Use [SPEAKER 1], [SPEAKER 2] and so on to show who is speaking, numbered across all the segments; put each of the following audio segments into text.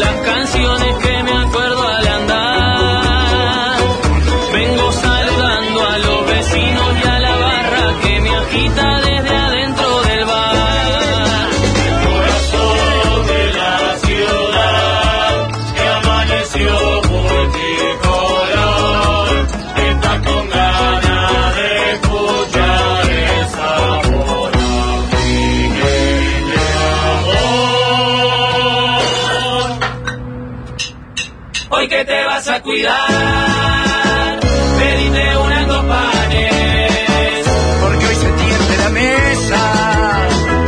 [SPEAKER 1] canciones que me acuerdo al andar. Vengo saludando a los vecinos y a la barra que me agita desde adentro del bar.
[SPEAKER 2] Corazón de la ciudad que amaneció multicolor, está con ganas de escuchar el sabor de amor.
[SPEAKER 1] Hoy que te vas a cuidar, pedite unas dos panes.
[SPEAKER 3] Porque hoy se tiende la mesa.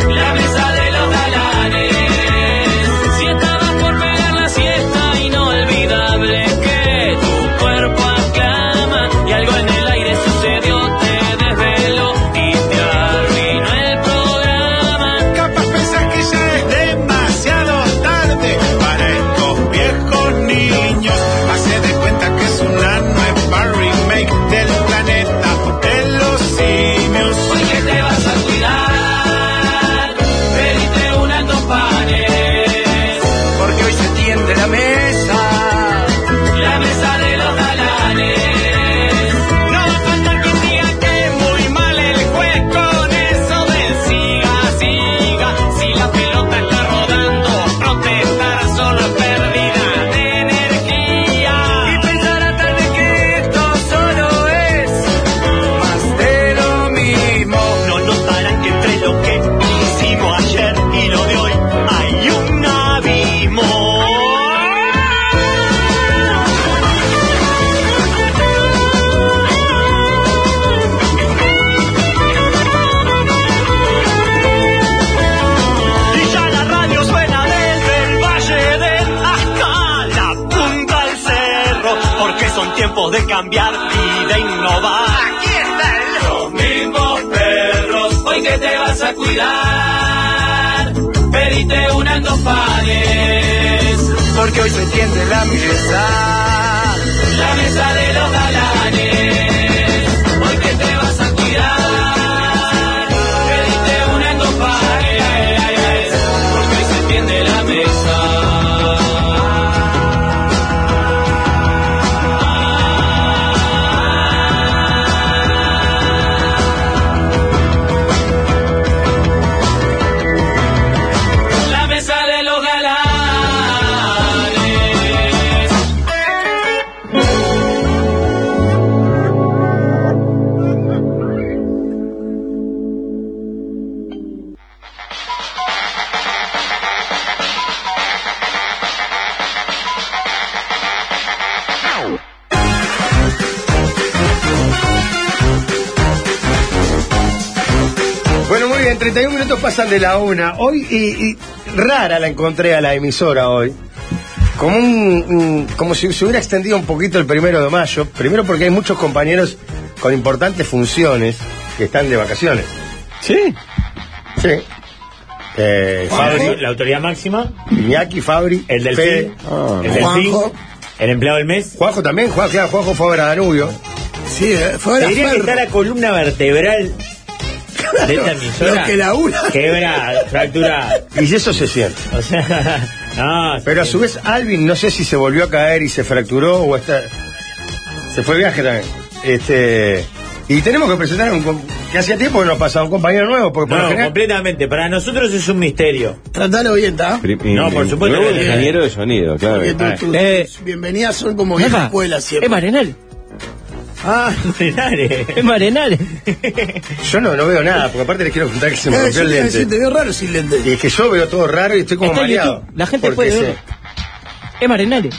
[SPEAKER 1] La mesa de los galanes. Si estabas por pegar la siesta, inolvidable que tu cuerpo aclama. Y algo en el aire sucedió, te desveló y te arruinó el programa.
[SPEAKER 3] Capaz pensás que ya es demasiado tarde para estos viejos niños. Hace de cuenta que es una nueva remake del planeta de los simios.
[SPEAKER 1] Hoy que te vas a cuidar, pediste unas dos panes.
[SPEAKER 3] Porque hoy se tiende la mesa.
[SPEAKER 1] La mesa de los galanes. No va a faltar quien diga que muy mal el juez con eso del siga, siga. Si la pelota está rodando, protestar solo es pérdida de energía.
[SPEAKER 3] Y pensará tal vez que esto solo es más de lo mismo.
[SPEAKER 2] No notarán que entre lo que hicimos ayer y lo de hoy hay un abismo. Y ya la radio suena desde el valle del hasta la punta del cerro, porque son tiempos de cambiar y de innovar. Aquí están los mismos perros.
[SPEAKER 1] Hoy que te vas a cuidar, pediste unas dos panes.
[SPEAKER 3] Porque hoy se tiende la mesa.
[SPEAKER 1] La mesa de los galanes, hoy que te vas a cuidar, pediste una eh, en dos pares, porque hoy se entiende la mesa. La mesa de los galanes.
[SPEAKER 4] Bueno, muy bien, 31 minutos pasan de la una. Hoy, y, y rara la encontré a la emisora hoy. Como, un, un- como si se hubiera extendido un poquito el primero de mayo. Primero porque hay muchos compañeros con importantes funciones que están de vacaciones.
[SPEAKER 5] Sí.
[SPEAKER 4] Sí. Eh,
[SPEAKER 5] Fabri,
[SPEAKER 4] Fabri,
[SPEAKER 5] la autoridad máxima,
[SPEAKER 4] Iñaki, Fabri,
[SPEAKER 5] el del
[SPEAKER 4] Fede.
[SPEAKER 5] fin,
[SPEAKER 6] Ah.
[SPEAKER 5] el del fin,
[SPEAKER 7] Juanjo.
[SPEAKER 5] el empleado del mes.
[SPEAKER 4] Juanjo también, Juanjo, claro, Juanjo fue a ver a Danubio.
[SPEAKER 7] Sí, eh, fue
[SPEAKER 5] Te
[SPEAKER 7] la
[SPEAKER 5] diría que está la columna vertebral de esta emisora.
[SPEAKER 7] lo que labura.
[SPEAKER 5] Quebra, fractura.
[SPEAKER 4] Y eso se siente.
[SPEAKER 5] O sea, no.
[SPEAKER 4] Pero a su vez, Alvin, no sé si se volvió a caer y se fracturó o está. Se fue de viaje también. Este. Y tenemos que presentar un. com- que hacía tiempo que no pasaba un compañero nuevo, porque por lo
[SPEAKER 5] No,
[SPEAKER 4] general-
[SPEAKER 5] completamente. Para nosotros es un misterio.
[SPEAKER 7] Tratalo bien, ¿está?
[SPEAKER 5] No, por supuesto
[SPEAKER 6] Nuevo
[SPEAKER 5] que-
[SPEAKER 6] ingeniero de sonido, claro.
[SPEAKER 7] Porque tus-
[SPEAKER 5] eh,
[SPEAKER 7] tus-
[SPEAKER 5] eh.
[SPEAKER 7] tus bienvenidas son como vieja escuela
[SPEAKER 1] Eh,
[SPEAKER 7] siempre.
[SPEAKER 5] Ah, Renare.
[SPEAKER 8] Es Marenales.
[SPEAKER 4] yo no, no veo nada, porque aparte les quiero contar que se me
[SPEAKER 7] Eh, yo
[SPEAKER 4] rompió el
[SPEAKER 7] te iba a decir, te
[SPEAKER 4] lente.
[SPEAKER 7] veo raro sin
[SPEAKER 4] Y
[SPEAKER 7] lente.
[SPEAKER 4] es que yo veo todo raro y estoy como
[SPEAKER 8] Está en
[SPEAKER 4] mareado.
[SPEAKER 8] YouTube, la gente
[SPEAKER 4] Porque
[SPEAKER 8] puede
[SPEAKER 4] se-
[SPEAKER 8] verlo. Es Marenales.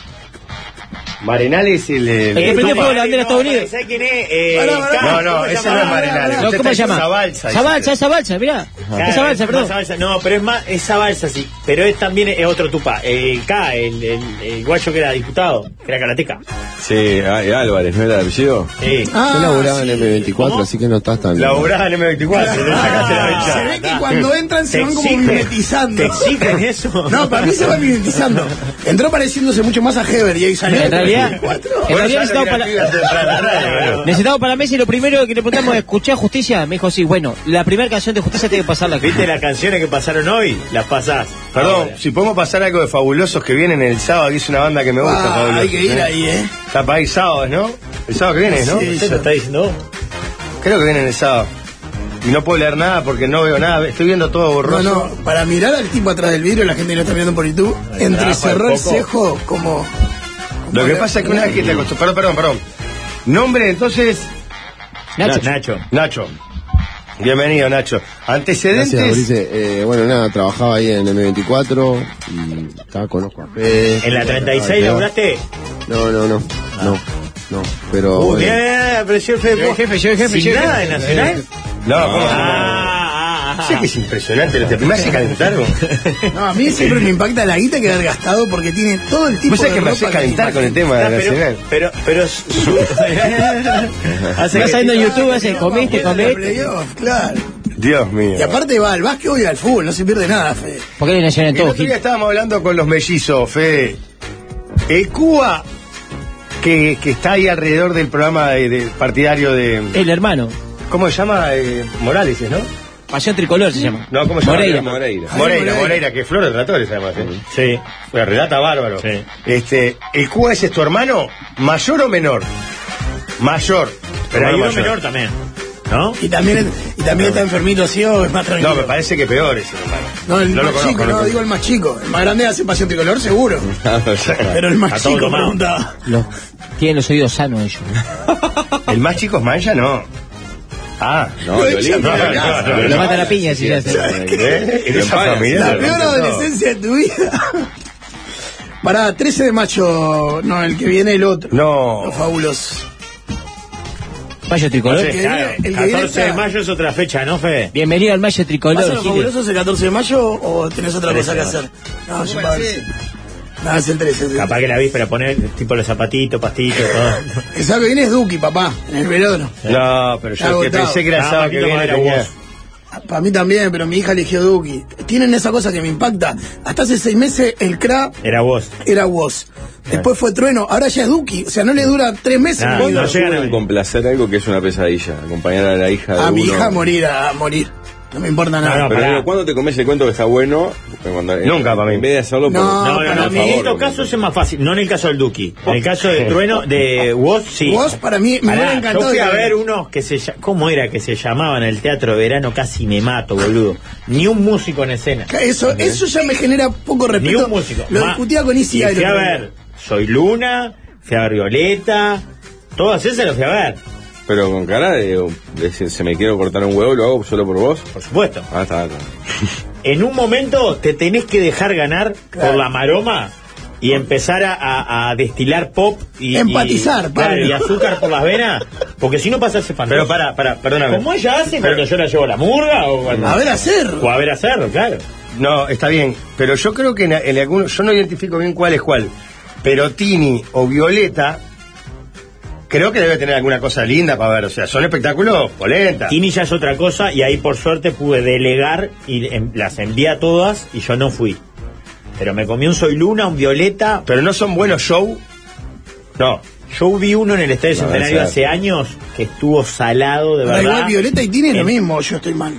[SPEAKER 4] Marenales y le.
[SPEAKER 8] que prendió fuego la
[SPEAKER 5] Ay,
[SPEAKER 8] bandera de
[SPEAKER 5] no,
[SPEAKER 8] Estados Unidos.
[SPEAKER 5] ¿Sabes quién es? Eh,
[SPEAKER 7] Pará, pará.
[SPEAKER 5] Castro,
[SPEAKER 4] No, Eh, no,
[SPEAKER 5] ¿cómo se
[SPEAKER 4] ese
[SPEAKER 5] llama?
[SPEAKER 4] no es Marenales.
[SPEAKER 8] No,
[SPEAKER 4] Usted
[SPEAKER 8] ¿Cómo se
[SPEAKER 4] Ah, está en
[SPEAKER 8] llama?
[SPEAKER 4] Zabalza, dice
[SPEAKER 8] Zabalza,
[SPEAKER 4] usted.
[SPEAKER 8] esa balsa, mirá.
[SPEAKER 5] Claro,
[SPEAKER 8] esa balsa,
[SPEAKER 5] es
[SPEAKER 8] perdón.
[SPEAKER 5] más balsa, no, pero es más esa balsa, sí. Pero es también es otro tupá. El K, el, el- el guacho que era diputado, que era karateca.
[SPEAKER 6] Sí, ah, y Álvarez, ¿no era el apellido?
[SPEAKER 5] Sí.
[SPEAKER 7] Ah,
[SPEAKER 6] Yo laburaba en M24,
[SPEAKER 5] ¿Cómo?
[SPEAKER 6] así que no estás tan...
[SPEAKER 4] Laburaba en M24, le sacaste la
[SPEAKER 5] Ah,
[SPEAKER 7] Se
[SPEAKER 4] mecha.
[SPEAKER 7] ve que cuando entran se
[SPEAKER 5] Te
[SPEAKER 7] van como
[SPEAKER 5] exigen.
[SPEAKER 7] mimetizando.
[SPEAKER 5] ¿Te exigen eso?
[SPEAKER 7] No, para mí se van mimetizando. Entró pareciéndose mucho más a Heber y ahí salió.
[SPEAKER 8] Está realidad, en realidad necesitaba para,
[SPEAKER 4] para...
[SPEAKER 8] necesitaba para Messi, lo primero que le preguntamos, ¿escuché Justicia? Me dijo, sí, bueno, la primera canción de Justicia tiene que pasarla.
[SPEAKER 5] ¿Viste las canciones que pasaron hoy? Las pasás.
[SPEAKER 4] Perdón,
[SPEAKER 5] Ahora.
[SPEAKER 4] si podemos pasar algo de Fabulosos que vienen el sábado, que es una banda que me gusta,
[SPEAKER 7] Ah,
[SPEAKER 4] Fabulosos.
[SPEAKER 7] hay que ir ahí, ¿eh?
[SPEAKER 4] Está para ahí sábados, ¿no? El sábado que viene, ¿no?
[SPEAKER 5] ¿Usted lo está diciendo?
[SPEAKER 4] Creo que vienen el sábado. Y no puedo leer nada porque no veo nada, estoy viendo todo
[SPEAKER 7] No,
[SPEAKER 4] borroso.
[SPEAKER 7] no, para mirar al tipo atrás del vidrio, la gente que lo está mirando por YouTube, entre
[SPEAKER 5] trabajo de
[SPEAKER 7] cerrar el
[SPEAKER 5] poco.
[SPEAKER 7] cejo como...
[SPEAKER 4] Lo que pasa es que una vez que te acostumbras... Perdón, perdón, perdón. Nombre, entonces,
[SPEAKER 8] Nacho.
[SPEAKER 5] Nacho.
[SPEAKER 4] Nacho. Bienvenido, Nacho. Antecedentes...
[SPEAKER 6] Gracias, Brice. Eh, bueno, nada, trabajaba ahí en M24 y acá conozco a Fe.
[SPEAKER 5] ¿En la 36 lograste?
[SPEAKER 6] No, no, no. No, no. Pero.
[SPEAKER 5] Uh,
[SPEAKER 6] eh,
[SPEAKER 5] mirá, mirá, mirá, apareció el Fede.
[SPEAKER 8] Yo el jefe, yo el
[SPEAKER 5] Sin
[SPEAKER 8] jefe, yo el
[SPEAKER 5] nada
[SPEAKER 8] jefe.
[SPEAKER 5] de Nacional?
[SPEAKER 4] No, ¿cómo se llama?
[SPEAKER 5] Ah, ah, ah.
[SPEAKER 4] Sé que es impresionante, lo que me hace calentar. vos.
[SPEAKER 7] No, a mí siempre me impacta la guita que ha gastado porque tiene todo el tipo
[SPEAKER 4] Vos sabés
[SPEAKER 7] de
[SPEAKER 4] Pues que
[SPEAKER 7] ropa
[SPEAKER 4] me hace calentar con el tema
[SPEAKER 5] Ah,
[SPEAKER 4] de
[SPEAKER 5] pero,
[SPEAKER 4] Nacional.
[SPEAKER 5] pero, pero, su- Hace
[SPEAKER 8] Vas
[SPEAKER 5] que-
[SPEAKER 8] saliendo en
[SPEAKER 7] que
[SPEAKER 8] YouTube, hace,
[SPEAKER 7] no
[SPEAKER 8] comiste,
[SPEAKER 7] va a jugar a
[SPEAKER 8] comiste.
[SPEAKER 7] playoff, claro.
[SPEAKER 4] Dios mío.
[SPEAKER 7] Y aparte va al básquet y al fútbol, no se pierde nada, Fede.
[SPEAKER 8] Porque le Nacional en
[SPEAKER 4] El
[SPEAKER 8] todo,
[SPEAKER 4] otro día
[SPEAKER 8] Gil.
[SPEAKER 4] estábamos hablando con los mellizos, Fede. El Cuba, que, que está ahí alrededor del programa de, de- partidario de...
[SPEAKER 8] El hermano.
[SPEAKER 4] ¿Cómo se llama? Eh, Morales, ¿no?
[SPEAKER 8] Pasión Tricolor se llama.
[SPEAKER 4] No, ¿cómo se llama?
[SPEAKER 8] Moreira.
[SPEAKER 6] Moreira.
[SPEAKER 4] Moreira, Moreira, Moreira, que es Flor de Tratores, además. ¿eh?
[SPEAKER 5] Sí.
[SPEAKER 4] Bueno, relata bárbaro.
[SPEAKER 5] Sí.
[SPEAKER 4] Este, ¿El Cuba ese es tu hermano? ¿Mayor o menor? Mayor.
[SPEAKER 5] Pero hay
[SPEAKER 4] Hermano
[SPEAKER 5] uno
[SPEAKER 4] mayor.
[SPEAKER 5] menor también. ¿no?
[SPEAKER 7] Y también, y también está enfermito, sí, o es más tranquilo.
[SPEAKER 4] No, me parece que peor ese hermano.
[SPEAKER 7] No, el
[SPEAKER 4] No lo
[SPEAKER 7] más
[SPEAKER 4] conozco,
[SPEAKER 7] chico,
[SPEAKER 4] no
[SPEAKER 7] no,
[SPEAKER 4] lo
[SPEAKER 7] digo el más chico. El más grande hace pasión tricolor, seguro. Pero el
[SPEAKER 5] A
[SPEAKER 7] más
[SPEAKER 5] todo
[SPEAKER 7] chico
[SPEAKER 5] tomado.
[SPEAKER 7] preguntaba.
[SPEAKER 8] Los- tienen los oídos sanos ellos.
[SPEAKER 4] ¿El más chico es Mancha? No. Ah.
[SPEAKER 6] No, Violín.
[SPEAKER 4] No, no, no, no,
[SPEAKER 8] Lo
[SPEAKER 4] no.
[SPEAKER 8] matan a piña si ya se-
[SPEAKER 4] ¿Eh? En esa familia.
[SPEAKER 7] La
[SPEAKER 4] no,
[SPEAKER 7] peor
[SPEAKER 4] no.
[SPEAKER 7] adolescencia de tu vida. Pará, 13 de mayo. No, el que viene el otro.
[SPEAKER 4] No.
[SPEAKER 7] Los fabulos.
[SPEAKER 8] Mayo
[SPEAKER 5] No
[SPEAKER 8] Tricolor.
[SPEAKER 5] sé,
[SPEAKER 7] que
[SPEAKER 5] claro,
[SPEAKER 7] viene- el que viene
[SPEAKER 5] 14 de
[SPEAKER 7] está-
[SPEAKER 5] mayo es otra fecha, ¿no, Fede?
[SPEAKER 8] Bienvenido al Mayo
[SPEAKER 7] ¿Vas a
[SPEAKER 8] Tricolor,
[SPEAKER 7] los
[SPEAKER 8] Gil.
[SPEAKER 7] fabulosos el 14 de mayo o tenés otra cosa que hacer? No, yo para No, es el 13. sí.
[SPEAKER 5] Capaz que la víspera poner tipo los zapatitos, pastitos, todo.
[SPEAKER 7] El sábado que viene es Duki, papá, en el velódromo.
[SPEAKER 4] No, pero
[SPEAKER 7] Está
[SPEAKER 4] yo que
[SPEAKER 7] agotado.
[SPEAKER 4] pensé que era
[SPEAKER 5] Ah,
[SPEAKER 4] sábado que
[SPEAKER 5] Paquito
[SPEAKER 4] viene.
[SPEAKER 5] Madera,
[SPEAKER 4] tenía-
[SPEAKER 5] vos.
[SPEAKER 7] Para mí también, pero mi hija eligió Duki. Tienen esa cosa que me impacta. Hasta hace seis meses el Cra
[SPEAKER 5] Era vos.
[SPEAKER 7] era Woz. Después fue Trueno, ahora ya es Duki. O sea, no le dura tres meses.
[SPEAKER 5] Nah,
[SPEAKER 7] boludo.
[SPEAKER 5] no llegan a-
[SPEAKER 6] Pueden complacer algo que es una pesadilla. Acompañar a la hija de
[SPEAKER 7] a mi
[SPEAKER 6] uno.
[SPEAKER 7] hija a morir, a morir. No me importa nada.
[SPEAKER 5] No,
[SPEAKER 6] Pero
[SPEAKER 5] Pará.
[SPEAKER 6] digo, ¿cuándo te comes el cuento que está bueno? Cuando-
[SPEAKER 4] Nunca, para mí.
[SPEAKER 6] eh, En vez de hacerlo por-
[SPEAKER 7] No,
[SPEAKER 5] No, no,
[SPEAKER 7] para
[SPEAKER 5] no.
[SPEAKER 7] mí
[SPEAKER 5] En
[SPEAKER 6] favor,
[SPEAKER 5] estos
[SPEAKER 6] hombre.
[SPEAKER 5] casos es más fácil. No en el caso del Duki. En el caso de Trueno, de Woz, sí.
[SPEAKER 7] Woz, para mí, me
[SPEAKER 5] Pará,
[SPEAKER 7] hubiera encantado
[SPEAKER 5] Yo fui a
[SPEAKER 7] que-
[SPEAKER 5] ver unos que se ll- ¿Cómo era que se llamaban el Teatro de Verano? Casi me mato, boludo. Ni un músico en escena.
[SPEAKER 7] Eso, eso ya me genera poco
[SPEAKER 5] Ni
[SPEAKER 7] respeto.
[SPEAKER 5] un músico.
[SPEAKER 7] Lo
[SPEAKER 5] Ma-
[SPEAKER 7] discutía con Isi
[SPEAKER 5] y Fui a ver Soy Luna, fui a ver Violeta. Todas esas las fui a ver,
[SPEAKER 6] Pero con cara de, de si se me quiero cortar un huevo, lo hago solo por vos.
[SPEAKER 5] por supuesto.
[SPEAKER 6] Ah, está, está.
[SPEAKER 5] En un momento te tenés que dejar ganar por la maroma y empezar a, a- a destilar pop y.
[SPEAKER 7] Empatizar,
[SPEAKER 5] y, claro,
[SPEAKER 7] Pablo.
[SPEAKER 5] y azúcar por las venas, porque si no pasas ese fantasma.
[SPEAKER 4] Pero para, para, perdóname.
[SPEAKER 5] ¿Cómo ella hace cuando yo la llevo a la murga o cuando-
[SPEAKER 7] A ver, hacer.
[SPEAKER 5] O a ver hacerlo, claro.
[SPEAKER 4] No, está bien. Pero yo creo que en, en algunos. Yo no identifico bien cuál es cuál. Pero Tini o Violeta. Creo que debe tener alguna cosa linda para ver. O sea, son espectáculos polenta.
[SPEAKER 5] Tini ya es otra cosa y ahí por suerte pude delegar y em, las envié a todas y yo no fui. Pero me comí un Soy Luna, un Violeta.
[SPEAKER 4] Pero no son buenos show. No.
[SPEAKER 5] Yo vi uno en el Estadio
[SPEAKER 6] No,
[SPEAKER 5] Centenario
[SPEAKER 6] esa-
[SPEAKER 5] hace años que estuvo salado de
[SPEAKER 7] Pero
[SPEAKER 5] verdad.
[SPEAKER 7] Ah, igual Violeta y Tini es lo
[SPEAKER 5] En-
[SPEAKER 7] mismo, yo estoy mal.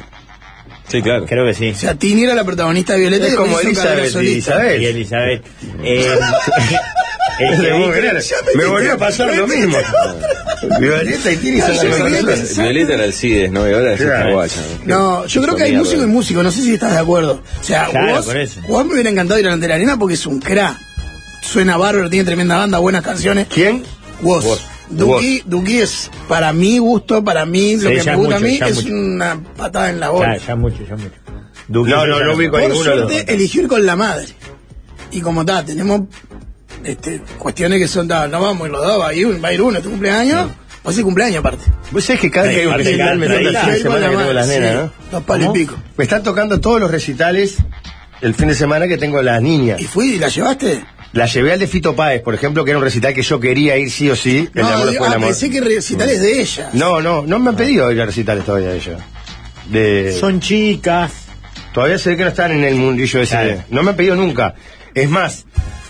[SPEAKER 6] Sí, claro.
[SPEAKER 5] Creo que sí.
[SPEAKER 7] O sea, Tini era la protagonista de Violeta
[SPEAKER 4] Es
[SPEAKER 7] y después
[SPEAKER 4] como
[SPEAKER 7] hizo carrera
[SPEAKER 4] Elizabeth y
[SPEAKER 7] solista.
[SPEAKER 4] Isabel.
[SPEAKER 5] Y Elizabeth. Eh, el que
[SPEAKER 4] Le voy a
[SPEAKER 5] ahí-
[SPEAKER 4] creer. me volvió a pasar lo mismo. Violeta y Tini son las
[SPEAKER 7] Ay,
[SPEAKER 4] mismas
[SPEAKER 7] Violeta.
[SPEAKER 4] cosas.
[SPEAKER 6] Violeta, Violeta era el CIDES, ¿no? Y ahora es
[SPEAKER 4] Claro.
[SPEAKER 6] el guacha.
[SPEAKER 7] No, yo creo que hay músico y músico, no sé si estás de acuerdo. O sea,
[SPEAKER 5] Claro,
[SPEAKER 7] vos,
[SPEAKER 5] por eso.
[SPEAKER 7] vos me hubiera encantado ir a la arena porque es un cra. Suena bárbaro, tiene tremenda banda, buenas canciones.
[SPEAKER 4] ¿Quién?
[SPEAKER 7] Vos.
[SPEAKER 6] Vos.
[SPEAKER 7] Duki, Duki es, para mi gusto, para mí, lo
[SPEAKER 5] Sí,
[SPEAKER 7] que
[SPEAKER 5] ya
[SPEAKER 7] me gusta a
[SPEAKER 5] mucho,
[SPEAKER 7] mí,
[SPEAKER 5] ya
[SPEAKER 7] es
[SPEAKER 5] mucho.
[SPEAKER 7] una patada en la
[SPEAKER 5] Ya,
[SPEAKER 7] boca.
[SPEAKER 5] ya mucho, ya mucho.
[SPEAKER 4] No, no, no ubico a
[SPEAKER 7] Por
[SPEAKER 4] ninguno de los
[SPEAKER 7] suerte, elegir con la madre. Y como está, tenemos este, cuestiones que son, ta, no vamos a ir los dos, va a ir, va a ir uno, tu cumpleaños, o ese cumpleaños aparte.
[SPEAKER 4] Vos sabés que cada vez que hay un
[SPEAKER 5] Aparte, cada
[SPEAKER 4] recital me toca el
[SPEAKER 5] traída,
[SPEAKER 4] fin de
[SPEAKER 7] ahí va
[SPEAKER 4] semana
[SPEAKER 7] la
[SPEAKER 4] que tengo
[SPEAKER 7] mano,
[SPEAKER 4] las nenas,
[SPEAKER 7] sí.
[SPEAKER 4] ¿no?
[SPEAKER 7] Dos palos y
[SPEAKER 4] ¿Cómo?
[SPEAKER 7] pico.
[SPEAKER 4] Me están tocando todos los recitales el fin de semana que tengo las niñas.
[SPEAKER 7] ¿Y fui y la llevaste?
[SPEAKER 4] La llevé al de Fito Páez, por ejemplo, que era un recital que yo quería ir sí o sí. El
[SPEAKER 7] No,
[SPEAKER 4] de amor
[SPEAKER 7] digo,
[SPEAKER 4] después del
[SPEAKER 7] ah,
[SPEAKER 4] amor.
[SPEAKER 7] pensé que recitales de ella.
[SPEAKER 4] No, no, no me han pedido ir a recitales todavía ellos. De...
[SPEAKER 5] Son chicas.
[SPEAKER 4] Todavía se ve que no están en el mundillo ese.
[SPEAKER 5] Claro.
[SPEAKER 4] No me han pedido nunca. Es más,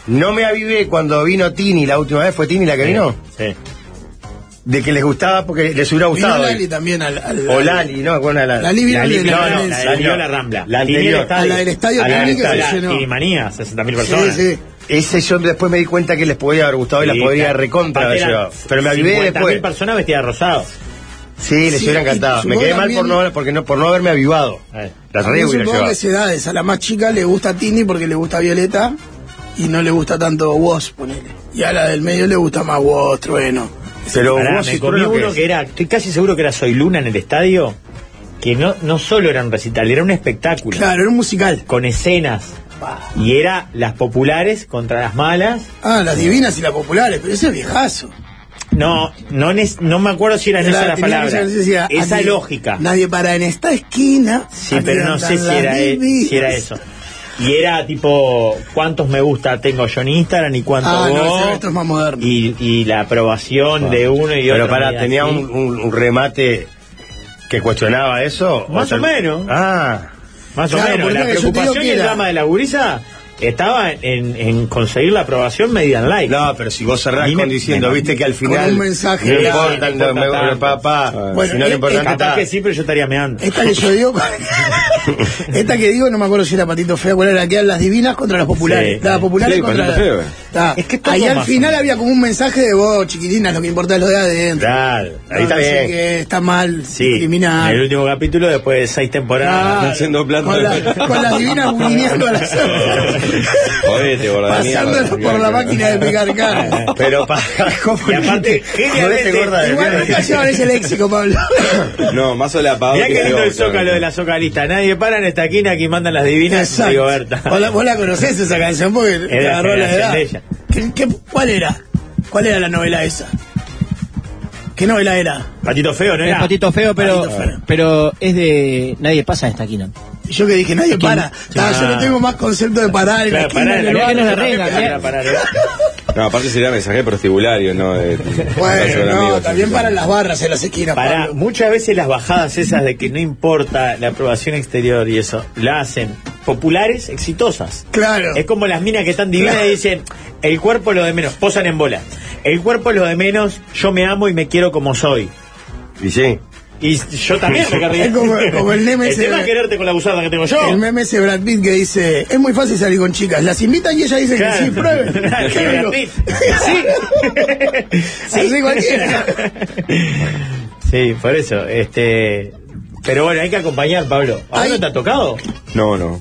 [SPEAKER 4] No me avivé cuando vino Tini la última vez, fue Tini la que vino,
[SPEAKER 5] Sí.
[SPEAKER 4] de que les gustaba porque les hubiera
[SPEAKER 7] Vino
[SPEAKER 4] gustado.
[SPEAKER 7] Lali también al. al-
[SPEAKER 4] o Lali, no, bueno, la,
[SPEAKER 7] Lali vino
[SPEAKER 5] La
[SPEAKER 7] al de
[SPEAKER 5] Libre,
[SPEAKER 7] la
[SPEAKER 5] no, no,
[SPEAKER 7] Valencia.
[SPEAKER 5] la de Viola Rambla.
[SPEAKER 4] La
[SPEAKER 5] Tinelli
[SPEAKER 4] anterior.
[SPEAKER 5] Estadio.
[SPEAKER 7] A la del Estadio
[SPEAKER 5] A la del
[SPEAKER 7] Tinelli que se
[SPEAKER 5] Estadio.
[SPEAKER 7] llenó.
[SPEAKER 5] Y manía, 60.000
[SPEAKER 7] Sí,
[SPEAKER 5] personas.
[SPEAKER 7] sí.
[SPEAKER 4] Ese yo después me di cuenta que les podía haber gustado y
[SPEAKER 5] Sí,
[SPEAKER 4] la podría
[SPEAKER 5] claro.
[SPEAKER 4] recontra
[SPEAKER 5] Aparte
[SPEAKER 4] haber
[SPEAKER 5] eran
[SPEAKER 4] llevado. Pero me avivé
[SPEAKER 5] 50.000
[SPEAKER 4] después.
[SPEAKER 5] personas vestidas de rosado.
[SPEAKER 4] Sí, les
[SPEAKER 7] Sí,
[SPEAKER 4] hubiera
[SPEAKER 7] y
[SPEAKER 4] encantado. Me
[SPEAKER 7] supongo
[SPEAKER 4] quedé mal por
[SPEAKER 7] también-
[SPEAKER 4] no, porque no, por no haberme avivado.
[SPEAKER 5] Eh.
[SPEAKER 4] Las re
[SPEAKER 7] También
[SPEAKER 4] hubiera
[SPEAKER 7] supongo
[SPEAKER 4] llevado.
[SPEAKER 7] que se da esa. A la más chica le gusta Tini porque le gusta Violeta y no le gusta tanto Woz, ponele. Y a la del medio le gusta más Woz, Trueno.
[SPEAKER 4] Pero
[SPEAKER 5] Pará,
[SPEAKER 4] vos
[SPEAKER 5] me
[SPEAKER 4] y
[SPEAKER 5] comí
[SPEAKER 4] Trueno, ¿qué
[SPEAKER 5] uno
[SPEAKER 4] es?
[SPEAKER 5] que era, estoy casi seguro que era Soy Luna en el estadio, que no, no solo era un recital, era un espectáculo.
[SPEAKER 7] Claro, era un musical.
[SPEAKER 5] Con escenas.
[SPEAKER 7] Pa.
[SPEAKER 5] Y era las populares contra las malas.
[SPEAKER 7] Ah, las divinas y las populares, pero ese es viejazo.
[SPEAKER 5] No, no, nes- no me acuerdo si eran
[SPEAKER 7] Era-
[SPEAKER 5] esas las
[SPEAKER 7] tenía
[SPEAKER 5] palabras.
[SPEAKER 7] esa necesidad.
[SPEAKER 5] Esa
[SPEAKER 7] Aquí-
[SPEAKER 5] lógica.
[SPEAKER 7] Nadie para en esta esquina.
[SPEAKER 5] Sí,
[SPEAKER 7] Aquí
[SPEAKER 5] pero no
[SPEAKER 7] andan
[SPEAKER 5] sé si
[SPEAKER 7] las
[SPEAKER 5] era, eh,
[SPEAKER 7] divinas.
[SPEAKER 5] si era eso. Y era tipo, ¿cuántos me gusta tengo yo en Instagram y cuántos
[SPEAKER 7] Ah, no,
[SPEAKER 5] vos?
[SPEAKER 7] ese- esto es más moderno.
[SPEAKER 5] y, y la aprobación de uno y otro.
[SPEAKER 4] Pero pará,
[SPEAKER 5] medio
[SPEAKER 4] tenía
[SPEAKER 5] así.
[SPEAKER 4] un, un- un remate que cuestionaba eso.
[SPEAKER 5] Más
[SPEAKER 4] tal-
[SPEAKER 5] o menos.
[SPEAKER 4] Ah,
[SPEAKER 5] Más
[SPEAKER 7] Claro,
[SPEAKER 5] o menos,
[SPEAKER 7] por
[SPEAKER 5] la
[SPEAKER 7] eso que yo te digo
[SPEAKER 5] preocupación y
[SPEAKER 7] que
[SPEAKER 5] el
[SPEAKER 7] era-
[SPEAKER 5] drama de la gurisa estaba en, en conseguir la aprobación medida en like.
[SPEAKER 4] no, pero si vos cerrás
[SPEAKER 5] Y me-
[SPEAKER 4] con diciendo,
[SPEAKER 5] me-
[SPEAKER 4] viste que al
[SPEAKER 7] con
[SPEAKER 4] final.
[SPEAKER 7] un mensaje,
[SPEAKER 4] No
[SPEAKER 7] claro,
[SPEAKER 4] importa,
[SPEAKER 5] no
[SPEAKER 4] no, me-
[SPEAKER 5] importa tanto.
[SPEAKER 4] papá.
[SPEAKER 7] Bueno,
[SPEAKER 4] si no
[SPEAKER 7] eh,
[SPEAKER 4] lo importante
[SPEAKER 5] Capaz
[SPEAKER 4] está.
[SPEAKER 5] que sí, pero yo estaría meando.
[SPEAKER 7] Esta que yo digo, esta que digo, no me acuerdo si era Patito Feo, cuál era, que eran las divinas contra las populares.
[SPEAKER 5] Sí.
[SPEAKER 7] las populares
[SPEAKER 6] Sí,
[SPEAKER 7] contra
[SPEAKER 6] Patito Feo.
[SPEAKER 7] Ta.
[SPEAKER 5] Es que todo
[SPEAKER 7] Ahí al
[SPEAKER 5] más o
[SPEAKER 7] final
[SPEAKER 5] menos.
[SPEAKER 7] había como un mensaje de vos, chiquitinas, lo que importa es lo de adentro.
[SPEAKER 4] Claro, ahí está
[SPEAKER 7] No, no sé
[SPEAKER 4] bien.
[SPEAKER 7] Que está mal,
[SPEAKER 5] Sí, en el
[SPEAKER 7] criminal.
[SPEAKER 5] último capítulo, después de seis temporadas.
[SPEAKER 7] Claro.
[SPEAKER 6] Haciendo plata.
[SPEAKER 7] Con, la- con las divinas guineando a las otras.
[SPEAKER 6] Jodete, gorda de mierda.
[SPEAKER 7] Pasándolo por la máquina de picar carne.
[SPEAKER 4] Pero para ¿cómo
[SPEAKER 5] Y aparte, genialmente,
[SPEAKER 4] Jodete, gorda de
[SPEAKER 7] Igual
[SPEAKER 4] mierda.
[SPEAKER 7] nunca llevan ese léxico, Pablo.
[SPEAKER 6] No, más solapado.
[SPEAKER 5] Mirá que
[SPEAKER 6] que
[SPEAKER 5] lindo
[SPEAKER 6] yo,
[SPEAKER 5] el zócalo
[SPEAKER 6] claramente.
[SPEAKER 5] de la zocalista. Nadie para en esta esquina que mandan las divinas.
[SPEAKER 7] Exacto.
[SPEAKER 5] Digo, Berta.
[SPEAKER 7] Vos la, vos la conocés esa canción porque te
[SPEAKER 5] la
[SPEAKER 7] agarró la
[SPEAKER 5] generación
[SPEAKER 7] edad.
[SPEAKER 5] de ella.
[SPEAKER 7] ¿Qué- qué- cuál era? ¿Cuál era la novela esa? ¿Qué novela era?
[SPEAKER 5] Patito feo, ¿no
[SPEAKER 8] Es
[SPEAKER 5] era?
[SPEAKER 8] patito feo, pero,
[SPEAKER 7] Patito feo.
[SPEAKER 8] pero es de. Nadie pasa en esta esquina.
[SPEAKER 7] Yo que dije, nadie para. Ta,
[SPEAKER 5] Ah.
[SPEAKER 7] Yo no tengo más concepto de parar en la
[SPEAKER 5] Claro,
[SPEAKER 7] esquina.
[SPEAKER 5] pará,
[SPEAKER 7] que
[SPEAKER 5] la
[SPEAKER 7] no-
[SPEAKER 8] esquina.
[SPEAKER 5] la
[SPEAKER 8] la regla,
[SPEAKER 5] regla,
[SPEAKER 8] claro.
[SPEAKER 5] pará, pará.
[SPEAKER 6] No, aparte sería mensaje prostibulario, ¿no? De,
[SPEAKER 7] Bueno, no, también
[SPEAKER 6] para
[SPEAKER 7] paran las barras en las esquinas.
[SPEAKER 5] Pará,
[SPEAKER 7] Pablo.
[SPEAKER 5] muchas veces las bajadas esas de que no importa la aprobación exterior y eso, la hacen populares, exitosas.
[SPEAKER 7] Claro.
[SPEAKER 5] Es como las minas que están divinas y dicen, el cuerpo es lo de menos, posan en bola. El cuerpo es lo de menos, yo me amo y me quiero como soy.
[SPEAKER 4] Y sí.
[SPEAKER 5] Y yo también me cargué.
[SPEAKER 7] Es como- como el meme ese
[SPEAKER 5] tema
[SPEAKER 7] de-
[SPEAKER 5] es quererte con la abusada que tengo yo.
[SPEAKER 7] El meme ese de Brad Pitt que dice, es muy fácil salir con chicas, las invitan y ella dice
[SPEAKER 5] Claro.
[SPEAKER 7] que sí, prueben.
[SPEAKER 5] Claro,
[SPEAKER 7] Qué
[SPEAKER 5] Brad
[SPEAKER 7] rico.
[SPEAKER 5] Pitt.
[SPEAKER 7] Sí. Así cualquiera.
[SPEAKER 5] Sí, por eso. Este, pero bueno, hay que acompañar, Pablo. ¿A vos
[SPEAKER 7] Ay.
[SPEAKER 5] no te ha tocado?
[SPEAKER 6] No, no.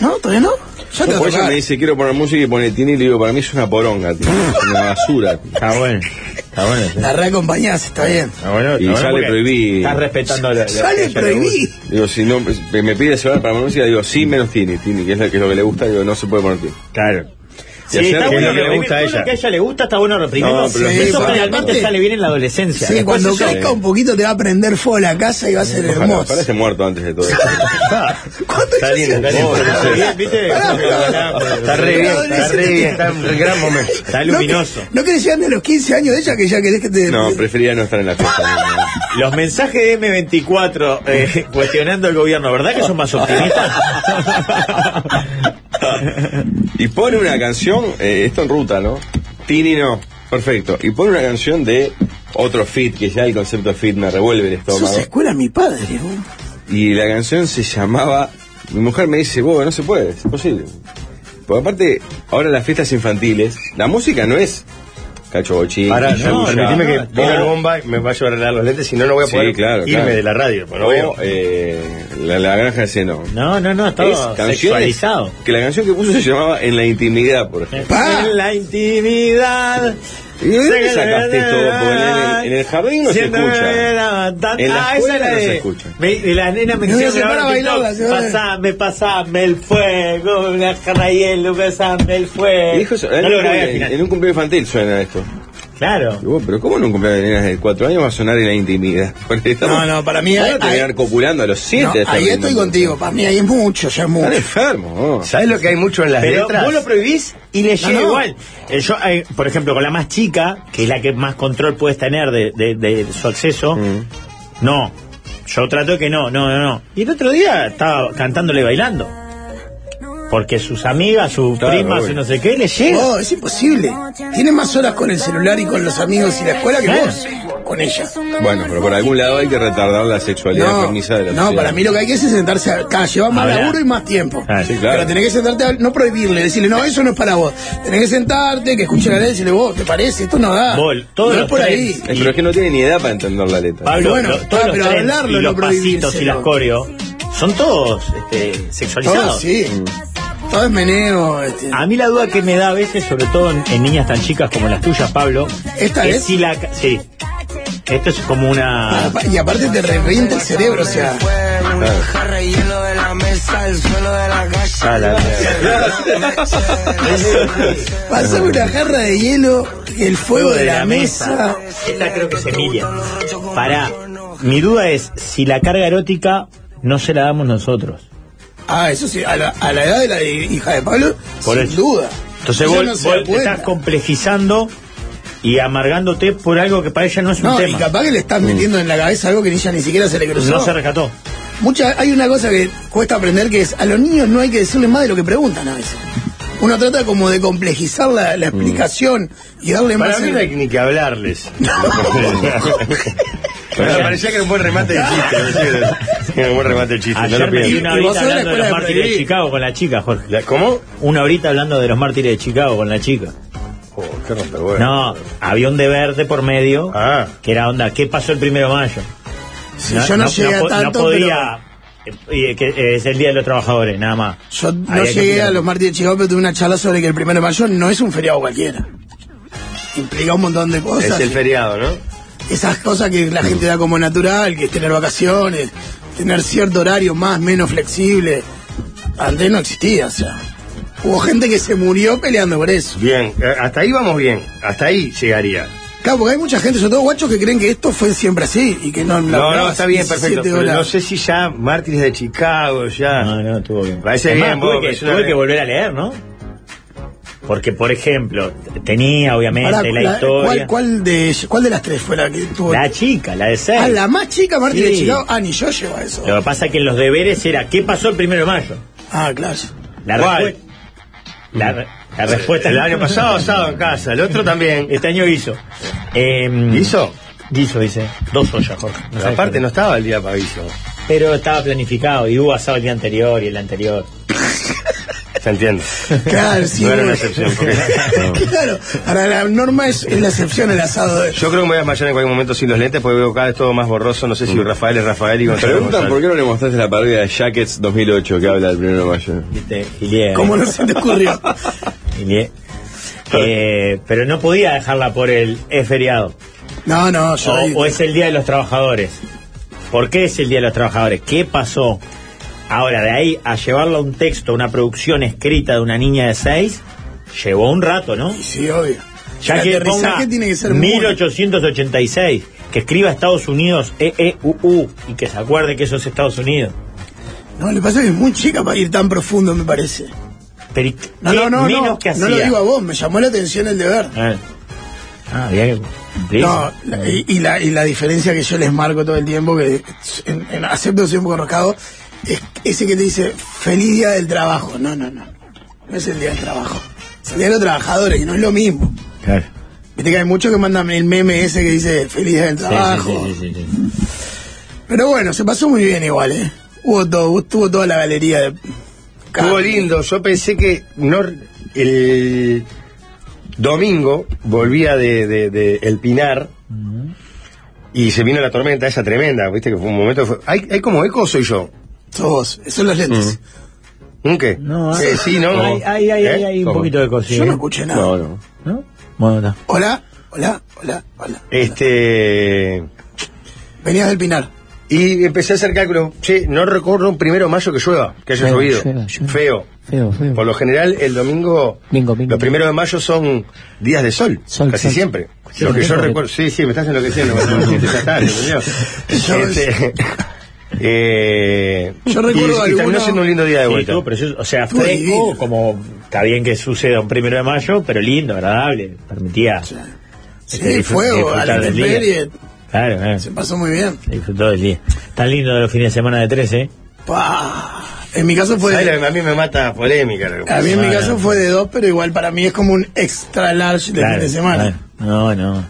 [SPEAKER 7] No, todavía no. Ya te
[SPEAKER 6] Por
[SPEAKER 7] voy a
[SPEAKER 6] ella
[SPEAKER 7] tocar.
[SPEAKER 6] me dice, quiero poner música y pone Tini y le digo, para mí es una poronga, tío. Una basura. tío.
[SPEAKER 5] Está bueno. Está bueno.
[SPEAKER 7] La reacompañás, está bien.
[SPEAKER 5] Está bueno, está
[SPEAKER 6] Y
[SPEAKER 5] bueno
[SPEAKER 6] ya le
[SPEAKER 5] porque
[SPEAKER 6] prohibí.
[SPEAKER 5] Estás respetando la. la-
[SPEAKER 7] Ya le
[SPEAKER 5] que a ella le
[SPEAKER 7] prohibí.
[SPEAKER 6] Digo, si no, me me pide el celular para poner música, digo, sí, menos Tini, Tini, que es lo que, es lo que le gusta, digo, no se puede poner Tini.
[SPEAKER 5] gusta. Claro.
[SPEAKER 6] Y
[SPEAKER 5] Sí,
[SPEAKER 6] ayer
[SPEAKER 5] está
[SPEAKER 6] que
[SPEAKER 5] bueno
[SPEAKER 6] lo que le
[SPEAKER 5] reprimir
[SPEAKER 6] gusta a
[SPEAKER 5] todo
[SPEAKER 6] ella.
[SPEAKER 5] lo que a ella le gusta, está bueno reprimirlo.
[SPEAKER 6] No, pero
[SPEAKER 7] Sí,
[SPEAKER 5] eso
[SPEAKER 7] pero
[SPEAKER 5] generalmente
[SPEAKER 7] aparte-
[SPEAKER 5] sale bien en la adolescencia.
[SPEAKER 7] Sí,
[SPEAKER 5] Después
[SPEAKER 7] cuando
[SPEAKER 5] eso-
[SPEAKER 7] crezca un poquito te va a prender fuego la casa y va a ser
[SPEAKER 6] Ojalá,
[SPEAKER 7] hermoso.
[SPEAKER 6] parece muerto antes de todo esto.
[SPEAKER 7] ¿Cuánto
[SPEAKER 4] Está
[SPEAKER 7] es eso?
[SPEAKER 4] lindo, está lindo.
[SPEAKER 5] Está bien, ¿viste?
[SPEAKER 4] Está re bien, está re bien, está en un gran momento.
[SPEAKER 5] Está
[SPEAKER 7] No que-
[SPEAKER 5] luminoso.
[SPEAKER 7] ¿No querés llegar ni a los 15 años de ella que ya querés que te...
[SPEAKER 6] No, preferiría no estar en la fiesta.
[SPEAKER 5] Los mensajes de M24 eh, cuestionando el gobierno, ¿verdad que son más optimistas?
[SPEAKER 6] Y pone una canción, eh, esto en ruta, ¿no? Tini no, perfecto. Y pone una canción de otro fit, que ya el concepto fit me revuelve el
[SPEAKER 7] Sos
[SPEAKER 6] estómago.
[SPEAKER 7] escuela mi padre, vos.
[SPEAKER 6] Y la canción se llamaba. Mi mujer me dice, vos, no se puede, es imposible. Porque aparte, ahora las fiestas infantiles, la música no es cacho bochín.
[SPEAKER 4] Ahora,
[SPEAKER 6] yuya,
[SPEAKER 4] no, permitime que
[SPEAKER 6] o-
[SPEAKER 4] venga el bomba, y me va a llevar a lavar los lentes, si no, no voy a
[SPEAKER 6] Sí,
[SPEAKER 4] poder
[SPEAKER 6] claro,
[SPEAKER 4] irme
[SPEAKER 6] claro.
[SPEAKER 4] de la radio. porque no
[SPEAKER 6] o,
[SPEAKER 4] veo.
[SPEAKER 6] eh, la, la granja de seno.
[SPEAKER 5] No, no, no,
[SPEAKER 6] Es
[SPEAKER 5] estaba
[SPEAKER 6] canciones
[SPEAKER 5] sexualizado.
[SPEAKER 6] Que la canción que puso se llamaba En la intimidad, por ejemplo.
[SPEAKER 7] Pa.
[SPEAKER 5] En la intimidad.
[SPEAKER 6] ¿Y de dónde sacaste todo? Porque en el, en el jardín no se
[SPEAKER 5] Siendo
[SPEAKER 6] escucha.
[SPEAKER 5] la- tan-
[SPEAKER 6] En la
[SPEAKER 5] ah, esa
[SPEAKER 6] escuela
[SPEAKER 5] es la
[SPEAKER 6] no
[SPEAKER 5] de,
[SPEAKER 6] se escucha.
[SPEAKER 5] Me, de la nena me
[SPEAKER 7] Me voy a
[SPEAKER 5] hicieron grabar
[SPEAKER 7] separar
[SPEAKER 5] un
[SPEAKER 7] a
[SPEAKER 5] TikTok.
[SPEAKER 7] bailarla, se va a
[SPEAKER 5] Pasame, pasame el fuego, la jarra de hielo, pasame el
[SPEAKER 6] Y
[SPEAKER 5] fuego.
[SPEAKER 6] dijo eso, en,
[SPEAKER 5] no
[SPEAKER 6] un
[SPEAKER 5] lo grabé al
[SPEAKER 6] cumple-
[SPEAKER 5] final.
[SPEAKER 6] en un cumpleaños infantil suena esto.
[SPEAKER 5] Claro.
[SPEAKER 6] Y vos, pero ¿cómo en un cumpleaños de nenas de 4 años va a sonar en la intimidad? Porque
[SPEAKER 7] No,
[SPEAKER 6] estamos-
[SPEAKER 7] no, para mí
[SPEAKER 6] Van
[SPEAKER 7] hay-
[SPEAKER 6] a terminar
[SPEAKER 7] hay-
[SPEAKER 6] copulando a los 7.
[SPEAKER 7] No, ahí estoy contigo, para mí ahí es mucho, ya es
[SPEAKER 6] Están
[SPEAKER 7] mucho.
[SPEAKER 6] enfermos. ¿no?
[SPEAKER 4] ¿Sabes lo que hay mucho en las
[SPEAKER 5] Pero
[SPEAKER 4] letras?
[SPEAKER 5] vos lo prohibís y le llega
[SPEAKER 7] No, no.
[SPEAKER 5] igual. Eh, yo, eh, por ejemplo, con la más chica, que es la que más control puedes tener de, de- de su acceso,
[SPEAKER 6] Mm.
[SPEAKER 5] no. Yo trato que no, no, no, no. Y el otro día estaba cantándole y bailando. Porque sus amigas, sus
[SPEAKER 6] Claro,
[SPEAKER 5] primas,
[SPEAKER 6] obvio.
[SPEAKER 5] y no sé qué, les llega.
[SPEAKER 7] No, es imposible. Tiene más horas con el celular y con los amigos y la escuela que
[SPEAKER 5] Claro.
[SPEAKER 7] vos con ella.
[SPEAKER 6] Bueno, pero por algún lado hay que retardar la sexualidad
[SPEAKER 7] No,
[SPEAKER 6] permisa de la
[SPEAKER 7] no,
[SPEAKER 6] sociedad.
[SPEAKER 7] para mí lo que hay que hacer es sentarse a cada lleva más
[SPEAKER 5] Hablar.
[SPEAKER 7] laburo y más tiempo.
[SPEAKER 5] Ah, sí,
[SPEAKER 6] claro.
[SPEAKER 7] Pero tenés que sentarte a, no prohibirle, decirle, no, eso no es para vos. Tenés que sentarte, que escuche la ley y decirle, vos, ¿te parece? Esto no da.
[SPEAKER 5] Vos, todos
[SPEAKER 7] no es
[SPEAKER 5] los
[SPEAKER 7] por
[SPEAKER 5] tres.
[SPEAKER 7] ahí.
[SPEAKER 6] Eh, pero es que no tiene ni edad para entender la letra.
[SPEAKER 5] Pablo,
[SPEAKER 7] Bueno,
[SPEAKER 5] lo- todos
[SPEAKER 7] ah,
[SPEAKER 5] los
[SPEAKER 7] pero
[SPEAKER 5] trends
[SPEAKER 7] hablarlo
[SPEAKER 5] y
[SPEAKER 7] no
[SPEAKER 5] los pasitos y
[SPEAKER 7] prohibírselo.
[SPEAKER 5] las coreo son todos este, sexualizados.
[SPEAKER 7] Todo, Ah, sí. Todo es meneo. Este.
[SPEAKER 5] A mí la duda que me da a veces, sobre todo en, en niñas tan chicas como las tuyas, Pablo,
[SPEAKER 7] ¿Esta
[SPEAKER 5] es
[SPEAKER 7] es?
[SPEAKER 5] si la... ca- Sí. Esto es como una...
[SPEAKER 7] Y aparte te revienta el cerebro, o sea.
[SPEAKER 5] Ah, la-
[SPEAKER 7] Pasame una jarra de hielo, el fuego de, la, mesa.
[SPEAKER 5] Esta creo que es Emilia. Pará. Mi duda es si la carga erótica no se la damos nosotros.
[SPEAKER 7] Ah, eso sí, a la, a la edad de la hija de Pablo,
[SPEAKER 5] Por
[SPEAKER 7] sin
[SPEAKER 5] eso.
[SPEAKER 7] duda.
[SPEAKER 5] Entonces
[SPEAKER 7] Ella
[SPEAKER 5] vos,
[SPEAKER 7] no se
[SPEAKER 5] vos
[SPEAKER 7] da
[SPEAKER 5] te
[SPEAKER 7] cuenta.
[SPEAKER 5] estás complejizando y amargándote por algo que para ella no es un
[SPEAKER 7] No, y
[SPEAKER 5] tema.
[SPEAKER 7] capaz que le estás metiendo en la cabeza algo que ella ni siquiera se le cruzó.
[SPEAKER 5] Pues No se rescató.
[SPEAKER 7] Mucha- hay una cosa que cuesta aprender que es a los niños no hay que decirles más de lo que preguntan a veces. Uno trata como de complejizar la, la explicación y darle
[SPEAKER 4] Para
[SPEAKER 7] más.
[SPEAKER 4] mí
[SPEAKER 7] en-
[SPEAKER 4] no hay ni que hablarles.
[SPEAKER 6] Bueno,
[SPEAKER 4] Bueno, parecía que era un buen remate el chiste. parecía que era- que era un buen remate el chiste.
[SPEAKER 5] Ayer
[SPEAKER 4] Ah, no lo
[SPEAKER 5] me di
[SPEAKER 4] pienso.
[SPEAKER 7] Y
[SPEAKER 5] una
[SPEAKER 7] vos sos
[SPEAKER 5] horita
[SPEAKER 7] de la
[SPEAKER 5] hablando de
[SPEAKER 7] escuela
[SPEAKER 5] los
[SPEAKER 7] de
[SPEAKER 5] mártires de
[SPEAKER 7] Frederick.
[SPEAKER 5] Chicago con la chica, Jorge.
[SPEAKER 4] La- ¿Cómo?
[SPEAKER 5] Una horita hablando de los mártires de Chicago con la chica.
[SPEAKER 4] Oh, qué rompehuevos.
[SPEAKER 5] No, había un deber de por medio
[SPEAKER 4] Ah.
[SPEAKER 5] que era onda, ¿qué pasó el primero de mayo?
[SPEAKER 7] Sí, yo no llegué a
[SPEAKER 5] po-
[SPEAKER 7] tanto,
[SPEAKER 5] podía, eh, eh, que, eh, es el Día de los Trabajadores, nada más.
[SPEAKER 7] Yo no
[SPEAKER 5] Había que
[SPEAKER 7] llegué a
[SPEAKER 5] cuidarlo.
[SPEAKER 7] los martes de Chicago, pero tuve una charla sobre que el primero de mayo no es un feriado cualquiera. Implica un montón de cosas.
[SPEAKER 4] Es el feriado, ¿no?
[SPEAKER 7] esas cosas que la gente da como natural, que es tener vacaciones, tener cierto horario más, menos flexible. Antes no existía, o sea. Hubo gente que se murió peleando por eso.
[SPEAKER 4] Bien, eh, hasta ahí vamos bien. Hasta ahí llegaría.
[SPEAKER 7] Claro, porque hay mucha gente, sobre todo guachos, que creen que esto fue siempre así y que no... la
[SPEAKER 4] No, no,
[SPEAKER 7] verdad,
[SPEAKER 4] está bien,
[SPEAKER 7] 17
[SPEAKER 4] perfecto. Pero
[SPEAKER 7] dólares.
[SPEAKER 4] no sé si ya Mártires de Chicago, ya.
[SPEAKER 5] No, no, estuvo bien.
[SPEAKER 4] Parece
[SPEAKER 5] Es más,
[SPEAKER 4] bien, vos,
[SPEAKER 5] tuve, que,
[SPEAKER 4] es una
[SPEAKER 5] tuve
[SPEAKER 4] re-
[SPEAKER 5] que volver a leer, ¿no? Porque, por ejemplo, t- tenía obviamente
[SPEAKER 7] Pará,
[SPEAKER 5] la,
[SPEAKER 7] la-
[SPEAKER 5] historia.
[SPEAKER 7] ¿cuál, cuál de, cuál de las tres fue la que tuvo?
[SPEAKER 5] La chica, la de Sergio.
[SPEAKER 7] Ah, la más chica, Martín de
[SPEAKER 5] Sí.
[SPEAKER 7] Chicago. Ah, ni yo llevo a eso.
[SPEAKER 5] Lo que pasa es que en los deberes era ¿qué pasó el primero de mayo?
[SPEAKER 7] Ah, claro.
[SPEAKER 5] La
[SPEAKER 4] ¿Cuál?
[SPEAKER 5] respuesta. La, re- la respuesta.
[SPEAKER 4] El año pasado asado en casa, el otro también.
[SPEAKER 5] Este año hizo. Eh,
[SPEAKER 4] ¿Guiso?
[SPEAKER 5] Guiso, dice. Dos ollas, Jorge. No sabes
[SPEAKER 4] Aparte
[SPEAKER 5] cuál.
[SPEAKER 4] no estaba el día para guiso.
[SPEAKER 5] Pero estaba planificado y hubo asado el día anterior y el anterior.
[SPEAKER 4] Se entiende.
[SPEAKER 7] Claro, sí.
[SPEAKER 4] No era una
[SPEAKER 7] güey.
[SPEAKER 4] excepción. porque-
[SPEAKER 7] claro, ahora la norma es, es la excepción al asado. de-
[SPEAKER 4] Yo creo que me voy a desmayar en cualquier momento sin los lentes porque veo cada vez todo más borroso. No sé si Rafael es Rafael y Gonzalo.
[SPEAKER 6] Preguntan
[SPEAKER 4] Gonzalo.
[SPEAKER 6] por qué no le mostraste la parodia de Jackets 2008 que habla del primero de mayo.
[SPEAKER 5] ¿Viste? Gilead.
[SPEAKER 7] ¿Cómo no se te ocurrió?
[SPEAKER 5] Gilead. Eh, pero no podía dejarla por el es feriado.
[SPEAKER 7] No, no, yo...
[SPEAKER 5] O,
[SPEAKER 7] ahí-
[SPEAKER 5] o es el Día de los Trabajadores. ¿Por qué es el Día de los Trabajadores? ¿Qué pasó? Ahora, de ahí a llevarlo a un texto, a una producción escrita de una niña de seis, llevó un rato, ¿no?
[SPEAKER 7] Sí, obvio.
[SPEAKER 5] Ya
[SPEAKER 7] El
[SPEAKER 5] que
[SPEAKER 7] aterrizaje
[SPEAKER 5] ponga
[SPEAKER 7] tiene que ser muy-
[SPEAKER 5] 1886, que escriba Estados Unidos E, EEUU y que se acuerde que eso es Estados Unidos.
[SPEAKER 7] No, le pasa que es muy chica para ir tan profundo, me parece.
[SPEAKER 5] Pero ¿y
[SPEAKER 7] No,
[SPEAKER 5] qué
[SPEAKER 7] no, no,
[SPEAKER 5] menos
[SPEAKER 7] no.
[SPEAKER 5] que hacía?
[SPEAKER 7] no lo digo a vos, me llamó la atención el deber.
[SPEAKER 5] Ah, ah, había que cumplir.
[SPEAKER 7] No, la- y, y la, y la diferencia que yo les marco todo el tiempo, que en, en acepto que soy un poco roscado, es ese que te dice feliz día del trabajo. No, no, no. No es el día del trabajo. Es el día de los trabajadores, que no es lo mismo.
[SPEAKER 5] Claro.
[SPEAKER 7] Viste que hay muchos que mandan el meme ese que dice feliz día del
[SPEAKER 5] Sí,
[SPEAKER 7] trabajo.
[SPEAKER 5] sí, sí, sí, sí.
[SPEAKER 7] Pero bueno, se pasó muy bien igual, ¿eh? Hubo todo, tuvo toda la galería de.
[SPEAKER 4] Estuvo lindo. Yo pensé que no el domingo volvía de, de- de El Pinar y se vino la tormenta esa tremenda. Viste que fue un momento. fue- ¿Hay, hay como eco o soy yo?
[SPEAKER 7] Todos, son los lentes.
[SPEAKER 5] Mm,
[SPEAKER 4] ¿Un qué?
[SPEAKER 5] No,
[SPEAKER 4] Eh,
[SPEAKER 5] hay-
[SPEAKER 4] sí, no.
[SPEAKER 5] Hay, hay, hay,
[SPEAKER 4] ¿Eh?
[SPEAKER 5] hay, hay un
[SPEAKER 6] ¿Cómo?
[SPEAKER 5] poquito de cosilla.
[SPEAKER 7] Yo no escuché nada.
[SPEAKER 6] No, no.
[SPEAKER 5] ¿No? Bueno, está.
[SPEAKER 7] Hola, hola, hola, hola.
[SPEAKER 4] Este.
[SPEAKER 7] Venías del Pinar.
[SPEAKER 4] Y empecé a hacer cálculos. Che, no recuerdo un primero de mayo que llueva, que haya
[SPEAKER 8] Llueva,
[SPEAKER 4] llovido.
[SPEAKER 8] llueva, llueva.
[SPEAKER 4] Feo.
[SPEAKER 8] Feo, feo.
[SPEAKER 4] Por lo general, el domingo,
[SPEAKER 8] Bingo, bingo.
[SPEAKER 4] los primeros de mayo son días de sol,
[SPEAKER 8] Sol,
[SPEAKER 4] casi
[SPEAKER 8] sol.
[SPEAKER 4] siempre.
[SPEAKER 8] Sí,
[SPEAKER 4] lo que yo
[SPEAKER 8] sí.
[SPEAKER 4] recuerdo, sí, sí, me estás enloqueciendo, me estás enloqueciendo, ya está, Dios mío. Este, eh,
[SPEAKER 7] Yo
[SPEAKER 4] y-
[SPEAKER 7] recuerdo
[SPEAKER 4] y, terminó
[SPEAKER 7] alguno-
[SPEAKER 4] siendo un lindo día de
[SPEAKER 5] Sí,
[SPEAKER 4] vuelta.
[SPEAKER 5] estuvo precioso. O sea,
[SPEAKER 7] Estuvo
[SPEAKER 5] fresco,
[SPEAKER 7] divino.
[SPEAKER 5] como está bien que suceda un primero de mayo, pero lindo, agradable. Permitía.
[SPEAKER 7] Sí,
[SPEAKER 5] este, disfrut-
[SPEAKER 7] fuego, a
[SPEAKER 5] disfrutar
[SPEAKER 7] la
[SPEAKER 5] del día.
[SPEAKER 7] intemperie.
[SPEAKER 5] Claro, claro.
[SPEAKER 7] Se pasó muy bien.
[SPEAKER 5] Se disfrutó del día. Tan lindo de los fines de semana de 13. ¿eh?
[SPEAKER 7] Pa. En mi caso fue
[SPEAKER 4] ¿Sabés
[SPEAKER 7] de-
[SPEAKER 4] lo que a mí me mata polémica. lo que
[SPEAKER 7] A mí en mi
[SPEAKER 5] Claro.
[SPEAKER 7] caso fue de dos, pero igual para mí es como un extra large de fin de semana.
[SPEAKER 5] No, no.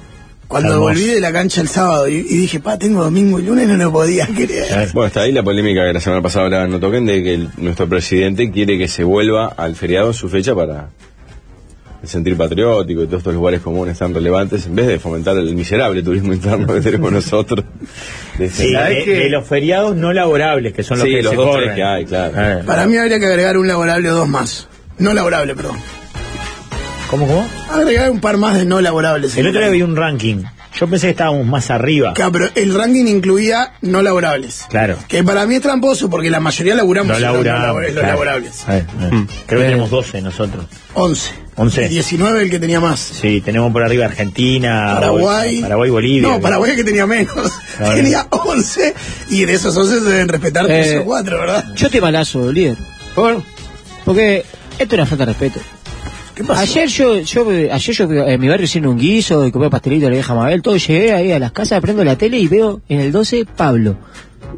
[SPEAKER 7] Cuando
[SPEAKER 5] Hermoso.
[SPEAKER 7] volví de la cancha el sábado y, y dije, pa, tengo domingo y lunes, no lo podía creer.
[SPEAKER 5] Claro.
[SPEAKER 6] Bueno, está ahí la polémica que la semana pasada hablaba no toquen de que el- nuestro presidente quiere que se vuelva al feriado en su fecha para el sentir patriótico y todos estos lugares comunes tan relevantes en vez de fomentar el miserable turismo interno que tenemos nosotros. De-
[SPEAKER 5] Sí,
[SPEAKER 4] ¿Sabés
[SPEAKER 5] de,
[SPEAKER 4] que-
[SPEAKER 5] de los feriados no laborables, que son los
[SPEAKER 6] Sí,
[SPEAKER 5] que
[SPEAKER 6] los
[SPEAKER 5] se
[SPEAKER 6] dos, tres
[SPEAKER 5] corren.
[SPEAKER 6] que hay, claro.
[SPEAKER 5] Ah,
[SPEAKER 7] Para mí habría que agregar un laborable o dos más. No laborable, perdón.
[SPEAKER 5] ¿Cómo, cómo?
[SPEAKER 7] Agregar un par más de no laborables.
[SPEAKER 5] El otro día vi un ranking. Yo pensé que estábamos más arriba.
[SPEAKER 7] Claro, pero el ranking incluía no laborables.
[SPEAKER 5] Claro.
[SPEAKER 7] Que para mí es tramposo porque la mayoría laburamos
[SPEAKER 5] No
[SPEAKER 7] en los no
[SPEAKER 5] laburamos.
[SPEAKER 7] labor- en los
[SPEAKER 5] claro.
[SPEAKER 7] laborables.
[SPEAKER 5] Ah, ah.
[SPEAKER 6] Mm.
[SPEAKER 5] Creo que tenemos 12 nosotros.
[SPEAKER 7] 11.
[SPEAKER 5] Once.
[SPEAKER 7] 19 el que tenía más.
[SPEAKER 5] Sí, tenemos por arriba Argentina,
[SPEAKER 7] Paraguay.
[SPEAKER 5] Bol- Paraguay, Bolivia.
[SPEAKER 7] No, Paraguay el que tenía menos.
[SPEAKER 5] Claro.
[SPEAKER 7] Tenía 11 y de esos 11 se deben respetar
[SPEAKER 8] Eh.
[SPEAKER 7] 3 o 4, ¿verdad?
[SPEAKER 8] Yo te malazo, líder.
[SPEAKER 4] ¿Por?
[SPEAKER 8] Porque esto es una falta de respeto.
[SPEAKER 7] ¿Qué pasó?
[SPEAKER 8] Ayer yo, yo, eh, ayer yo eh, en mi barrio haciendo un guiso y comía pastelito de la vieja Mabel, todo llegué ahí a las casas, prendo la tele y veo en el 12 Pablo.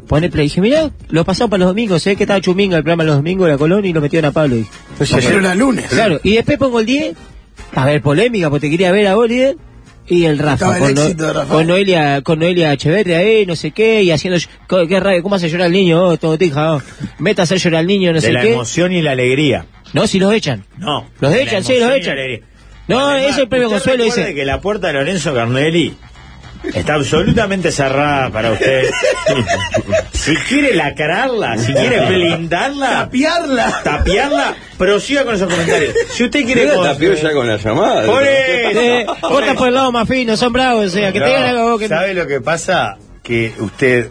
[SPEAKER 8] Pone play, dije, mirá, lo pasaba para los domingos, se ve que estaba chuminga el programa los domingos de la colonia y lo metieron a Pablo. Dije,
[SPEAKER 7] Ayer era lunes.
[SPEAKER 8] Claro, y después pongo el 10, a ver, polémica, porque te quería ver a vos, líder, y el Rafa,
[SPEAKER 7] Estaba el
[SPEAKER 8] con, No-
[SPEAKER 7] éxito de Rafa.
[SPEAKER 8] con Noelia, con Noelia Echeverri ahí, no sé qué, y haciendo, co- qué rabia, cómo hace llorar al niño, oh, todo tija, oh. meta a hacer llorar al niño, no
[SPEAKER 5] de
[SPEAKER 8] sé
[SPEAKER 5] la
[SPEAKER 8] qué.
[SPEAKER 5] emoción y la alegría.
[SPEAKER 8] No, si los echan.
[SPEAKER 5] No.
[SPEAKER 8] Los
[SPEAKER 5] de la
[SPEAKER 8] echan, sí,
[SPEAKER 5] emoción
[SPEAKER 8] los
[SPEAKER 5] y
[SPEAKER 8] echan.
[SPEAKER 5] la alegría.
[SPEAKER 8] No,
[SPEAKER 5] Además,
[SPEAKER 8] ese premio
[SPEAKER 5] usted
[SPEAKER 8] Consuelo
[SPEAKER 5] recuerde
[SPEAKER 8] dice-
[SPEAKER 5] que la puerta de Lorenzo Carnelli está absolutamente cerrada para usted. si quiere lacrarla, si quiere blindarla,
[SPEAKER 7] Tapiarla.
[SPEAKER 5] tapiarla, prosiga con esos comentarios. Si usted quiere...
[SPEAKER 6] Mira,
[SPEAKER 5] con-
[SPEAKER 6] tapió ya con la llamada.
[SPEAKER 5] Por eso.
[SPEAKER 8] Eh,
[SPEAKER 5] Por
[SPEAKER 8] vota por el lado más fino, son bravos, o sea, que te digan algo vos que
[SPEAKER 4] ¿Sabe lo que pasa? Que usted.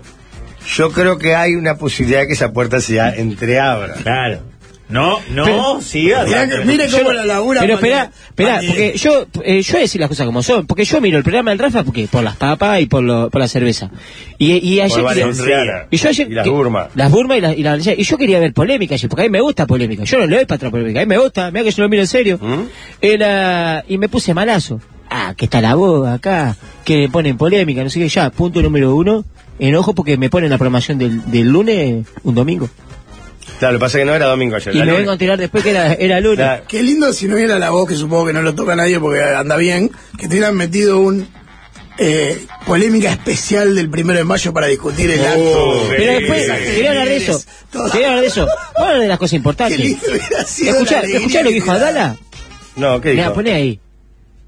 [SPEAKER 4] Yo creo que hay una posibilidad de que esa puerta se a- entreabra.
[SPEAKER 5] Claro. No, no,
[SPEAKER 8] Pero-
[SPEAKER 5] siga.
[SPEAKER 7] Mirá que- mire
[SPEAKER 8] Yo
[SPEAKER 7] cómo
[SPEAKER 8] no-
[SPEAKER 7] la labura.
[SPEAKER 8] Pero
[SPEAKER 7] para
[SPEAKER 8] espera,
[SPEAKER 7] que-
[SPEAKER 8] espera,
[SPEAKER 7] para que-
[SPEAKER 8] porque yo, eh, yo voy a decir las cosas como son, porque yo miro el programa del Rafa porque por las papas y por, lo- por la cerveza. Y, y ayer
[SPEAKER 4] Por
[SPEAKER 8] quería-
[SPEAKER 4] Valenciana.
[SPEAKER 8] y yo ayer
[SPEAKER 4] Y las
[SPEAKER 8] que-
[SPEAKER 4] Burma.
[SPEAKER 8] Las Burma y las y la Valenciana. Y yo quería ver polémica ayer, porque a mí me gusta polémica. Yo no le doy para atrás polémica, a mí me gusta, mira que yo lo miro en serio.
[SPEAKER 4] ¿Mm?
[SPEAKER 8] Era- y me puse malazo. Ah, que está la voz acá, que le ponen polémica, no sé qué, ya, punto número uno. Enojo porque me ponen la programación del, del lunes un domingo.
[SPEAKER 4] Claro, lo que pasa es que no era domingo ayer.
[SPEAKER 8] Y
[SPEAKER 4] la
[SPEAKER 8] me
[SPEAKER 4] lunes.
[SPEAKER 8] vengo a enterar después que era, era lunes.
[SPEAKER 4] Claro.
[SPEAKER 7] Qué lindo si no hubiera la voz, que supongo que no lo toca nadie porque anda bien, que te hubieran metido un eh, polémica especial del primero de mayo para discutir el acto.
[SPEAKER 8] Pero después, quería hablar de eso.
[SPEAKER 7] Toda-
[SPEAKER 8] Quería hablar de eso. Vamos a hablar de las cosas
[SPEAKER 7] Qué
[SPEAKER 8] importantes.
[SPEAKER 7] lindo hubiera sido.
[SPEAKER 8] Escuchá,
[SPEAKER 7] la alegría
[SPEAKER 8] escuchá lo que
[SPEAKER 7] que
[SPEAKER 8] dijo
[SPEAKER 7] da.
[SPEAKER 8] Adala.
[SPEAKER 4] No, ¿qué
[SPEAKER 8] Mira,
[SPEAKER 4] dijo?
[SPEAKER 8] poné ahí.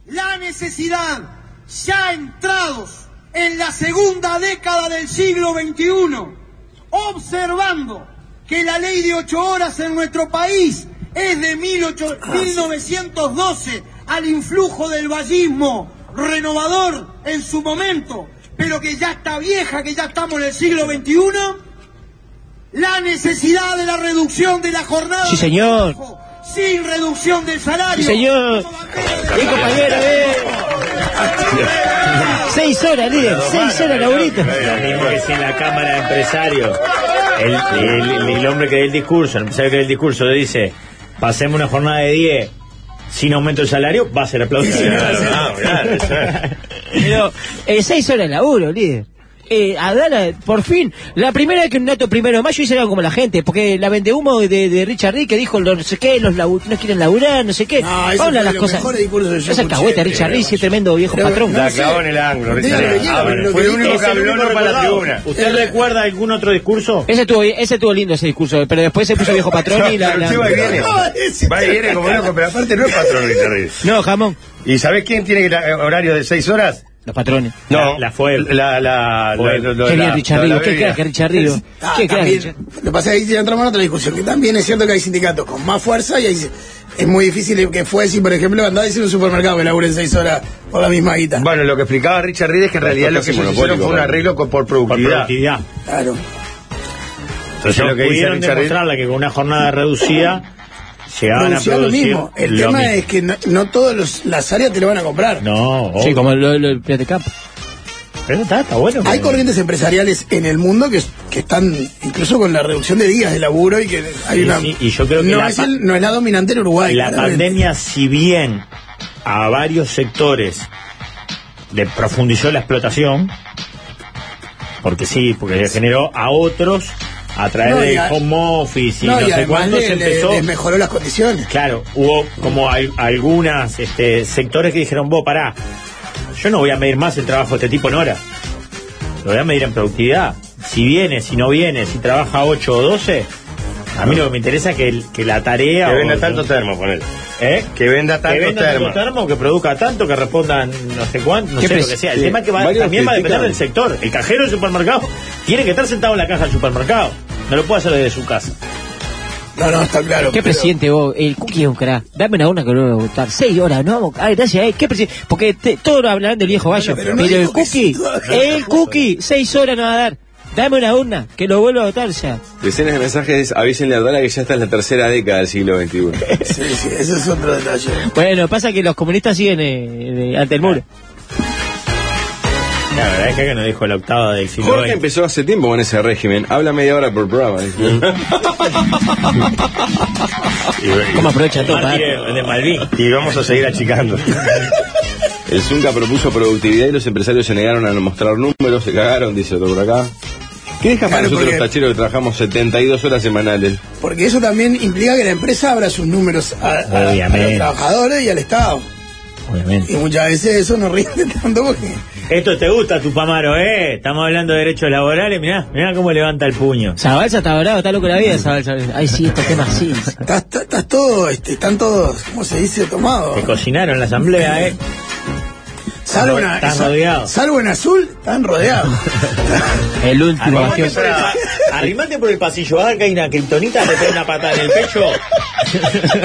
[SPEAKER 9] la necesidad, ya entrados en la segunda década del siglo XXI, observando que la ley de ocho horas en nuestro país es de 18
[SPEAKER 8] Ah,
[SPEAKER 9] 1912 al influjo del vallismo renovador en su momento, pero que ya está vieja, que ya estamos en el siglo XXI, la necesidad de la reducción de la jornada
[SPEAKER 8] Sí,
[SPEAKER 9] de
[SPEAKER 8] señor.
[SPEAKER 9] trabajo, sin reducción del salario.
[SPEAKER 8] Sí, señor.
[SPEAKER 9] como bandera de
[SPEAKER 8] Bien, compañero, eh. Seis horas, líder. Seis horas, Laurito.
[SPEAKER 5] Lo mismo que si en la Cámara de Empresarios el, el- el hombre que dé el discurso, el empresario que dé el discurso, le dice, pasemos una jornada de 10 sin aumento de salario, va a ser aplauso.
[SPEAKER 4] Ah, claro, eso es.
[SPEAKER 8] Pero, eh, seis horas de laburo, líder. Eh, Adala, por fin, la primera vez que un dato primero de mayo hice algo como la gente, porque la vende humo de, de Richard Lee que dijo los- no sé qué, los labu- no quieren laburar, no sé qué.
[SPEAKER 7] No, ese
[SPEAKER 8] Habla
[SPEAKER 7] fue
[SPEAKER 8] las
[SPEAKER 7] lo
[SPEAKER 8] cosas.
[SPEAKER 7] mejor discurso que yo
[SPEAKER 8] Esa
[SPEAKER 7] escuché,
[SPEAKER 8] cagüeta de Richard
[SPEAKER 7] pero-
[SPEAKER 8] Lee, sí, tremendo viejo
[SPEAKER 7] pero-
[SPEAKER 8] patrón.
[SPEAKER 4] La
[SPEAKER 7] sé.
[SPEAKER 4] clavó en el ángulo,
[SPEAKER 7] Diga
[SPEAKER 4] Richard.
[SPEAKER 7] lo que quiera,
[SPEAKER 4] Ah,
[SPEAKER 7] pero
[SPEAKER 4] bueno,
[SPEAKER 7] lo
[SPEAKER 4] Fue
[SPEAKER 7] que
[SPEAKER 4] el único
[SPEAKER 7] dijo
[SPEAKER 4] que
[SPEAKER 7] es el
[SPEAKER 4] habló
[SPEAKER 7] único
[SPEAKER 4] no para la
[SPEAKER 7] recordado.
[SPEAKER 4] tribuna.
[SPEAKER 5] ¿Usted recuerda algún otro discurso?
[SPEAKER 8] Ese estuvo, bien- ese estuvo lindo ese discurso, pero después se puso viejo patrón y la.
[SPEAKER 4] Pero
[SPEAKER 8] la-
[SPEAKER 4] usted va y viene. Va y viene como loco, pero aparte no es patrón Richard Lee.
[SPEAKER 8] No, jamón.
[SPEAKER 4] ¿Y sabés quién tiene la- horario de 6 horas?
[SPEAKER 8] Los patrones.
[SPEAKER 5] La- la fue-
[SPEAKER 4] La, la,
[SPEAKER 5] fue-
[SPEAKER 4] lo- lo-
[SPEAKER 8] Qué
[SPEAKER 4] la-
[SPEAKER 8] bien, Richard
[SPEAKER 4] lo- la
[SPEAKER 8] Río. Qué
[SPEAKER 4] bebida.
[SPEAKER 8] crack, Richard Río.
[SPEAKER 7] Ah,
[SPEAKER 8] Qué crack,
[SPEAKER 7] también,
[SPEAKER 8] Richard-
[SPEAKER 7] Lo que pasa es que ahí entramos en otra discusión, que también es cierto que hay sindicatos con más fuerza y hay- es muy difícil que fue si, por ejemplo, andás en un supermercado que laburen seis horas por la misma guita.
[SPEAKER 4] Bueno, lo que explicaba Richard Reed es que en realidad lo que
[SPEAKER 6] casi
[SPEAKER 4] ellos hicieron
[SPEAKER 6] monopólico,
[SPEAKER 4] fue un
[SPEAKER 6] claro.
[SPEAKER 4] arreglo con- por
[SPEAKER 5] Por
[SPEAKER 4] productividad.
[SPEAKER 5] productividad.
[SPEAKER 7] Claro.
[SPEAKER 4] Entonces
[SPEAKER 5] No
[SPEAKER 4] lo que dice
[SPEAKER 5] pudieron
[SPEAKER 4] Richard Reed,
[SPEAKER 5] demostrarla que con una jornada reducida llegaban a
[SPEAKER 7] Producía
[SPEAKER 5] producir
[SPEAKER 7] lo mismo. El
[SPEAKER 5] lo
[SPEAKER 7] tema
[SPEAKER 5] mismo.
[SPEAKER 7] es que no, no todas las áreas te lo van a comprar.
[SPEAKER 5] No, oh,
[SPEAKER 8] Sí, como lo, lo, Pirate Camp.
[SPEAKER 5] pero está, está bueno.
[SPEAKER 7] Hay
[SPEAKER 5] pero-
[SPEAKER 7] corrientes empresariales en el mundo que, que están incluso con la reducción de días de laburo y que hay
[SPEAKER 5] Sí,
[SPEAKER 7] una.
[SPEAKER 5] sí, y yo creo que
[SPEAKER 7] no,
[SPEAKER 5] la
[SPEAKER 7] es
[SPEAKER 5] pa-
[SPEAKER 7] el- no es la dominante en Uruguay.
[SPEAKER 5] La
[SPEAKER 7] claramente.
[SPEAKER 5] pandemia, si bien a varios sectores le profundizó la explotación, porque sí, porque generó a otros a través
[SPEAKER 7] No, y
[SPEAKER 5] de
[SPEAKER 7] a-
[SPEAKER 5] home office y no,
[SPEAKER 7] No, y
[SPEAKER 5] sé
[SPEAKER 7] además
[SPEAKER 5] cuánto
[SPEAKER 7] le,
[SPEAKER 5] se
[SPEAKER 7] le-
[SPEAKER 5] empezó.
[SPEAKER 7] les mejoró las condiciones.
[SPEAKER 5] Claro, hubo como al- algunas este, sectores que dijeron, vos pará, yo no voy a medir más el trabajo de este tipo en horas. Lo voy a medir en productividad. Si viene, si no viene, si trabaja 8 o 12, a mí lo que me interesa es que, el- que la tarea...
[SPEAKER 4] Que
[SPEAKER 5] o-
[SPEAKER 4] venda tanto termo, ponele.
[SPEAKER 5] ¿Eh?
[SPEAKER 4] Que venda tanto
[SPEAKER 5] que venda tanto
[SPEAKER 4] termo.
[SPEAKER 5] termo, que produzca tanto, que respondan no sé cuánto, no
[SPEAKER 8] ¿Qué
[SPEAKER 5] sé lo
[SPEAKER 8] pres-
[SPEAKER 5] que sea. El
[SPEAKER 6] eh,
[SPEAKER 5] tema es que va,
[SPEAKER 6] varios
[SPEAKER 5] también va a depender
[SPEAKER 6] critican.
[SPEAKER 5] del sector. El cajero del supermercado tiene que estar sentado en la caja del supermercado. No lo puede hacer desde su casa.
[SPEAKER 7] No, no, está claro.
[SPEAKER 8] ¿Qué presidente vos? El cookie es un crack. Dame una una que lo voy a votar. Seis horas, no vamos. Ay, gracias, eh. ¿Qué presidente? Porque te- todos hablarán del viejo Bayo.
[SPEAKER 7] pero
[SPEAKER 8] pero
[SPEAKER 7] no
[SPEAKER 8] el
[SPEAKER 7] dijo que
[SPEAKER 8] cookie,
[SPEAKER 7] sí, todavía.
[SPEAKER 8] el cookie, seis horas nos va a dar. Dame una urna, que lo vuelvo a votar ya.
[SPEAKER 6] Decenas de mensajes es, avísenle a Dala que ya está en la tercera década del siglo XXI.
[SPEAKER 7] Sí, sí, ese es otro detalle.
[SPEAKER 8] Bueno, pasa que los comunistas siguen eh, eh, ante el muro.
[SPEAKER 5] La verdad es que acá no dijo la octava del siglo
[SPEAKER 6] Jorge
[SPEAKER 5] XX.
[SPEAKER 6] empezó hace tiempo con ese régimen. Habla media hora por programa.
[SPEAKER 8] ¿Cómo aprovecha todo? para-
[SPEAKER 5] Mártir de Malvin.
[SPEAKER 4] Y vamos a seguir achicando.
[SPEAKER 6] El Zunca propuso productividad y los empresarios se negaron a mostrar números, se cagaron, dice otro por acá. ¿Qué deja para
[SPEAKER 7] Claro,
[SPEAKER 6] nosotros
[SPEAKER 7] porque-
[SPEAKER 6] los tacheros que trabajamos 72 horas semanales?
[SPEAKER 7] Porque eso también implica que la empresa abra sus números a, a- a
[SPEAKER 5] Obviamente.
[SPEAKER 7] los trabajadores y al Estado.
[SPEAKER 5] Obviamente.
[SPEAKER 7] Y muchas veces eso no rinde tanto porque...
[SPEAKER 5] Esto te gusta, Tupamaro, ¿eh? Estamos hablando de derechos laborales. Mirá, mirá cómo levanta el puño.
[SPEAKER 8] Zabalza está bravo, está loco la vida, Zabalza. Ay, sí, estos temas sí.
[SPEAKER 7] Estás, estás- estás todo, este, están todos, ¿cómo se dice? Tomados.
[SPEAKER 5] Te cocinaron la asamblea, ¿eh?
[SPEAKER 7] Salvo en,
[SPEAKER 5] Estás
[SPEAKER 7] sa-
[SPEAKER 5] rodeado.
[SPEAKER 7] salvo en azul, están rodeados.
[SPEAKER 8] El último.
[SPEAKER 5] Arrimate
[SPEAKER 8] bastión.
[SPEAKER 5] por, el, pa- arrimate por el pasillo, ah, que hay una criptonita, te pega una patada en el pecho.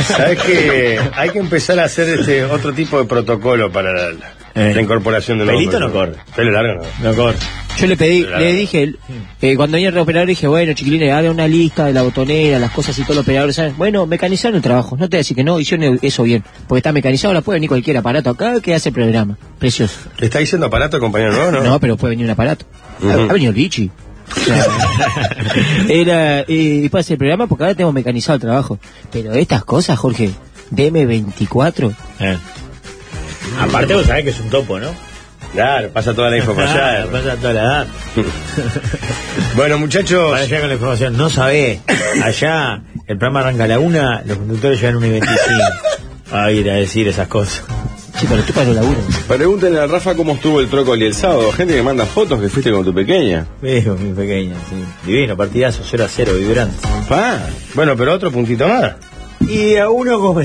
[SPEAKER 4] Sabes que hay que empezar a hacer este otro tipo de protocolo para la, la-
[SPEAKER 5] Eh.
[SPEAKER 4] la incorporación de los
[SPEAKER 5] Pelito no
[SPEAKER 4] profesores.
[SPEAKER 5] corre.
[SPEAKER 4] Pelo largo no.
[SPEAKER 5] No corre.
[SPEAKER 8] Yo le pedí,
[SPEAKER 4] Claro.
[SPEAKER 8] le dije, eh, cuando vine el operador dije, bueno, chiquilines, haga una lista de la botonera, las cosas y todo el operador, ¿sabes? Bueno, mecanizaron el trabajo, no te voy a decir que no, hicieron eso bien, porque está mecanizado, la puede venir cualquier aparato acá que hace el programa, precioso.
[SPEAKER 4] ¿Le está diciendo aparato, compañero? No, no.
[SPEAKER 8] No, pero puede venir un aparato. Ha- Ha venido el bichi. O sea, Era, eh, y para hacer el programa porque ahora tenemos mecanizado el trabajo. Pero estas cosas, Jorge, DM24,
[SPEAKER 5] Eh. Aparte vos sabés que es un topo, ¿no?
[SPEAKER 4] Claro, pasa toda la info para allá.
[SPEAKER 5] Ah, pasa toda la edad.
[SPEAKER 4] Bueno, muchachos.
[SPEAKER 5] Para allá con la información, no sabés. Allá, el programa arranca a la una, los conductores llegan a una y 25. A ir a decir esas cosas.
[SPEAKER 8] chicos, los chupas los laburan.
[SPEAKER 6] Pregúntenle a Rafa cómo estuvo el trócoli el sábado. Gente que manda fotos que fuiste con tu pequeña.
[SPEAKER 5] Veo, mi pequeña, sí. Divino, partidazo, 0 a 0, vibrante.
[SPEAKER 6] Pa.
[SPEAKER 4] Ah, Bueno, pero otro puntito más.
[SPEAKER 5] Y a uno como,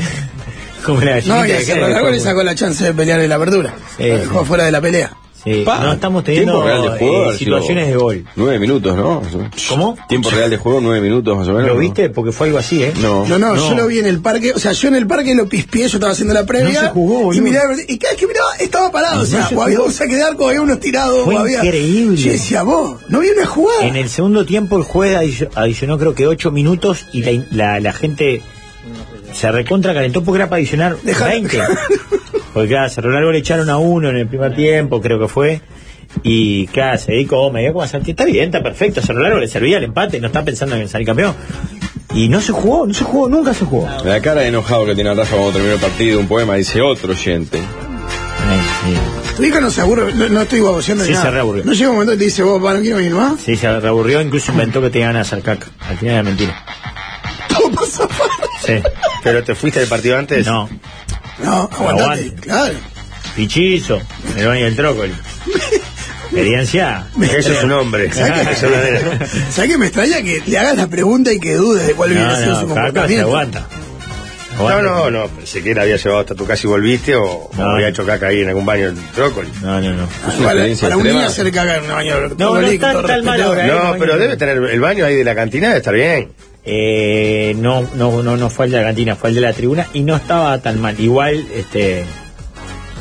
[SPEAKER 5] como la gallinita
[SPEAKER 7] No, y
[SPEAKER 5] que
[SPEAKER 7] a
[SPEAKER 5] cae
[SPEAKER 7] Cerro
[SPEAKER 5] del
[SPEAKER 7] Largo le
[SPEAKER 5] coco.
[SPEAKER 7] sacó la chance de pelear en la apertura.
[SPEAKER 5] Sí,
[SPEAKER 7] Lo
[SPEAKER 5] sí.
[SPEAKER 7] dejó fuera de la pelea.
[SPEAKER 5] Sí.
[SPEAKER 6] Pa.
[SPEAKER 5] No, estamos
[SPEAKER 6] Tiempo real de
[SPEAKER 5] teniendo
[SPEAKER 6] juego,
[SPEAKER 5] eh,
[SPEAKER 6] Archivo.
[SPEAKER 5] situaciones de gol.
[SPEAKER 6] Nueve minutos, ¿no?
[SPEAKER 5] ¿Cómo?
[SPEAKER 6] Tiempo real de juego, nueve minutos más o menos.
[SPEAKER 5] ¿Lo
[SPEAKER 6] ¿no?
[SPEAKER 5] viste? Porque fue algo así, ¿eh?
[SPEAKER 6] No.
[SPEAKER 7] No, no,
[SPEAKER 5] No.
[SPEAKER 7] yo lo vi en el parque, o sea, yo en el parque lo pispié, yo estaba haciendo la previa.
[SPEAKER 5] No se jugó, boludo.
[SPEAKER 7] y miraba, y cada vez que miraba, estaba parado, o sea,
[SPEAKER 5] se
[SPEAKER 7] o había
[SPEAKER 5] jugó.
[SPEAKER 7] un saque de arco, había unos tirados,
[SPEAKER 5] Fue
[SPEAKER 7] o había.
[SPEAKER 5] increíble.
[SPEAKER 7] Yo decía, vos, no vi una jugada.
[SPEAKER 5] En el segundo tiempo el juez adicio- adicionó creo que 8 minutos y la, la, la gente se recontra calentó porque era para adicionar
[SPEAKER 7] Dejá-
[SPEAKER 5] 20. Porque claro, Cerro Largo le echaron a uno en el primer tiempo, creo que fue. Y claro, se dedicó, me dio como a sentir, está bien, está perfecto, Cerro Largo le servía el empate, no está pensando en salir campeón. Y no se jugó, no se jugó, nunca se jugó.
[SPEAKER 6] La cara de enojado que tiene Rafa cuando terminó el partido, un poema, dice otro oyente.
[SPEAKER 5] Ay, sí.
[SPEAKER 7] Tu hija no se aburre, no, no estoy baboseando ni
[SPEAKER 5] Sí,
[SPEAKER 7] nada.
[SPEAKER 5] se reaburrió.
[SPEAKER 7] No llega un momento que te dice, vos, pa, no quiero venir más.
[SPEAKER 5] Sí, se reaburrió, incluso inventó que te iban a hacer caca. Al final era mentira.
[SPEAKER 7] Todo pasó para-
[SPEAKER 5] Sí.
[SPEAKER 4] Pero te fuiste del partido antes.
[SPEAKER 5] No,
[SPEAKER 7] No, aguantate,
[SPEAKER 5] Aguante.
[SPEAKER 7] claro.
[SPEAKER 5] Pichizo, Meloni y el Trócoli. Experiencia.
[SPEAKER 4] Eso es un hombre. Eso es una nena.
[SPEAKER 7] ¿Sabés que me extraña que le hagas la pregunta y que dudes de cuál
[SPEAKER 5] No,
[SPEAKER 7] hubiera sido su
[SPEAKER 5] no, Caca se
[SPEAKER 7] comportamiento?
[SPEAKER 5] aguanta.
[SPEAKER 4] No,
[SPEAKER 5] Aguanta.
[SPEAKER 4] no, no. Pensé que la había llevado hasta tu casa y volviste o, o
[SPEAKER 5] No.
[SPEAKER 4] había hecho caca ahí en algún baño el trócoli.
[SPEAKER 5] No, no, no.
[SPEAKER 7] Ah,
[SPEAKER 6] Es una
[SPEAKER 7] Para,
[SPEAKER 6] experiencia
[SPEAKER 7] para un niño
[SPEAKER 6] extrema.
[SPEAKER 7] hacer cagar en una baño.
[SPEAKER 5] no está tan mal ahora, ¿eh?
[SPEAKER 4] No, pero debe tener el baño ahí de la cantina, debe estar bien.
[SPEAKER 5] Eh, no, no, no, no fue el de la cantina, fue el de la tribuna y no estaba tan mal. Igual, este.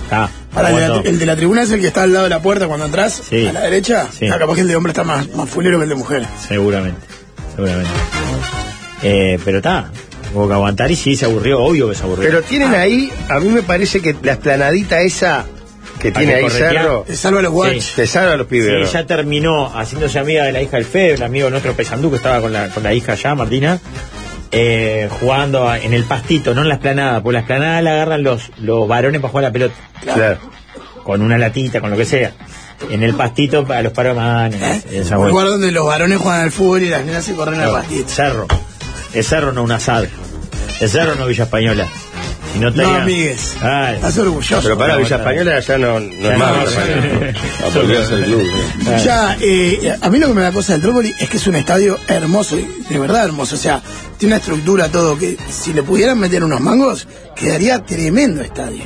[SPEAKER 5] Está.
[SPEAKER 7] Para el, de la,
[SPEAKER 5] aguantó.
[SPEAKER 7] el de la tribuna es el que está al lado de la puerta cuando entras,
[SPEAKER 5] Sí.
[SPEAKER 7] a la derecha.
[SPEAKER 5] Sí.
[SPEAKER 7] Ah, capaz que el de hombre está más, más fulero que el de mujer.
[SPEAKER 5] Seguramente. Seguramente. Eh, pero está. Hubo que aguantar y sí, se aburrió, obvio que se aburrió.
[SPEAKER 4] Pero tienen
[SPEAKER 5] Ah.
[SPEAKER 4] ahí, a mí me parece que la esplanadita esa que
[SPEAKER 5] Ah,
[SPEAKER 4] tiene
[SPEAKER 5] que
[SPEAKER 4] ahí
[SPEAKER 5] corretea.
[SPEAKER 4] Cerro,
[SPEAKER 7] Te salva los guachos.
[SPEAKER 4] te salva a los pibes. ¿no?
[SPEAKER 5] Sí, ya terminó haciéndose amiga de la hija del Fede, el amigo nuestro Pesandú que estaba con la, con la hija allá, Martina, eh, jugando a- en el pastito, no en la esplanada, porque la esplanada la agarran los, los varones para jugar a la pelota.
[SPEAKER 4] Claro.
[SPEAKER 5] con una latita, con lo que sea, en el pastito para los paromanes. Esa
[SPEAKER 7] Un
[SPEAKER 5] vuelta.
[SPEAKER 7] lugar donde los varones juegan al fútbol y las nenas se corren al
[SPEAKER 5] Claro,
[SPEAKER 7] pastito.
[SPEAKER 5] Cerro. Es cerro, no un asado. Es cerro, no Villa Española. Si
[SPEAKER 7] No,
[SPEAKER 5] no, estaría-
[SPEAKER 7] amigues.
[SPEAKER 5] Ay.
[SPEAKER 7] Estás orgulloso.
[SPEAKER 4] Pero para Villa Española ya no, no
[SPEAKER 5] Ya
[SPEAKER 4] es
[SPEAKER 5] no,
[SPEAKER 4] más.
[SPEAKER 5] ya no.
[SPEAKER 6] Apoyarse el club. ¿no?
[SPEAKER 7] Ya, eh, a mí lo que me da cosa del Trópoli es que es un estadio hermoso, y de verdad hermoso. O sea, tiene una estructura, todo, que si le pudieran meter unos mangos, quedaría tremendo estadio.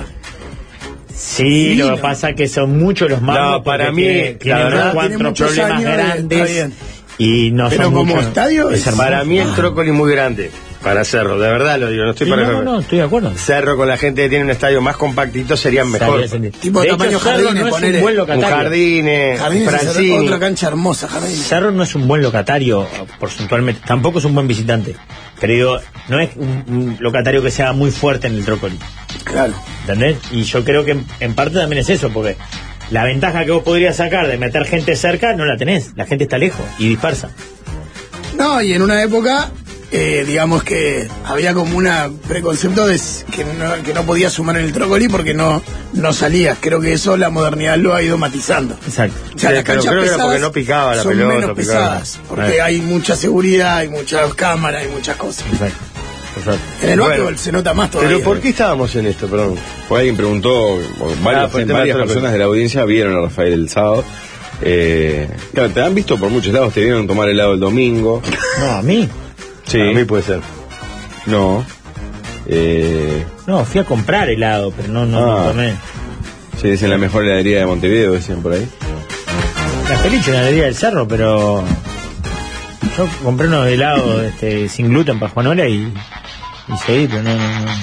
[SPEAKER 5] Sí,
[SPEAKER 7] Sí,
[SPEAKER 5] lo que
[SPEAKER 7] no.
[SPEAKER 5] pasa es que son muchos los malos.
[SPEAKER 4] No, para mí, la
[SPEAKER 5] tienen
[SPEAKER 4] verdad,
[SPEAKER 5] cuatro
[SPEAKER 7] tiene muchos
[SPEAKER 5] problemas
[SPEAKER 7] años de- está
[SPEAKER 5] grandes.
[SPEAKER 7] bien.
[SPEAKER 5] Y no
[SPEAKER 7] Pero
[SPEAKER 5] son
[SPEAKER 7] como
[SPEAKER 5] muchos.
[SPEAKER 7] estadio es-
[SPEAKER 4] Para mí el trócoli es muy grande. Para Cerro, de verdad lo digo, no estoy
[SPEAKER 5] Sí,
[SPEAKER 4] para
[SPEAKER 5] no, no, no, estoy de acuerdo.
[SPEAKER 4] Cerro con la gente que tiene un estadio más compactito serían mejor.
[SPEAKER 5] Sabía sentir.
[SPEAKER 7] Tipo
[SPEAKER 5] de
[SPEAKER 7] tamaño
[SPEAKER 5] hecho, Cerro
[SPEAKER 7] jardines,
[SPEAKER 5] no es
[SPEAKER 7] ponele.
[SPEAKER 5] un buen
[SPEAKER 4] Un
[SPEAKER 5] locatario.
[SPEAKER 4] jardines,
[SPEAKER 7] Jardines es
[SPEAKER 4] Francini.
[SPEAKER 7] otra cancha hermosa, Jardines.
[SPEAKER 5] Cerro no es un buen locatario, porcentualmente. Tampoco es un buen visitante. Pero digo, no es un, un locatario que sea muy fuerte en el trócoli.
[SPEAKER 7] Claro.
[SPEAKER 5] ¿Entendés? Y yo creo que en, en parte también es eso, porque la ventaja que vos podrías sacar de meter gente cerca no la tenés. La gente está lejos y dispersa.
[SPEAKER 7] No, y en una época, eh, digamos que había como una preconcepto de s- que no, que no podía sumar en el Trócoli porque no, no salías. Creo que eso la modernidad lo ha ido matizando.
[SPEAKER 5] Exacto.
[SPEAKER 7] O sea,
[SPEAKER 4] Sí,
[SPEAKER 7] las
[SPEAKER 4] pero
[SPEAKER 7] canchas
[SPEAKER 4] creo que era
[SPEAKER 7] pesadas
[SPEAKER 4] porque no picaba la
[SPEAKER 7] son
[SPEAKER 4] pelota,
[SPEAKER 7] menos
[SPEAKER 4] picaba. Eh.
[SPEAKER 7] pesadas, porque
[SPEAKER 5] Ahí.
[SPEAKER 7] hay mucha seguridad, hay muchas cámaras, hay muchas cosas.
[SPEAKER 5] Exacto. Exacto.
[SPEAKER 7] En el
[SPEAKER 4] Bueno.
[SPEAKER 7] básquetbol se nota más todavía.
[SPEAKER 4] Pero ¿por qué estábamos en esto, perdón?
[SPEAKER 6] Pues alguien preguntó, o varias,
[SPEAKER 4] Ah, por el tema
[SPEAKER 6] varias
[SPEAKER 4] del
[SPEAKER 6] personas de la audiencia vieron a Rafael el sábado. Eh, claro, te han visto por muchos lados, te vieron tomar helado el domingo.
[SPEAKER 5] No, a mí.
[SPEAKER 6] Sí.
[SPEAKER 4] A mí puede ser.
[SPEAKER 6] No. Eh,
[SPEAKER 5] No, fui a comprar helado, pero no, no, no
[SPEAKER 6] Ah.
[SPEAKER 5] tomé.
[SPEAKER 6] se dice la mejor heladería de Montevideo, decían por ahí.
[SPEAKER 5] La feliz una alegría del cerro, pero. Yo compré unos helados este, sin gluten para Juanola y. Y seguí, pero no, no, no, no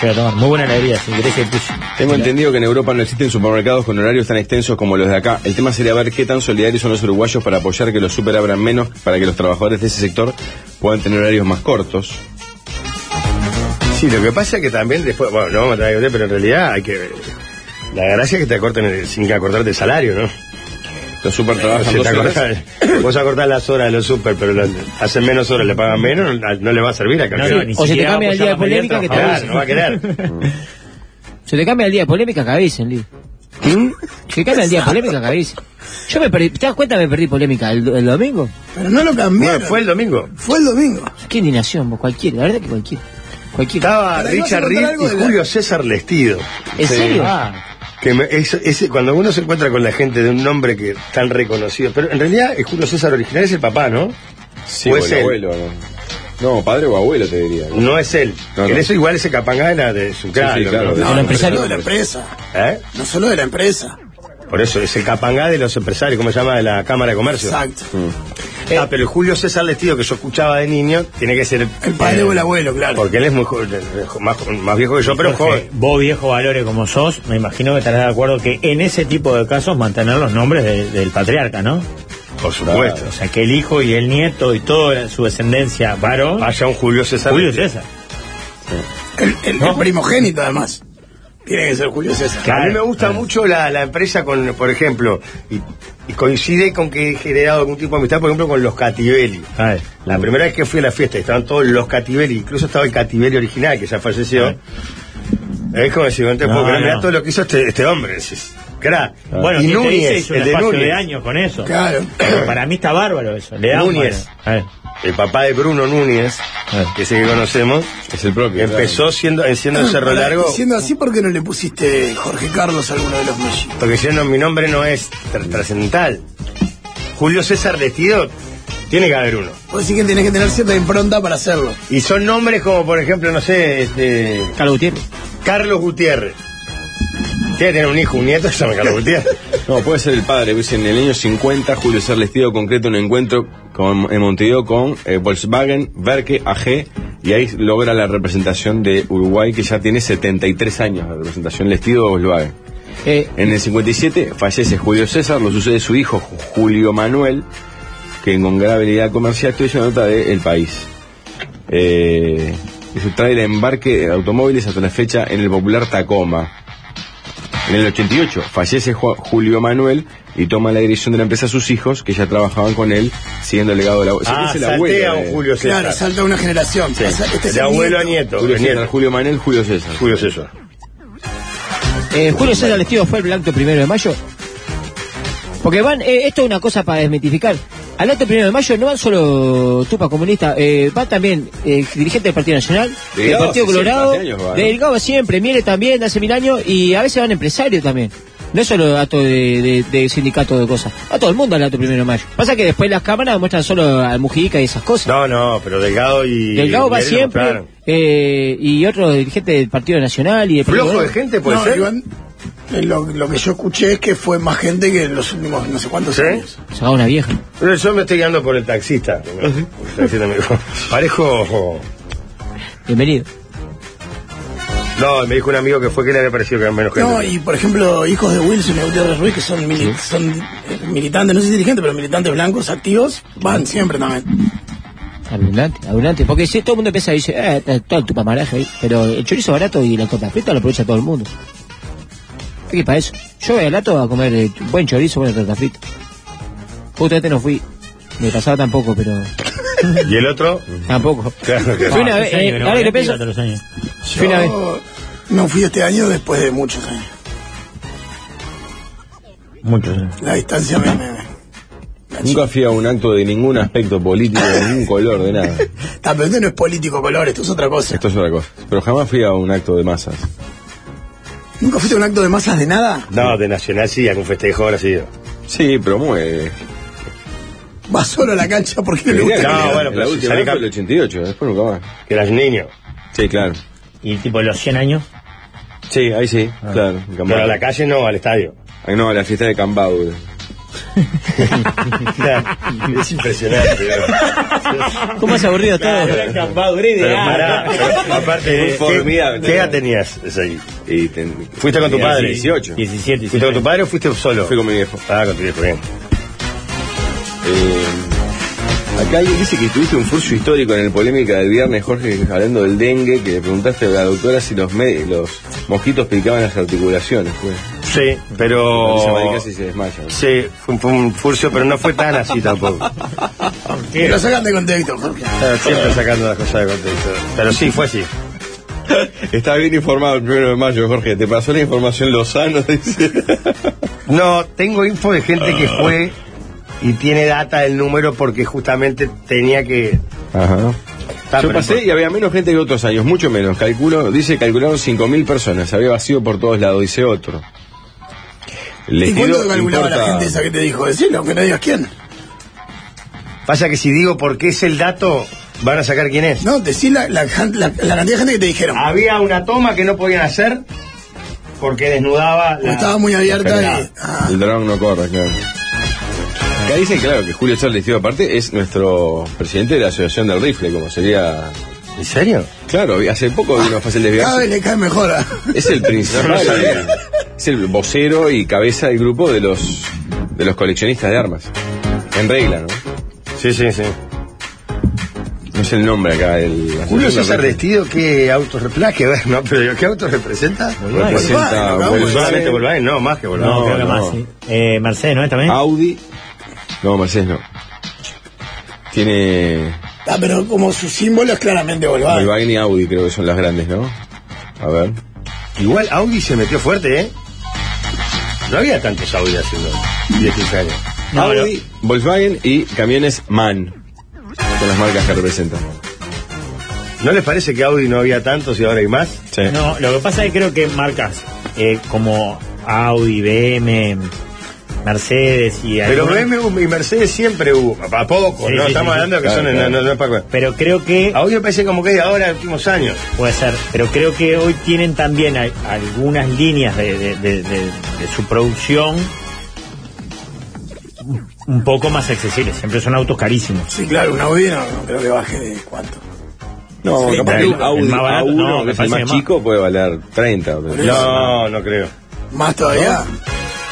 [SPEAKER 5] llegué a tomar. Muy buena alegría, sin querer que puse.
[SPEAKER 6] Tengo entendido que en Europa no existen supermercados con horarios tan extensos como los de acá. El tema sería ver qué tan solidarios son los uruguayos para apoyar que los super abran menos para que los trabajadores de ese sector puedan tener horarios más cortos.
[SPEAKER 4] Sí, lo que pasa es que también después, bueno, no vamos a traer, pero en realidad hay que... La gracia es que te acorten el- sin que acortarte el salario, ¿no?
[SPEAKER 6] Los super
[SPEAKER 4] O sea,
[SPEAKER 6] trabajan
[SPEAKER 4] te
[SPEAKER 6] dos horas.
[SPEAKER 4] acortan- vos acortás las horas de los super, pero las- hacen menos horas, le pagan menos, no, no le va a servir a
[SPEAKER 5] No, no,
[SPEAKER 4] campeón.
[SPEAKER 5] ni
[SPEAKER 8] O se te
[SPEAKER 5] siquiera
[SPEAKER 8] cambia el día de
[SPEAKER 5] apoyar la medida
[SPEAKER 8] polémica que te
[SPEAKER 5] trabajadora.
[SPEAKER 4] Claro, no va a querer.
[SPEAKER 8] Se te cambia el día de polémica, cabecen, Lee. Se te cambia el día de polémica, cabecen. Yo me perdí, ¿te das cuenta? Me perdí polémica el, do- el domingo.
[SPEAKER 7] Pero no lo
[SPEAKER 4] Bueno,
[SPEAKER 7] cambiaron.
[SPEAKER 4] fue el domingo.
[SPEAKER 7] Fue el domingo.
[SPEAKER 8] Qué indignación, vos, cualquiera, la verdad que cualquiera. Cualquiera.
[SPEAKER 4] Estaba
[SPEAKER 7] Para que
[SPEAKER 4] Richard
[SPEAKER 7] vas a
[SPEAKER 4] Reed
[SPEAKER 7] encontrar
[SPEAKER 4] y
[SPEAKER 7] algo de la-
[SPEAKER 4] Julio César Lestido.
[SPEAKER 8] ¿En serio?
[SPEAKER 5] Ah,
[SPEAKER 4] Que me- es- es- cuando uno se encuentra con la gente de un nombre que tan reconocido, pero en realidad el Julio César original es el papá, ¿no?
[SPEAKER 6] Sí,
[SPEAKER 4] ¿O
[SPEAKER 6] o
[SPEAKER 4] es
[SPEAKER 6] el
[SPEAKER 4] él?
[SPEAKER 6] abuelo. No, No, padre o abuelo te diría.
[SPEAKER 4] No es él.
[SPEAKER 6] No, no.
[SPEAKER 4] En eso igual ese capangana de su
[SPEAKER 6] sí,
[SPEAKER 4] claro,
[SPEAKER 6] claro,
[SPEAKER 4] ¿no?
[SPEAKER 6] de-
[SPEAKER 7] No,
[SPEAKER 8] empresario?
[SPEAKER 7] No solo de la empresa.
[SPEAKER 4] ¿Eh?
[SPEAKER 7] No solo de la empresa.
[SPEAKER 4] Por eso es el capangá de los empresarios, ¿cómo se llama? De la Cámara de Comercio.
[SPEAKER 7] Exacto.
[SPEAKER 6] Mm,
[SPEAKER 4] Ah, pero el Julio César Lestido que yo escuchaba de niño tiene que ser eh,
[SPEAKER 7] El padre o el abuelo, claro.
[SPEAKER 4] Porque él es muy joven, eh, más, más viejo que yo, pero
[SPEAKER 5] Jorge,
[SPEAKER 4] joven.
[SPEAKER 5] vos viejo valores como sos, me imagino que estarás de acuerdo que en ese tipo de casos mantener los nombres de- del patriarca, ¿no?
[SPEAKER 4] Por
[SPEAKER 6] Pues.
[SPEAKER 4] supuesto.
[SPEAKER 5] O sea, que el hijo y el nieto y toda su descendencia varón,
[SPEAKER 4] Vaya un Julio César.
[SPEAKER 5] Julio
[SPEAKER 4] Lestido.
[SPEAKER 5] César.
[SPEAKER 7] El, el- el primogénito, además. Tiene que ser Julio César.
[SPEAKER 5] Claro.
[SPEAKER 4] a mí me gusta mucho la, la empresa con, por ejemplo, y, y coincide con que he generado algún tipo de amistad, por ejemplo, con los Cativelli.
[SPEAKER 5] A ver,
[SPEAKER 4] La primera vez que fui a la fiesta, estaban todos los Cativelli, incluso estaba el Cativelli original, que ya falleció. Es como decir, no te
[SPEAKER 5] No,
[SPEAKER 4] puedo creer,
[SPEAKER 5] no.
[SPEAKER 4] Ah. mirá todo lo que hizo este, este hombre. es- es- cra.
[SPEAKER 5] Bueno,
[SPEAKER 4] y
[SPEAKER 5] ¿quién te dice?
[SPEAKER 4] Núñez,
[SPEAKER 5] Hizo un
[SPEAKER 4] el de
[SPEAKER 5] espacio de
[SPEAKER 4] Núñez,
[SPEAKER 5] años con eso.
[SPEAKER 7] Claro.
[SPEAKER 5] Para mí está bárbaro eso. Le da un
[SPEAKER 4] Núñez.
[SPEAKER 5] valor. A ver,
[SPEAKER 4] el papá de Bruno Núñez,
[SPEAKER 5] Eh.
[SPEAKER 4] que ese que conocemos,
[SPEAKER 6] Es el propio.
[SPEAKER 4] que empezó siendo, eh, siendo el Cerro
[SPEAKER 7] Pará,
[SPEAKER 4] Largo,
[SPEAKER 7] Siendo así, ¿por qué no le pusiste Jorge Carlos a alguno de los Messi?
[SPEAKER 4] porque yo no, mi nombre no es tr- trascendental. Julio César Vestido, tiene que haber uno.
[SPEAKER 7] Vos decís que tenés que tener cierta impronta para hacerlo.
[SPEAKER 4] Y son nombres como, por ejemplo, no sé, este,
[SPEAKER 8] Carlos Gutiérrez.
[SPEAKER 4] Carlos Gutiérrez. Tiene que tener un hijo, un nieto, se llama Carlos Gutiérrez.
[SPEAKER 6] No, puede ser el padre. Dice, En el año 50, Julio César Lestido concreta un encuentro con, en Montevideo con eh, Volkswagen, Verke, AG, y ahí logra la representación de Uruguay, que ya tiene 73 años, la representación Lestido Volkswagen.
[SPEAKER 8] Eh,
[SPEAKER 6] En el 57 fallece Julio César, lo sucede su hijo Ju- Julio Manuel, que con gravedad comercial tuvo una nota de El País. Eh, se trae el embarque de automóviles hasta la fecha en el popular Tacoma. En el 88 fallece Ju- Julio Manuel y toma la dirección de la empresa a sus hijos, que ya trabajaban con él, siguiendo el legado de la o sea,
[SPEAKER 4] Ah,
[SPEAKER 6] es el
[SPEAKER 4] saltea
[SPEAKER 6] abuelo
[SPEAKER 4] un
[SPEAKER 6] de-
[SPEAKER 4] Julio César.
[SPEAKER 7] Claro, salta una generación.
[SPEAKER 4] Sí,
[SPEAKER 7] Pasa- este es
[SPEAKER 4] de
[SPEAKER 7] el
[SPEAKER 4] abuelo
[SPEAKER 7] nieto.
[SPEAKER 4] a nieto.
[SPEAKER 6] Julio
[SPEAKER 4] nieto.
[SPEAKER 6] César, Julio Manuel, Julio César.
[SPEAKER 4] Julio César.
[SPEAKER 8] Eh, Julio César Lestido fue el blanco primero de mayo. Porque van, eh, esto es una cosa para desmitificar. Al acto primero de mayo no van solo Tupa Comunista, eh, va también eh, dirigente del Partido Nacional, del
[SPEAKER 6] Delgado
[SPEAKER 8] Partido
[SPEAKER 6] hace
[SPEAKER 8] Colorado,
[SPEAKER 6] siempre, hace años va, ¿no?
[SPEAKER 8] de Delgado siempre, Miele también, de hace mil años, y a veces van empresarios también. No es solo acto de, de- de sindicato de cosas, va todo el mundo al acto primero de mayo. Pasa que después las cámaras muestran solo al Mujica y esas cosas.
[SPEAKER 4] No, no, pero Delgado y.
[SPEAKER 8] Delgado va
[SPEAKER 4] Miele no
[SPEAKER 8] siempre,
[SPEAKER 4] entraron.
[SPEAKER 8] eh, y otro dirigente del Partido Nacional y del Partido
[SPEAKER 4] Flojo de
[SPEAKER 8] Colorado.
[SPEAKER 4] gente, Este puede
[SPEAKER 7] No,
[SPEAKER 4] ser.
[SPEAKER 7] Iván, eh, lo, lo que yo escuché es que fue más gente que en los últimos no sé cuántos
[SPEAKER 4] ¿Sí?
[SPEAKER 7] años.
[SPEAKER 8] Se va una vieja.
[SPEAKER 4] Pero yo me estoy guiando por el taxista. primero. El taxista me dijo, parejo.
[SPEAKER 8] Bienvenido.
[SPEAKER 4] No, me dijo un amigo que fue que le había parecido que eran menos gente.
[SPEAKER 7] No, y por ejemplo, hijos de Wilson y Gutiérrez Ruiz, que son, mili- son eh, militantes, no sé si dirigentes, pero militantes blancos activos, van siempre también.
[SPEAKER 8] Abundante, abundante. Porque si todo el mundo piensa, dice, eh, está todo el tupamaraje ahí. Pero el chorizo barato y la torta frita lo aprovecha todo el mundo. Hay que para eso. Yo voy al lato a comer eh, buen chorizo, buena torta frita. Justamente no fui. Me pasaba tampoco, pero
[SPEAKER 4] Y el otro,
[SPEAKER 8] tampoco.
[SPEAKER 4] claro que
[SPEAKER 8] Fui una
[SPEAKER 5] Ah,
[SPEAKER 8] vez,
[SPEAKER 5] hace años
[SPEAKER 8] eh,
[SPEAKER 5] que no
[SPEAKER 8] ahora
[SPEAKER 5] voy,
[SPEAKER 8] que lo pienso,
[SPEAKER 5] todos los años.
[SPEAKER 8] fui una vez.
[SPEAKER 7] Yo no fui este año después de muchos años.
[SPEAKER 5] Muchos años.
[SPEAKER 7] La distancia me... me- me-
[SPEAKER 6] Nunca fui a un acto de ningún aspecto político, de ningún color, de nada.
[SPEAKER 7] Ah, pero esto no es político color, esto es otra cosa.
[SPEAKER 6] Esto es otra cosa. Pero jamás fui a un acto de masas.
[SPEAKER 7] ¿Nunca fuiste a un acto de masas de nada?
[SPEAKER 4] No, de Nacional sí, algún festejo ahora sí.
[SPEAKER 6] Sí, pero muy... eh,
[SPEAKER 7] Vas solo a la cancha porque no le
[SPEAKER 6] diría
[SPEAKER 7] gusta.
[SPEAKER 6] que
[SPEAKER 4] No,
[SPEAKER 6] la-
[SPEAKER 4] bueno,
[SPEAKER 6] la
[SPEAKER 4] pero si
[SPEAKER 6] última
[SPEAKER 4] sale
[SPEAKER 6] vez fue
[SPEAKER 4] cam-
[SPEAKER 6] el 88, después nunca más.
[SPEAKER 4] Que eras niño.
[SPEAKER 6] Sí, claro.
[SPEAKER 5] Y tipo los 100 años.
[SPEAKER 6] Sí, ahí sí, claro. en Cambao.
[SPEAKER 4] Pero a la calle no, al estadio.
[SPEAKER 6] Ay, no, a la fiesta de Cambao. bro.
[SPEAKER 4] es impresionante.
[SPEAKER 8] ¿Cómo has aburrido todo?
[SPEAKER 4] Pero pará, pero aparte
[SPEAKER 6] Muy
[SPEAKER 4] de. ¿qué,
[SPEAKER 6] formidable,
[SPEAKER 4] ¿Qué edad
[SPEAKER 6] ¿no?
[SPEAKER 4] tenías? Es ahí.
[SPEAKER 6] Y ten-
[SPEAKER 4] ¿Fuiste con tu
[SPEAKER 6] tenía
[SPEAKER 4] padre?
[SPEAKER 6] 18.
[SPEAKER 5] 17,
[SPEAKER 4] ¿Fuiste con tu padre o fuiste solo?
[SPEAKER 6] Fui con mi viejo.
[SPEAKER 4] Ah, con tu viejo, bien.
[SPEAKER 6] Eh, acá alguien dice que tuviste un furcio histórico en el polémica del viernes, Jorge, hablando del dengue, que le preguntaste a la doctora si los, me- los mosquitos picaban las articulaciones. Pues.
[SPEAKER 4] Sí,
[SPEAKER 6] Se
[SPEAKER 4] pero.
[SPEAKER 6] me casi se desmaya.
[SPEAKER 4] Sí, fue un, fue un furcio, pero no fue tan así tampoco.
[SPEAKER 7] Que Lo sacan de contexto, Jorge.
[SPEAKER 4] Claro, Siempre sacando las cosas de contexto. Pero sí, fue así.
[SPEAKER 6] Está bien informado el primero de mayo, Jorge. Te pasó la información Lozano, dice.
[SPEAKER 4] No, tengo info de gente que fue y tiene data del número porque justamente tenía que.
[SPEAKER 6] Ajá.
[SPEAKER 4] Ah,
[SPEAKER 6] Yo
[SPEAKER 4] pero
[SPEAKER 6] pasé y había menos gente que otros años, mucho menos. Calculo, dice, calcularon 5.000 personas. Había vacío por todos lados, dice otro. El
[SPEAKER 7] ¿Y
[SPEAKER 6] elegido
[SPEAKER 7] cuánto calculaba la
[SPEAKER 6] importa-
[SPEAKER 7] gente esa que te dijo? Decirlo, aunque no digas quién.
[SPEAKER 4] Pasa que si digo por qué es el dato, van a sacar quién es.
[SPEAKER 7] No, decir la, la jan- la- la cantidad de gente que te dijeron.
[SPEAKER 4] Había una toma que no podían hacer porque desnudaba
[SPEAKER 7] O
[SPEAKER 4] la.
[SPEAKER 7] estaba muy abierta
[SPEAKER 6] Ojalá.
[SPEAKER 7] y... ah,
[SPEAKER 6] El dragón no corre, claro. Acá dicen, claro, que Julio Charles Tío, aparte, es nuestro presidente de la Asociación del Rifle, como sería...
[SPEAKER 4] ¿En serio?
[SPEAKER 6] Claro, hace poco vino fácil
[SPEAKER 7] cada vez
[SPEAKER 6] desviarse.
[SPEAKER 7] le cae mejor. ah.
[SPEAKER 6] Es el principal, eh, es el vocero y cabeza del grupo de los de los coleccionistas de armas. En regla, ¿no?
[SPEAKER 4] Sí, sí, sí.
[SPEAKER 6] No es el nombre acá. El,
[SPEAKER 4] Julio
[SPEAKER 6] el-
[SPEAKER 4] César Vestido, ¿qué auto representa? Que ver, ¿no? Pero ¿qué auto representa?
[SPEAKER 6] Representa
[SPEAKER 7] Volkswagen,
[SPEAKER 6] Volkswagen,
[SPEAKER 4] Solamente Volkswagen, no, Ah, más que Volkswagen.
[SPEAKER 5] No,
[SPEAKER 6] No,
[SPEAKER 5] creo que
[SPEAKER 6] no.
[SPEAKER 5] más, sí. Eh, Mercedes, ¿no es también?
[SPEAKER 6] Audi. No, Mercedes no. Tiene
[SPEAKER 7] Ah, pero como su símbolo es claramente
[SPEAKER 4] Ah.
[SPEAKER 7] Volkswagen.
[SPEAKER 6] Volkswagen y Audi, creo que son las grandes, ¿no? A ver.
[SPEAKER 4] Igual Audi se metió fuerte, ¿eh? No había tantos Audi haciendo 10 15 años.
[SPEAKER 5] No,
[SPEAKER 6] Audi, Volkswagen y camiones MAN. Son las marcas que representan.
[SPEAKER 4] ¿No les parece que Audi no había tantos y ahora hay más?
[SPEAKER 6] Sí.
[SPEAKER 5] No, lo que pasa es que creo que marcas eh, como Audi, BM, Mercedes y
[SPEAKER 4] Pero
[SPEAKER 5] algunas-
[SPEAKER 4] BMW y Mercedes siempre hubo, a poco,
[SPEAKER 5] Sí,
[SPEAKER 4] ¿no?
[SPEAKER 5] sí,
[SPEAKER 4] Estamos
[SPEAKER 5] sí,
[SPEAKER 4] hablando
[SPEAKER 6] sí,
[SPEAKER 4] que
[SPEAKER 6] claro,
[SPEAKER 4] son,
[SPEAKER 6] claro.
[SPEAKER 4] no, no, no es para-
[SPEAKER 5] Pero creo que
[SPEAKER 4] Audi me parece como que es de ahora, en los últimos años.
[SPEAKER 5] Puede ser, pero creo que hoy tienen también al- algunas líneas de, de- de- de- de su producción un poco más accesibles. Siempre son autos carísimos.
[SPEAKER 7] Sí, claro, un Audi no, no creo que baje de cuánto.
[SPEAKER 6] No,
[SPEAKER 7] Sí,
[SPEAKER 6] capaz que
[SPEAKER 5] el-
[SPEAKER 6] un
[SPEAKER 5] el
[SPEAKER 6] Audi
[SPEAKER 5] más barato,
[SPEAKER 6] A1,
[SPEAKER 5] no,
[SPEAKER 6] que
[SPEAKER 5] me
[SPEAKER 6] es el
[SPEAKER 5] parece
[SPEAKER 6] más
[SPEAKER 5] que más.
[SPEAKER 6] chico, puede valer 30. pero-
[SPEAKER 4] No, no creo.
[SPEAKER 7] Más todavía.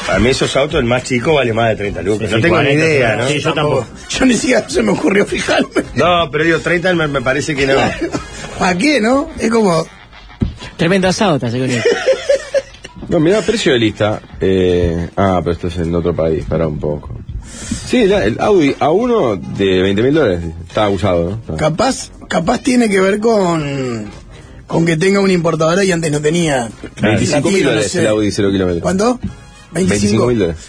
[SPEAKER 4] Para mí esos autos, el más chico vale más de 30 lucas.
[SPEAKER 5] Sí,
[SPEAKER 4] no
[SPEAKER 5] sí,
[SPEAKER 4] tengo ni
[SPEAKER 5] 40,
[SPEAKER 4] idea, ¿no?
[SPEAKER 5] sí, yo tampoco.
[SPEAKER 7] Yo ni siquiera se me ocurrió fijarme.
[SPEAKER 4] No, pero digo, 30 me, me parece que no.
[SPEAKER 7] ¿Para qué, no? Es como.
[SPEAKER 8] Tremendo asado, te aseguro.
[SPEAKER 6] No, mirá, precio de lista. Eh, ah, pero esto es en otro país, pará un poco. Sí, la- el Audi A1 de 20 mil dólares. Está usado, ¿no? Está.
[SPEAKER 7] Capaz, capaz tiene que ver con. aunque tenga una importadora y antes no tenía.
[SPEAKER 6] 25 mil
[SPEAKER 7] Latino, no
[SPEAKER 6] dólares
[SPEAKER 7] sé.
[SPEAKER 6] el Audi 0 kilómetros.
[SPEAKER 7] ¿Cuánto? 25.
[SPEAKER 6] 25 mil dólares.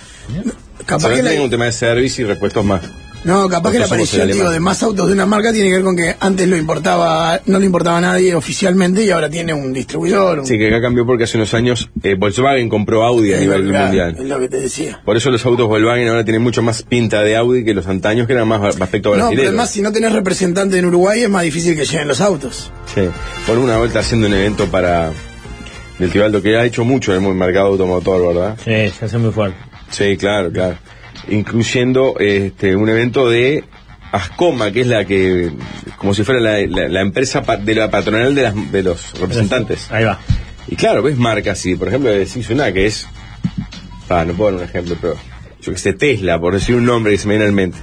[SPEAKER 7] Capaz
[SPEAKER 6] Solo
[SPEAKER 7] que la-
[SPEAKER 6] tengo un tema de servicio y repuestos más.
[SPEAKER 7] no, capaz que la
[SPEAKER 6] Nosotros somos el
[SPEAKER 7] aparición digo,
[SPEAKER 6] alemán.
[SPEAKER 7] de más autos de una marca tiene que ver con que antes lo importaba, no lo importaba nadie oficialmente y ahora tiene un distribuidor. un-
[SPEAKER 6] Sí, que acá cambió porque hace unos años eh, Volkswagen compró Audi a
[SPEAKER 7] es,
[SPEAKER 6] nivel
[SPEAKER 7] lo, claro, es
[SPEAKER 6] mundial.
[SPEAKER 7] lo que te decía.
[SPEAKER 6] Por eso los autos Volkswagen ahora tienen mucho más pinta de Audi que los antaños que eran más ba- aspecto
[SPEAKER 7] No, pero
[SPEAKER 6] brasileño.
[SPEAKER 7] además si no tenés representante en Uruguay es más difícil que lleguen los autos.
[SPEAKER 6] Sí. Por una vuelta haciendo un evento para del Tibaldo que ha hecho mucho en el mercado automotor, ¿verdad?
[SPEAKER 5] Sí, se hace muy fuerte.
[SPEAKER 6] Sí, claro, claro. Incluyendo este, un evento de Ascoma, que es la que, como si fuera la, la- la empresa pa- de la patronal de, las- de los representantes.
[SPEAKER 5] Ahí va.
[SPEAKER 6] Y claro, ves marcas, y por ejemplo decís una que es, ah, no puedo dar un ejemplo, pero yo que sé, Tesla, por decir un nombre que se me viene al mente.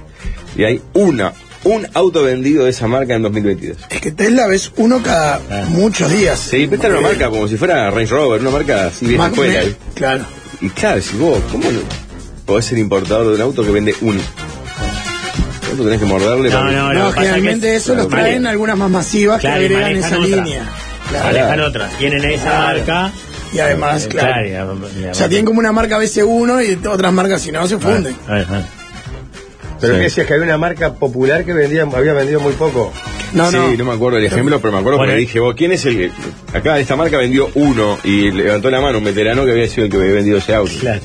[SPEAKER 6] Y hay una, un auto vendido de esa marca en 2022.
[SPEAKER 7] Es que Tesla ves uno cada muchos días.
[SPEAKER 6] Ah. Sí, pero esta era una marca como si fuera Range Rover, una marca así bien
[SPEAKER 7] Mac-
[SPEAKER 6] afuera.
[SPEAKER 7] Claro.
[SPEAKER 6] Y claro, si vos, ¿cómo no podés ser importador de un auto que vende uno? ¿Cuánto tenés que morderle?
[SPEAKER 5] No,
[SPEAKER 6] para-
[SPEAKER 5] no, lo
[SPEAKER 7] No,
[SPEAKER 5] que pasa
[SPEAKER 7] generalmente
[SPEAKER 5] es que-
[SPEAKER 7] eso los
[SPEAKER 5] Vale.
[SPEAKER 7] traen algunas más masivas
[SPEAKER 5] Claro, y
[SPEAKER 7] que agregan
[SPEAKER 5] manejan
[SPEAKER 7] esa
[SPEAKER 5] otra.
[SPEAKER 7] línea. Claro.
[SPEAKER 5] Manejan otra. Tienen esa
[SPEAKER 7] Claro.
[SPEAKER 5] marca.
[SPEAKER 7] Y además,
[SPEAKER 5] eh,
[SPEAKER 7] claro.
[SPEAKER 5] y además-
[SPEAKER 7] O sea, tienen como una marca BC1 y otras marcas, si no,
[SPEAKER 5] Ah.
[SPEAKER 7] se funden.
[SPEAKER 5] A ver, a ver.
[SPEAKER 4] Pero
[SPEAKER 6] Sí.
[SPEAKER 4] que decías que había una marca popular que vendía, había vendido muy poco.
[SPEAKER 7] No,
[SPEAKER 6] sí,
[SPEAKER 7] no.
[SPEAKER 6] no. me acuerdo el ejemplo, pero me acuerdo
[SPEAKER 5] Bueno,
[SPEAKER 6] porque
[SPEAKER 5] eh.
[SPEAKER 6] dije, vos, ¿quién es el que.? Acá esta marca vendió uno y levantó la mano un veterano que había sido el que había vendido ese auto.
[SPEAKER 5] Claro.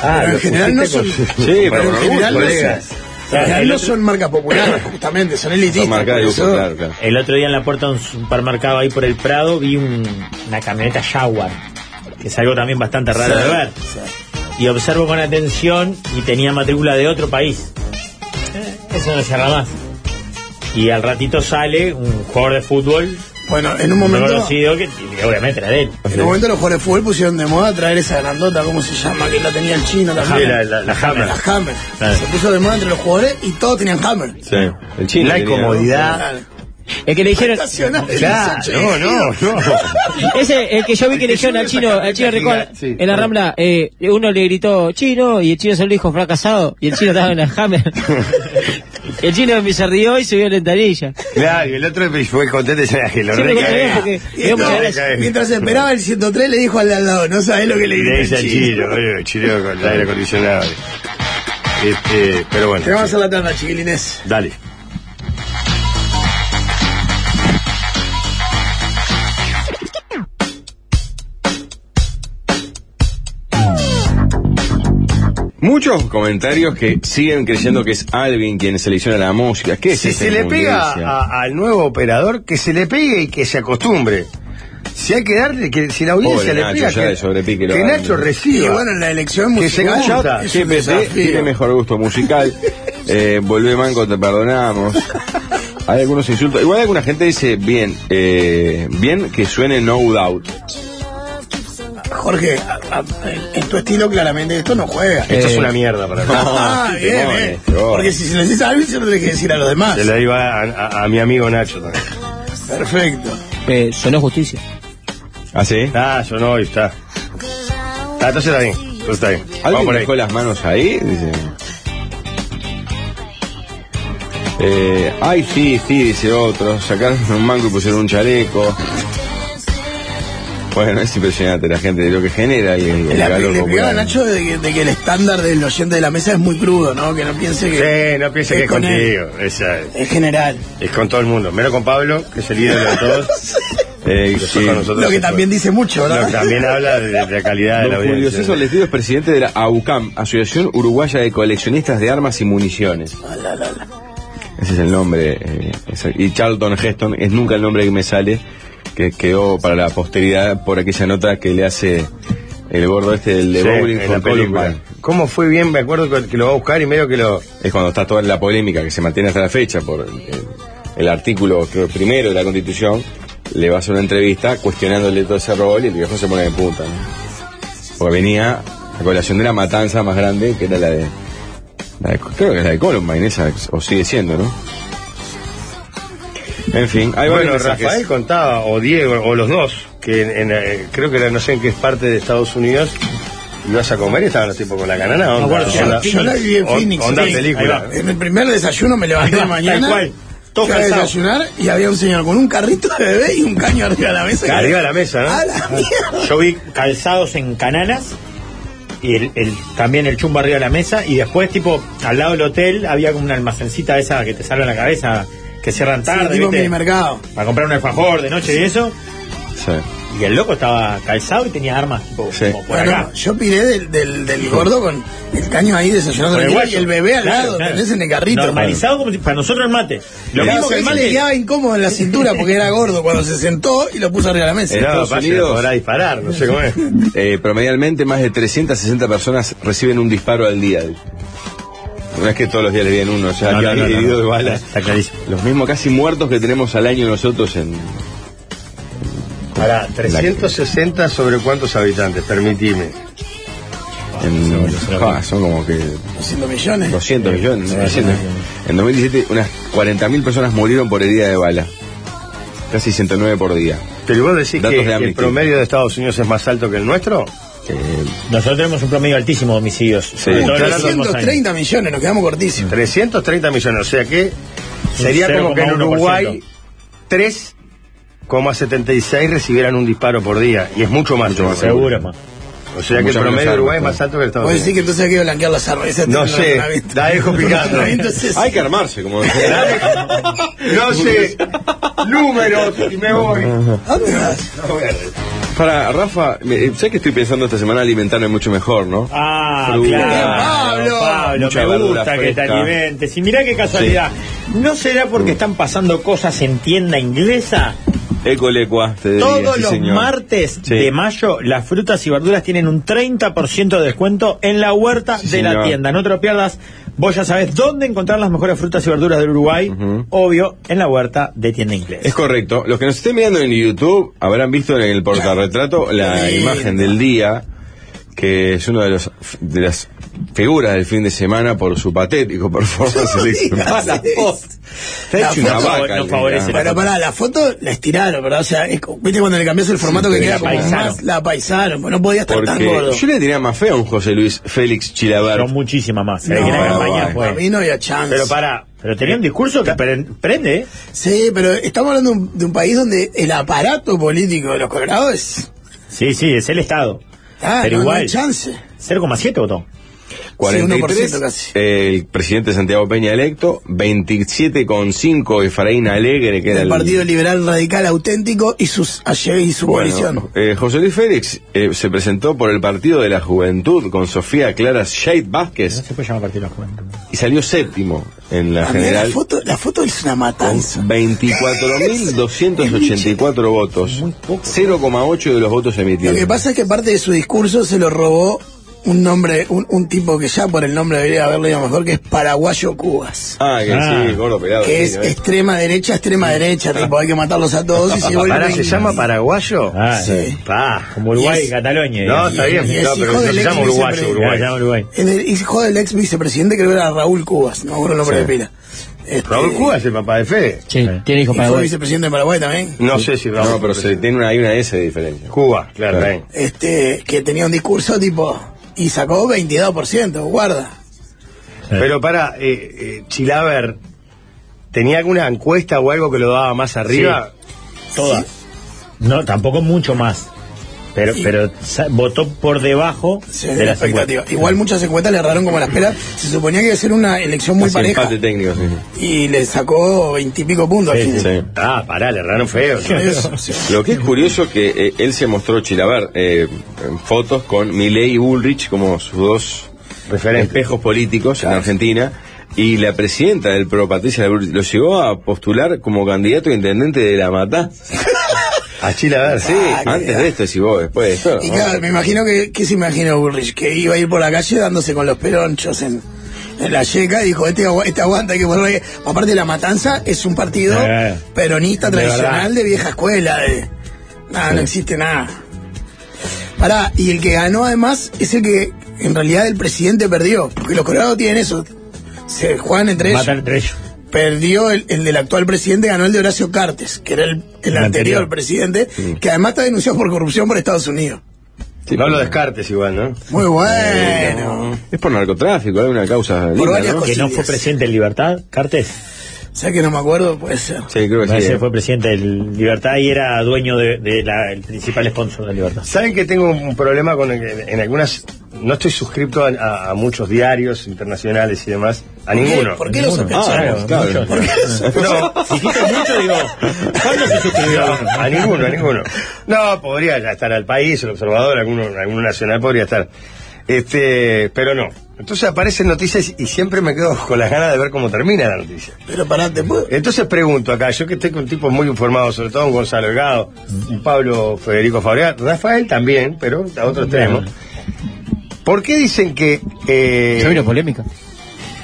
[SPEAKER 4] Ah,
[SPEAKER 7] Pero en
[SPEAKER 4] lo
[SPEAKER 7] general no son.
[SPEAKER 4] pusiste con-
[SPEAKER 6] Sí, pero
[SPEAKER 7] pero en
[SPEAKER 6] con
[SPEAKER 7] general no
[SPEAKER 6] orgullo,
[SPEAKER 7] son-
[SPEAKER 6] colegas.
[SPEAKER 7] en general no son marcas populares, justamente, son elitistas.
[SPEAKER 6] Esa marca de
[SPEAKER 7] por
[SPEAKER 6] lujo,
[SPEAKER 7] eso-
[SPEAKER 6] claro, claro.
[SPEAKER 5] El otro día en la puerta de un supermercado ahí por el Prado vi un- una camioneta Jaguar, que es algo también bastante raro
[SPEAKER 7] Sí,
[SPEAKER 5] de ver. Y observo con atención y tenía matrícula de otro país. Eh, Eso no cierra más. Y al ratito sale un jugador de fútbol
[SPEAKER 7] Bueno, en un
[SPEAKER 5] muy
[SPEAKER 7] momento.
[SPEAKER 5] conocido que que obviamente era de él.
[SPEAKER 7] En un momento los jugadores de fútbol pusieron de moda traer esa grandota, ¿cómo se llama? Que la tenía el chino
[SPEAKER 5] Sí,
[SPEAKER 7] también.
[SPEAKER 5] la, la, la Hammer.
[SPEAKER 7] La Hammer.
[SPEAKER 5] Claro.
[SPEAKER 7] Se puso de moda entre los jugadores y todos tenían Hammer.
[SPEAKER 6] Sí. El chino.
[SPEAKER 4] La
[SPEAKER 6] tenía-
[SPEAKER 4] incomodidad.
[SPEAKER 7] Claro.
[SPEAKER 8] El que le dijeron.
[SPEAKER 4] Claro, no, no, no.
[SPEAKER 8] Ese, el que yo vi que le dijeron al chino, al chino Rincón, en la rambla, eh, uno le gritó chino y el chino solo dijo fracasado y el chino estaba en la hammer. el chino se rió y subió a la ventanilla.
[SPEAKER 4] Claro, y el otro fue contento y dice, "Ah, que lo
[SPEAKER 8] Sí, me
[SPEAKER 4] recagué".
[SPEAKER 8] acordé porque-
[SPEAKER 4] Lo
[SPEAKER 7] Y entonces,
[SPEAKER 4] recagué.
[SPEAKER 7] mientras esperaba el 103 le dijo al de al lado, no sabés lo que le
[SPEAKER 4] Y le
[SPEAKER 7] dice
[SPEAKER 4] dice
[SPEAKER 7] al
[SPEAKER 4] al
[SPEAKER 7] chino.
[SPEAKER 4] chino, boludo, chino con el aire acondicionado. Este, pero bueno.
[SPEAKER 7] Te vamos a hacer la tanda, chiquilines.
[SPEAKER 4] Dale.
[SPEAKER 6] Muchos comentarios que siguen creyendo que es Alvin quien selecciona la música. ¿Qué es este
[SPEAKER 4] Si
[SPEAKER 6] esta
[SPEAKER 4] se le pega
[SPEAKER 6] inmundicia?
[SPEAKER 4] a- al nuevo operador, que se le pegue y que se acostumbre. Si hay que darle, que si la audiencia
[SPEAKER 6] Pobre
[SPEAKER 4] le
[SPEAKER 6] Nacho,
[SPEAKER 4] pega,
[SPEAKER 6] ya de
[SPEAKER 4] que,
[SPEAKER 6] sobrepique lo
[SPEAKER 4] que
[SPEAKER 6] dan.
[SPEAKER 4] Nacho
[SPEAKER 7] Y
[SPEAKER 4] reciba.
[SPEAKER 7] bueno, en la elección
[SPEAKER 4] Que se
[SPEAKER 7] musical
[SPEAKER 4] calla,
[SPEAKER 7] es un
[SPEAKER 6] GPP
[SPEAKER 7] desafío.
[SPEAKER 6] tiene mejor gusto musical. Eh, volvé manco, te perdonamos. Hay algunos insultos. Igual alguna gente dice bien, eh, bien que suene No Doubt.
[SPEAKER 7] Jorge, a- a- en- en tu estilo claramente esto no juega.
[SPEAKER 4] Esto es una mierda para mí.
[SPEAKER 7] Ah,
[SPEAKER 6] qué
[SPEAKER 7] bien,
[SPEAKER 6] pobre,
[SPEAKER 7] bien.
[SPEAKER 6] qué pobre.
[SPEAKER 7] Porque si se lo decís a alguien, se lo tenés que decir a los demás.
[SPEAKER 4] Se lo digo a, a- a mi amigo Nacho también.
[SPEAKER 7] Perfecto.
[SPEAKER 8] Eh, sonó justicia.
[SPEAKER 6] ¿Ah, sí?
[SPEAKER 4] Ah, yo no, y está. Ah, entonces está bien. entonces está bien. Vamos
[SPEAKER 6] ¿Alguien
[SPEAKER 4] por ahí.
[SPEAKER 6] dejó las manos ahí? Dice. Eh, ay, sí, sí, dice otro. Sacaron un mango y pusieron un chaleco. Bueno, es impresionante la gente, lo que genera y el, el
[SPEAKER 7] La-
[SPEAKER 6] calor
[SPEAKER 7] le pegaba a
[SPEAKER 6] popular.
[SPEAKER 7] Nacho de que, de que el estándar del oyente de la mesa es muy crudo, ¿no? Que no piense que
[SPEAKER 4] Sí, no piense que es
[SPEAKER 7] con él.
[SPEAKER 4] contigo. Esa es,
[SPEAKER 7] es general.
[SPEAKER 4] es con todo el mundo. Menos con Pablo, que es el ídolo de todos.
[SPEAKER 6] Eh,
[SPEAKER 4] Nosotros
[SPEAKER 6] sí.
[SPEAKER 4] con nosotros
[SPEAKER 7] Lo que
[SPEAKER 4] es-
[SPEAKER 7] también dice mucho,
[SPEAKER 4] Lo
[SPEAKER 7] ¿verdad?
[SPEAKER 4] que también habla de, de la calidad de la
[SPEAKER 6] Don Julio
[SPEAKER 4] audiencia.
[SPEAKER 6] César Lestido es presidente de la AUCAM, Asociación Uruguaya de Coleccionistas de Armas y Municiones. Ese es el nombre. eh, ese- y Charlton Heston es nunca el nombre que me sale, que quedó para la posteridad por aquella nota que le hace el gordo este del de
[SPEAKER 4] Sí,
[SPEAKER 6] Bowling
[SPEAKER 4] en
[SPEAKER 6] for
[SPEAKER 4] la película.
[SPEAKER 6] Columbine.
[SPEAKER 4] ¿Cómo fue bien? Me acuerdo que que lo va a buscar y medio que lo.
[SPEAKER 6] Es cuando está toda la polémica que se mantiene hasta la fecha por el, el artículo creo, primero de la Constitución. Le va a hacer una entrevista cuestionándole todo ese rol y el viejo se pone de punta. ¿no? Porque venía a colación de la matanza más grande que era la de. la de- creo que es la de Columbine, esa, o sigue siendo, ¿no? En fin, hay varios
[SPEAKER 4] bueno,
[SPEAKER 6] mensajes.
[SPEAKER 4] Rafael contaba, o Diego, o los dos, que en- en, eh, creo que era no sé en qué parte de Estados Unidos ibas a comer y estaban los tipos con la canana. Onda,
[SPEAKER 5] acuerdo,
[SPEAKER 7] Yo,
[SPEAKER 4] onda-
[SPEAKER 7] yo la viví en
[SPEAKER 4] on-
[SPEAKER 7] Phoenix.
[SPEAKER 4] onda
[SPEAKER 7] sí.
[SPEAKER 4] película.
[SPEAKER 7] En el primer desayuno me levanté de mañana.
[SPEAKER 5] cual. Todos
[SPEAKER 7] Fui a
[SPEAKER 5] calzados.
[SPEAKER 7] desayunar y había un señor con un carrito de bebé y un caño arriba de la mesa.
[SPEAKER 4] Arriba de la mesa, ¿no?
[SPEAKER 7] A la mierda.
[SPEAKER 5] Yo vi calzados en cananas y el, el- también el chumbo arriba de la mesa y después tipo al lado del hotel había como una almacencita esa que te sale en la cabeza que cierran tarde,
[SPEAKER 7] tipo
[SPEAKER 5] ¿viste?
[SPEAKER 7] mini mercado.
[SPEAKER 5] Para comprar un alfajor de noche y eso.
[SPEAKER 6] Sí.
[SPEAKER 5] Y el loco estaba calzado y tenía armas tipo
[SPEAKER 6] Sí.
[SPEAKER 5] como por
[SPEAKER 7] Bueno,
[SPEAKER 5] acá.
[SPEAKER 7] yo piré del, del, del gordo con el caño ahí desayunando
[SPEAKER 5] Con el
[SPEAKER 7] tranquilo
[SPEAKER 5] guacho.
[SPEAKER 7] y el bebé al
[SPEAKER 5] Claro,
[SPEAKER 7] lado,
[SPEAKER 5] claro.
[SPEAKER 7] tenés en el carrito.
[SPEAKER 5] Normalizado como si- para nosotros el mate. Lo
[SPEAKER 7] Claro,
[SPEAKER 5] mismo que el
[SPEAKER 7] se
[SPEAKER 5] mate.
[SPEAKER 7] quedaba incómodo en la cintura porque era gordo cuando se sentó y lo puso arriba de la mesa.
[SPEAKER 6] Era-
[SPEAKER 4] No,
[SPEAKER 6] Estados
[SPEAKER 4] pasa que
[SPEAKER 6] Unidos.
[SPEAKER 4] no podrá disparar, no sé cómo es.
[SPEAKER 6] Eh, promedialmente, más de 360 personas reciben un disparo al día. No es que todos los días le vienen uno, o sea,
[SPEAKER 5] No,
[SPEAKER 6] que
[SPEAKER 5] no,
[SPEAKER 6] han
[SPEAKER 5] no, no,
[SPEAKER 6] herido
[SPEAKER 5] no.
[SPEAKER 6] de bala.
[SPEAKER 5] Está clarísimo.
[SPEAKER 6] Los mismos casi muertos que tenemos al año nosotros en.
[SPEAKER 4] Pará, 360 sobre cuántos habitantes, permitime.
[SPEAKER 6] en- Ah, son como que
[SPEAKER 7] 200 millones.
[SPEAKER 6] 200 millones. 300. En 2017, unas 40.000 personas murieron por herida de bala. Casi 109 por día.
[SPEAKER 4] Pero vos decís
[SPEAKER 6] Datos
[SPEAKER 4] que
[SPEAKER 6] de Amnesty.
[SPEAKER 4] el promedio de Estados Unidos es más alto que el nuestro.
[SPEAKER 6] Eh,
[SPEAKER 5] Nosotros tenemos un promedio altísimo de homicidios. sobre todo en los últimos años.
[SPEAKER 7] 330 millones, nos quedamos cortísimos.
[SPEAKER 4] Mm. 330 millones, o sea que sería como que en
[SPEAKER 5] 0,1%.
[SPEAKER 4] Uruguay 3,76 recibieran un disparo por día. Y es mucho más.
[SPEAKER 5] Seguro, man.
[SPEAKER 4] O sea que el
[SPEAKER 6] Mucho menos
[SPEAKER 4] promedio de
[SPEAKER 6] armas,
[SPEAKER 4] Uruguay es
[SPEAKER 6] claro.
[SPEAKER 4] más alto que el Estados
[SPEAKER 7] Vos
[SPEAKER 4] Unidos.
[SPEAKER 7] decís que entonces hay que blanquear las armas. Esa
[SPEAKER 4] No
[SPEAKER 7] es la
[SPEAKER 4] sé,
[SPEAKER 7] herramienta.
[SPEAKER 4] da dejo picando.
[SPEAKER 7] Entonces,
[SPEAKER 6] Hay que armarse, como decía.
[SPEAKER 4] No sé, números y me voy.
[SPEAKER 7] ¿a dónde vas?
[SPEAKER 6] Para Rafa, me- eh, sé que estoy pensando esta semana alimentarme mucho mejor, ¿no?
[SPEAKER 5] Ah,
[SPEAKER 6] Fruta.
[SPEAKER 5] claro,
[SPEAKER 7] Pablo.
[SPEAKER 5] Pablo,
[SPEAKER 6] Mucha
[SPEAKER 5] me
[SPEAKER 6] verdura
[SPEAKER 5] gusta que te
[SPEAKER 6] fresca. Mm.
[SPEAKER 5] alimentes. Y mirá qué casualidad. ¿No será porque están pasando cosas en tienda inglesa?
[SPEAKER 6] Ecolecua, te diría,
[SPEAKER 5] Todos
[SPEAKER 6] sí,
[SPEAKER 5] los
[SPEAKER 6] señor.
[SPEAKER 5] martes
[SPEAKER 6] Sí.
[SPEAKER 5] de mayo, las frutas y verduras tienen un 30% de descuento en la huerta
[SPEAKER 6] Sí,
[SPEAKER 5] de la
[SPEAKER 6] señor.
[SPEAKER 5] tienda. No te lo pierdas. Vos ya sabés dónde encontrar las mejores frutas y verduras del Uruguay.
[SPEAKER 6] Ujú.
[SPEAKER 5] Obvio, en la huerta de tienda
[SPEAKER 6] Es
[SPEAKER 5] inglesa.
[SPEAKER 6] correcto. Los que nos estén mirando en YouTube habrán visto en el portarretrato la
[SPEAKER 7] Lindo.
[SPEAKER 6] imagen del día, que es una de, los, de las figuras del fin de semana por su patético performance.
[SPEAKER 7] No
[SPEAKER 6] electoral.
[SPEAKER 7] digas
[SPEAKER 6] La
[SPEAKER 7] eso.
[SPEAKER 6] foto. Está
[SPEAKER 7] La
[SPEAKER 6] hecho una
[SPEAKER 7] foto
[SPEAKER 6] vaca.
[SPEAKER 5] no
[SPEAKER 6] el
[SPEAKER 5] favorece
[SPEAKER 6] día.
[SPEAKER 5] la
[SPEAKER 7] Bueno, pará, la foto la estiraron, ¿verdad? O sea, es como- viste cuando le cambias el formato que
[SPEAKER 6] pero
[SPEAKER 7] queda
[SPEAKER 6] la
[SPEAKER 7] como
[SPEAKER 5] paisaron.
[SPEAKER 7] más, la paisaron, pues no podía estar tan gordo.
[SPEAKER 6] Porque yo le diría más feo a un José Luis Félix Chilaver.
[SPEAKER 5] Son muchísimas más.
[SPEAKER 7] No,
[SPEAKER 5] Hay que la campaña
[SPEAKER 6] bueno,
[SPEAKER 5] fue-
[SPEAKER 7] para mí no había chance.
[SPEAKER 5] Pero para, pero tenía un discurso que pre- prende, ¿eh?
[SPEAKER 7] Sí, pero estamos hablando de un, de un país donde el aparato político de los colorados es...
[SPEAKER 5] Sí, sí, es el Estado.
[SPEAKER 7] Ah, no,
[SPEAKER 5] pero
[SPEAKER 7] no
[SPEAKER 5] igual,
[SPEAKER 7] hay chance.
[SPEAKER 5] 0,7 votó.
[SPEAKER 6] 43,
[SPEAKER 7] 1% casi.
[SPEAKER 6] el presidente Santiago Peña electo, 27,5 Efraín Alegre, que era
[SPEAKER 7] Del
[SPEAKER 6] el
[SPEAKER 7] Partido Liberal Radical Auténtico y sus ayer y su coalición.
[SPEAKER 6] Bueno, eh, José Luis Félix eh, se presentó por el Partido de la Juventud con Sofía Clara Shade
[SPEAKER 5] No
[SPEAKER 6] Vázquez
[SPEAKER 5] se puede llamar partido de la juventud.
[SPEAKER 6] y salió séptimo en la
[SPEAKER 7] Ah, mirá, la
[SPEAKER 6] general
[SPEAKER 7] foto, la foto es una
[SPEAKER 6] con
[SPEAKER 7] matanza.
[SPEAKER 6] 24.284 votos, 0,8 de los votos
[SPEAKER 7] Lo
[SPEAKER 6] emitidos.
[SPEAKER 7] que pasa es que parte de su discurso se lo robó un nombre, un, un tipo que ya por el nombre debería haberle ido mejor, que es Paraguayo Cubas.
[SPEAKER 6] Ah, que
[SPEAKER 5] Ah.
[SPEAKER 6] sí, gordo pelado.
[SPEAKER 7] Que es
[SPEAKER 6] sí, ¿no?
[SPEAKER 7] extrema derecha, extrema derecha, tipo, hay que matarlos a todos y se vuelve.
[SPEAKER 4] Pará, ¿se llama paraguayo?
[SPEAKER 5] Ah,
[SPEAKER 7] Sí.
[SPEAKER 4] Pa.
[SPEAKER 5] Como Uruguay
[SPEAKER 7] Y
[SPEAKER 5] y
[SPEAKER 7] es-
[SPEAKER 5] Cataluña.
[SPEAKER 4] No,
[SPEAKER 5] digamos.
[SPEAKER 4] está bien,
[SPEAKER 7] Y es
[SPEAKER 4] no,
[SPEAKER 7] hijo
[SPEAKER 4] pero no se
[SPEAKER 7] del ex
[SPEAKER 4] llama uruguayo,
[SPEAKER 7] vicepresidente.
[SPEAKER 5] Uruguay, ya,
[SPEAKER 4] uruguayo.
[SPEAKER 5] Uruguay.
[SPEAKER 7] El hijo del ex vicepresidente, creo que era Raúl Cubas, no me acuerdo el nombre
[SPEAKER 6] Sí.
[SPEAKER 7] de pila. Este,
[SPEAKER 4] Raúl Cuba es el papá de Fede.
[SPEAKER 8] Sí, tiene
[SPEAKER 7] Y
[SPEAKER 8] hijos para
[SPEAKER 7] fue
[SPEAKER 8] vos.
[SPEAKER 7] vicepresidente de Paraguay también.
[SPEAKER 4] No sé si Raúl.
[SPEAKER 6] No, pero se, tiene una, hay una S de diferencia.
[SPEAKER 4] Cuba, claro.
[SPEAKER 6] Claro.
[SPEAKER 7] Este, que tenía un discurso tipo. Y sacó 22%, guarda.
[SPEAKER 4] Pero para, eh, eh, Chilaver, ¿tenía alguna encuesta o algo que lo daba más arriba?
[SPEAKER 5] Todas. No, tampoco mucho más. Pero,
[SPEAKER 7] Sí.
[SPEAKER 5] pero sa- votó por debajo
[SPEAKER 7] Sí,
[SPEAKER 5] de
[SPEAKER 7] la
[SPEAKER 5] las
[SPEAKER 7] expectativa.
[SPEAKER 5] encuestas.
[SPEAKER 7] Igual muchas encuestas le erraron como las pelas. Se suponía que iba a ser una elección muy
[SPEAKER 6] Casi
[SPEAKER 7] pareja.
[SPEAKER 6] empate técnico, sí.
[SPEAKER 7] Y le sacó veintipico puntos al final.
[SPEAKER 6] Sí.
[SPEAKER 4] Ah, pará, le erraron feo. ¿no?
[SPEAKER 7] Eso, sí.
[SPEAKER 6] Lo que es curioso que eh, él se mostró Chilaver eh, en fotos con Milei y Bullrich como sus dos
[SPEAKER 4] Referente.
[SPEAKER 6] espejos políticos en Argentina y la presidenta del PRO, Patricia Bullrich, lo llegó a postular como candidato a intendente de la Mata. Ah,
[SPEAKER 4] A Chilaver,
[SPEAKER 6] Sí,
[SPEAKER 4] sí.
[SPEAKER 6] antes de esto, si vos, después de esto.
[SPEAKER 7] Ah, Y
[SPEAKER 6] ¿no?
[SPEAKER 7] claro, me imagino que, ¿qué se imaginó Bullrich? Que iba a ir por la calle dándose con los peronchos en, en la yeca, dijo, este, agua- este aguanta, hay que ponerle... Aparte, La Matanza es un partido
[SPEAKER 5] Eh,
[SPEAKER 7] peronista
[SPEAKER 5] de
[SPEAKER 7] tradicional
[SPEAKER 5] verdad.
[SPEAKER 7] de vieja escuela, de... Nada, no existe nada. Pará, y el que ganó además es el que en realidad el presidente perdió, porque los colorados tienen eso, se juegan entre ellos.
[SPEAKER 5] Matan entre ellos.
[SPEAKER 7] Perdió el, el del actual presidente, ganó el de Horacio Cartes, que era el, el
[SPEAKER 5] El
[SPEAKER 7] anterior,
[SPEAKER 5] anterior.
[SPEAKER 7] presidente, que además está denunciado por corrupción por Estados Unidos.
[SPEAKER 6] Sí,
[SPEAKER 4] No
[SPEAKER 6] por-
[SPEAKER 4] lo descartes igual, ¿no?
[SPEAKER 7] Muy bueno.
[SPEAKER 6] Es por narcotráfico, hay una causa. linda,
[SPEAKER 7] varias
[SPEAKER 6] ¿no?
[SPEAKER 7] cosas.
[SPEAKER 5] Que no
[SPEAKER 7] Cosillas.
[SPEAKER 5] fue presidente en libertad, Cartes.
[SPEAKER 7] sea que no me acuerdo, puede ser.
[SPEAKER 6] Sí,
[SPEAKER 4] Pues
[SPEAKER 6] creo que sí.
[SPEAKER 5] Ese
[SPEAKER 6] eh.
[SPEAKER 5] fue presidente de Libertad y era dueño del de, la- el principal sponsor de Libertad.
[SPEAKER 4] Saben que tengo un problema con en, en algunas. No estoy suscripto a, a- a muchos diarios internacionales y demás.
[SPEAKER 7] ¿Por
[SPEAKER 4] A
[SPEAKER 7] qué-
[SPEAKER 4] ninguno.
[SPEAKER 7] ¿Por qué lo
[SPEAKER 6] Ah,
[SPEAKER 7] sospechamos?
[SPEAKER 6] claro.
[SPEAKER 4] No,
[SPEAKER 5] Dijiste mucho, digo, ¿cuándo se suscribió?
[SPEAKER 4] a ninguno, a ninguno. No, podría ya estar al país, el observador, alguno, alguno nacional podría estar. Este, pero no. Entonces aparecen noticias y siempre me quedo con las ganas de ver cómo termina la noticia.
[SPEAKER 7] Pero pará, te puedo.
[SPEAKER 4] Entonces pregunto acá, yo que estoy con tipos muy informados, sobre todo con Gonzalo Delgado, un Pablo Federico Fabregat, Rafael también, pero a otro extremo. ¿Por qué dicen que eh,
[SPEAKER 8] Se vino polémica.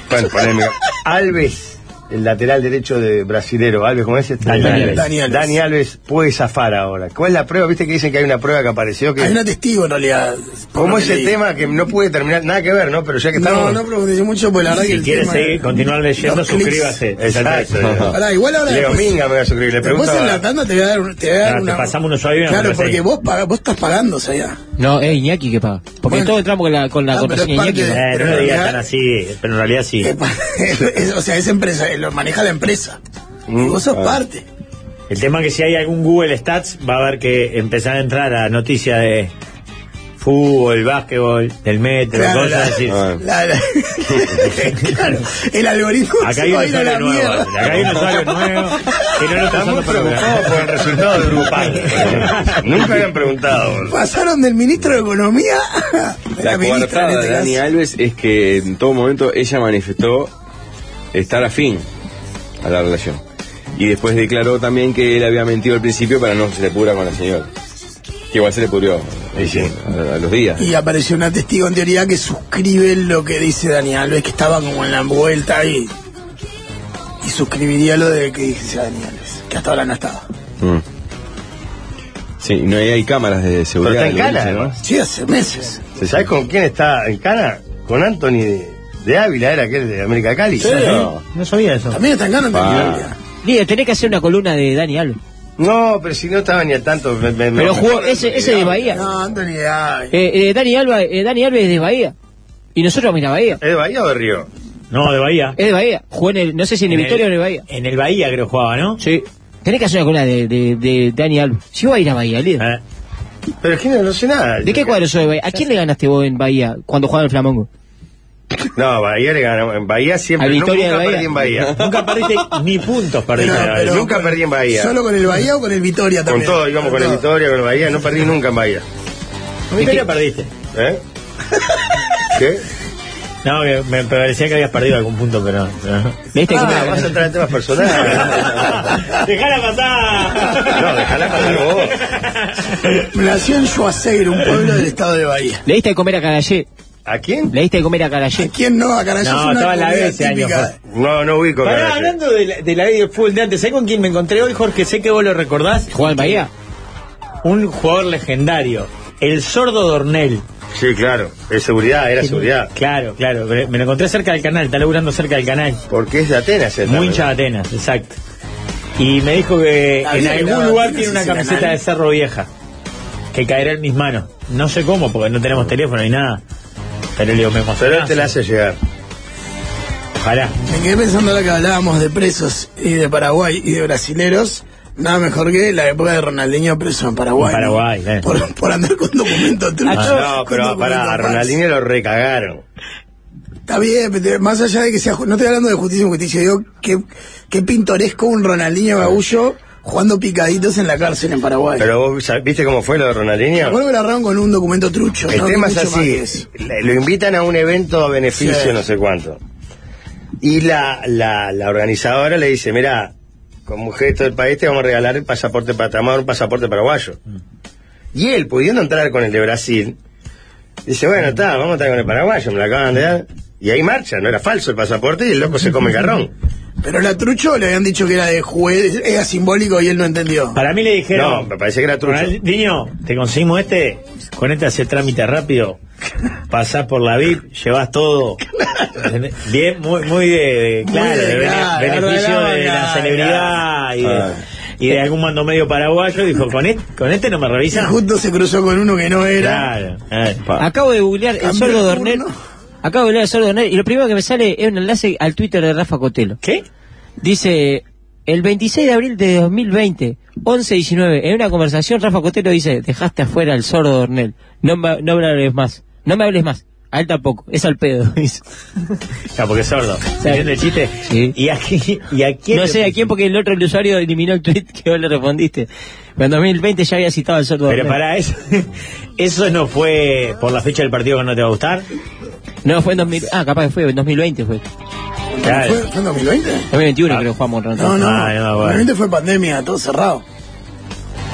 [SPEAKER 4] bueno, polémica, Alves, el lateral derecho de brasilero, Alves, ¿cómo es este?
[SPEAKER 5] Dani Alves.
[SPEAKER 7] Dani Alves.
[SPEAKER 4] Dani Alves puede zafar ahora. ¿Cuál es la prueba? Viste que dicen que hay una prueba que apareció
[SPEAKER 7] Hay
[SPEAKER 4] que
[SPEAKER 7] una testigo en realidad.
[SPEAKER 4] ¿Cómo
[SPEAKER 7] por
[SPEAKER 4] ese
[SPEAKER 7] lo que leí.
[SPEAKER 4] tema que no puede terminar? Nada que ver, ¿no? Pero ya que
[SPEAKER 7] No,
[SPEAKER 4] estamos...
[SPEAKER 7] no pregunté mucho, pues la verdad que
[SPEAKER 5] Si
[SPEAKER 7] el
[SPEAKER 5] quieres
[SPEAKER 7] tema-
[SPEAKER 5] seguir, continuar leyendo,
[SPEAKER 7] Los clics.
[SPEAKER 5] suscríbase.
[SPEAKER 4] Exacto.
[SPEAKER 7] Pará, igual ahora
[SPEAKER 4] Leo
[SPEAKER 7] después-
[SPEAKER 4] Minga me va a suscribir. Le
[SPEAKER 7] Después en
[SPEAKER 4] preguntaba-
[SPEAKER 7] la tanda te voy a dar, un- te voy a dar
[SPEAKER 5] Claro, te
[SPEAKER 7] una.
[SPEAKER 5] pasamos unos audios y nos
[SPEAKER 7] Claro,
[SPEAKER 5] pones ahí.
[SPEAKER 7] porque vos, pagás- vos estás pagando, o sea, ya.
[SPEAKER 8] No, es Iñaki que paga. Porque
[SPEAKER 7] Bueno.
[SPEAKER 8] todos entramos con la, con la
[SPEAKER 7] Ah, pero es
[SPEAKER 8] contraseña
[SPEAKER 7] parte
[SPEAKER 8] Iñaki.
[SPEAKER 7] de-
[SPEAKER 5] Eh, no lo digas tan así, pero en realidad sí.
[SPEAKER 7] Eh, pa- es- o sea, esa empresa, eh, lo maneja la empresa.
[SPEAKER 5] Mm,
[SPEAKER 7] Y vos sos
[SPEAKER 5] ah.
[SPEAKER 7] parte.
[SPEAKER 5] El tema es que si hay algún Google Stats, va a haber que empezar a entrar a noticias de fútbol, básquetbol, del metro,
[SPEAKER 7] Claro,
[SPEAKER 5] cosas
[SPEAKER 7] la-
[SPEAKER 5] así.
[SPEAKER 6] Ah.
[SPEAKER 7] La- la- claro, el algoritmo
[SPEAKER 5] Acá
[SPEAKER 7] se
[SPEAKER 5] hay un
[SPEAKER 7] va a ir a la
[SPEAKER 5] usuario nuevo.
[SPEAKER 7] mierda.
[SPEAKER 5] Acá hay un usuario nuevo que no lo está usando
[SPEAKER 4] Estamos
[SPEAKER 5] para
[SPEAKER 4] preocupados por el resultado de Drupal. Nunca habían preguntado.
[SPEAKER 7] Pasaron del ministro de Economía a ministra
[SPEAKER 6] La
[SPEAKER 7] en
[SPEAKER 6] coartada
[SPEAKER 7] este
[SPEAKER 6] de Dani
[SPEAKER 7] caso.
[SPEAKER 6] Alves es que en todo momento ella manifestó estar afín a la relación. Y después declaró también que él había mentido al principio para no se le pudra con la señora. Que igual se le pudrió a, a los días.
[SPEAKER 7] Y apareció una testigo en teoría que suscribe lo que dice Dani Alves, que estaba como en la vuelta y, y suscribiría lo de que dice Dani Alves, que hasta ahora no estaba.
[SPEAKER 6] Mm. Sí, no hay, hay cámaras de seguridad.
[SPEAKER 4] Pero está en
[SPEAKER 6] del boliche,
[SPEAKER 4] Cana,
[SPEAKER 6] ¿no?
[SPEAKER 4] además.
[SPEAKER 7] Sí, hace meses.
[SPEAKER 6] Sí, sí.
[SPEAKER 4] ¿Sabes con quién está en Cana? Con Anthony de, de Ávila, era aquel de América de Cali.
[SPEAKER 6] No.
[SPEAKER 5] No sabía eso.
[SPEAKER 7] También están ganando en
[SPEAKER 6] Ah.
[SPEAKER 7] Tailandia.
[SPEAKER 8] Digo, tenés que hacer una columna de Dani Alves.
[SPEAKER 4] No, pero si no estaba ni al tanto. me- me- me-
[SPEAKER 8] Pero jugó ese, ese de Bahía.
[SPEAKER 7] No, Anthony, ay.
[SPEAKER 8] Eh, eh, Dani, Alba, eh, Dani Alves es de Bahía. Y nosotros vamos a ir a Bahía.
[SPEAKER 4] ¿Es de Bahía o de Río?
[SPEAKER 5] No, de Bahía.
[SPEAKER 8] Es de Bahía. Jugó en el, no sé si en el Victoria o en el Bahía.
[SPEAKER 5] En el Bahía creo que jugaba, ¿no?
[SPEAKER 8] Sí. Tenés que hacer una columna de, de, de Dani Alves. Si vos a ir a Bahía, líder.
[SPEAKER 5] Eh,
[SPEAKER 4] Pero quién no sé nada.
[SPEAKER 8] ¿De qué cuadro sos de Bahía? ¿A quién le ganaste vos en Bahía cuando jugaba en el Flamengo?
[SPEAKER 4] No, Bahía le ganó. En Bahía siempre.
[SPEAKER 8] A
[SPEAKER 4] nunca
[SPEAKER 8] Victoria de Bahía.
[SPEAKER 4] perdí en Bahía.
[SPEAKER 5] Nunca perdiste ni puntos perdiste.
[SPEAKER 7] Pero-
[SPEAKER 5] la
[SPEAKER 7] pero-
[SPEAKER 5] verdad.
[SPEAKER 4] nunca perdí en Bahía.
[SPEAKER 7] ¿Solo con el Bahía o con el Vitoria
[SPEAKER 4] con
[SPEAKER 7] también?
[SPEAKER 4] todo, íbamos con el
[SPEAKER 7] todo.
[SPEAKER 4] Victoria, con el Bahía. No perdí nunca en Bahía.
[SPEAKER 5] Con Victoria perdiste.
[SPEAKER 4] ¿Eh? ¿Qué?
[SPEAKER 5] No, que me parecía que habías perdido algún punto, pero... pero-
[SPEAKER 8] ¿Viste que
[SPEAKER 4] Ah, vas a entrar en temas personales.
[SPEAKER 5] ¡Dejala pasar!
[SPEAKER 4] No, dejala pasar vos.
[SPEAKER 7] Nació en Schwarzschild, un pueblo del estado de Bahía.
[SPEAKER 8] Le diste de comer a Carayé.
[SPEAKER 4] ¿A quién?
[SPEAKER 8] Le diste de comer a
[SPEAKER 7] ¿A
[SPEAKER 8] Carayé.
[SPEAKER 7] quién no? A Carayé
[SPEAKER 5] No,
[SPEAKER 7] es una
[SPEAKER 5] estaba en la
[SPEAKER 7] comida
[SPEAKER 5] B ese año,
[SPEAKER 7] típica.
[SPEAKER 5] Jorge.
[SPEAKER 4] No, no ubico.
[SPEAKER 8] ¿Ah?
[SPEAKER 5] Pará,
[SPEAKER 4] Caracas.
[SPEAKER 5] hablando de la, de la ley de fútbol de antes, ¿sabés con quién me encontré hoy, Jorge? Sé que vos lo recordás.
[SPEAKER 8] ¿Jugaba en Bahía?
[SPEAKER 5] Un jugador legendario, el sordo Dornel.
[SPEAKER 4] Sí, claro. Es seguridad, era seguridad.
[SPEAKER 5] Claro, claro. pero Me lo encontré cerca del canal, está laburando cerca del canal.
[SPEAKER 4] Porque es de Atenas. el
[SPEAKER 5] Muy
[SPEAKER 4] también.
[SPEAKER 5] hincha de Atenas, exacto. Y me dijo que
[SPEAKER 7] Está
[SPEAKER 5] en
[SPEAKER 7] bien,
[SPEAKER 5] algún
[SPEAKER 7] la
[SPEAKER 5] lugar
[SPEAKER 7] Atenas
[SPEAKER 5] tiene
[SPEAKER 7] es
[SPEAKER 5] una
[SPEAKER 7] el
[SPEAKER 5] camiseta
[SPEAKER 7] canal.
[SPEAKER 5] de Cerro Vieja que caerá en mis manos. No sé cómo, porque no tenemos teléfono ni nada. Pero le digo,
[SPEAKER 4] Pero
[SPEAKER 5] me
[SPEAKER 4] él
[SPEAKER 5] emocionás.
[SPEAKER 4] te la hace llegar.
[SPEAKER 5] Ojalá.
[SPEAKER 7] Me quedé pensando ahora que hablábamos de presos y de Paraguay y de brasileros. Nada mejor que la época de Ronaldinho preso en Paraguay.
[SPEAKER 5] En Paraguay,
[SPEAKER 7] ¿no?
[SPEAKER 5] eh. Ah,
[SPEAKER 7] por, por andar con documento trucho.
[SPEAKER 4] No,
[SPEAKER 7] con
[SPEAKER 4] pero
[SPEAKER 7] documento
[SPEAKER 4] para a
[SPEAKER 7] falso.
[SPEAKER 4] Ronaldinho lo recagaron.
[SPEAKER 7] Está bien, pero te- más allá de que sea. ju- No estoy hablando de justicia y justicia. Digo, qué, qué pintoresco un Ronaldinho Gaullo jugando picaditos en la cárcel en Paraguay.
[SPEAKER 4] Pero vos sab- viste cómo fue lo de Ronaldinho.
[SPEAKER 7] Vuelve la ron con un documento trucho.
[SPEAKER 4] El
[SPEAKER 7] ¿no?
[SPEAKER 4] tema es
[SPEAKER 7] Mucho más que
[SPEAKER 4] así,
[SPEAKER 7] eso.
[SPEAKER 4] le- lo invitan a un evento a beneficio,
[SPEAKER 7] Sí.
[SPEAKER 4] no sé cuánto. Y la, la, la organizadora le dice, mira, como gesto del país te vamos a regalar el pasaporte para te vamos a dar un pasaporte paraguayo.
[SPEAKER 7] Mm.
[SPEAKER 4] Y él, pudiendo entrar con el de Brasil, dice, bueno, está, vamos a entrar con el paraguayo, me lo acaban de dar. Y ahí marcha, no era falso el pasaporte y el loco se come el garrón.
[SPEAKER 7] Pero la trucho le habían dicho que era de juez, era simbólico y él no entendió.
[SPEAKER 5] Para mí le dijeron.
[SPEAKER 4] No, me parece que era trucho.
[SPEAKER 5] Niño, te conseguimos este, con este hace trámite rápido, pasás por la VIP, llevas todo. Bien, muy, muy de, de- claro,
[SPEAKER 7] de
[SPEAKER 5] de bene-
[SPEAKER 7] claro,
[SPEAKER 5] beneficio
[SPEAKER 7] claro,
[SPEAKER 5] de la
[SPEAKER 7] claro.
[SPEAKER 5] celebridad y de,
[SPEAKER 6] Ah.
[SPEAKER 5] y de algún mando medio paraguayo. Dijo, con este, con este no me
[SPEAKER 7] Y
[SPEAKER 5] revisan.
[SPEAKER 7] justo se cruzó con uno que no era.
[SPEAKER 5] Claro, eh.
[SPEAKER 6] Pa.
[SPEAKER 8] Acabo de googlear el
[SPEAKER 7] Cambio
[SPEAKER 8] sordo
[SPEAKER 7] de
[SPEAKER 8] de Ornel.
[SPEAKER 7] turno.
[SPEAKER 8] Acabo de googlear el sordo de Ornel y lo primero que me sale es un enlace al Twitter de Rafa Cotelo.
[SPEAKER 5] ¿Qué?
[SPEAKER 8] Dice, el 26 de abril de 2020, 11.19, en una conversación, Rafa Cotelo dice, dejaste afuera al sordo Ornel, no, me- no me hables más, no me hables más, a él tampoco, es al pedo, dice.
[SPEAKER 5] Ya, porque es sordo. ¿Se entiende el chiste?
[SPEAKER 8] Sí.
[SPEAKER 5] ¿Y a, qui- y a quién?
[SPEAKER 8] No
[SPEAKER 5] le
[SPEAKER 8] sé a
[SPEAKER 5] puso?
[SPEAKER 8] quién porque el otro el usuario eliminó el tweet que vos le respondiste. Pero en 2020 ya había citado al sordo
[SPEAKER 5] Pero
[SPEAKER 8] Ornel.
[SPEAKER 5] para eso, eso no fue por la fecha del partido que no te va a gustar.
[SPEAKER 8] No, fue en 2000, ah, capaz que fue, en 2020 fue.
[SPEAKER 5] Claro.
[SPEAKER 7] ¿Fue, fue en 2020?
[SPEAKER 8] 2021 creo que jugamos un rato.
[SPEAKER 7] No, no.
[SPEAKER 5] Ah, no, bueno.
[SPEAKER 7] 2020 fue pandemia, todo cerrado.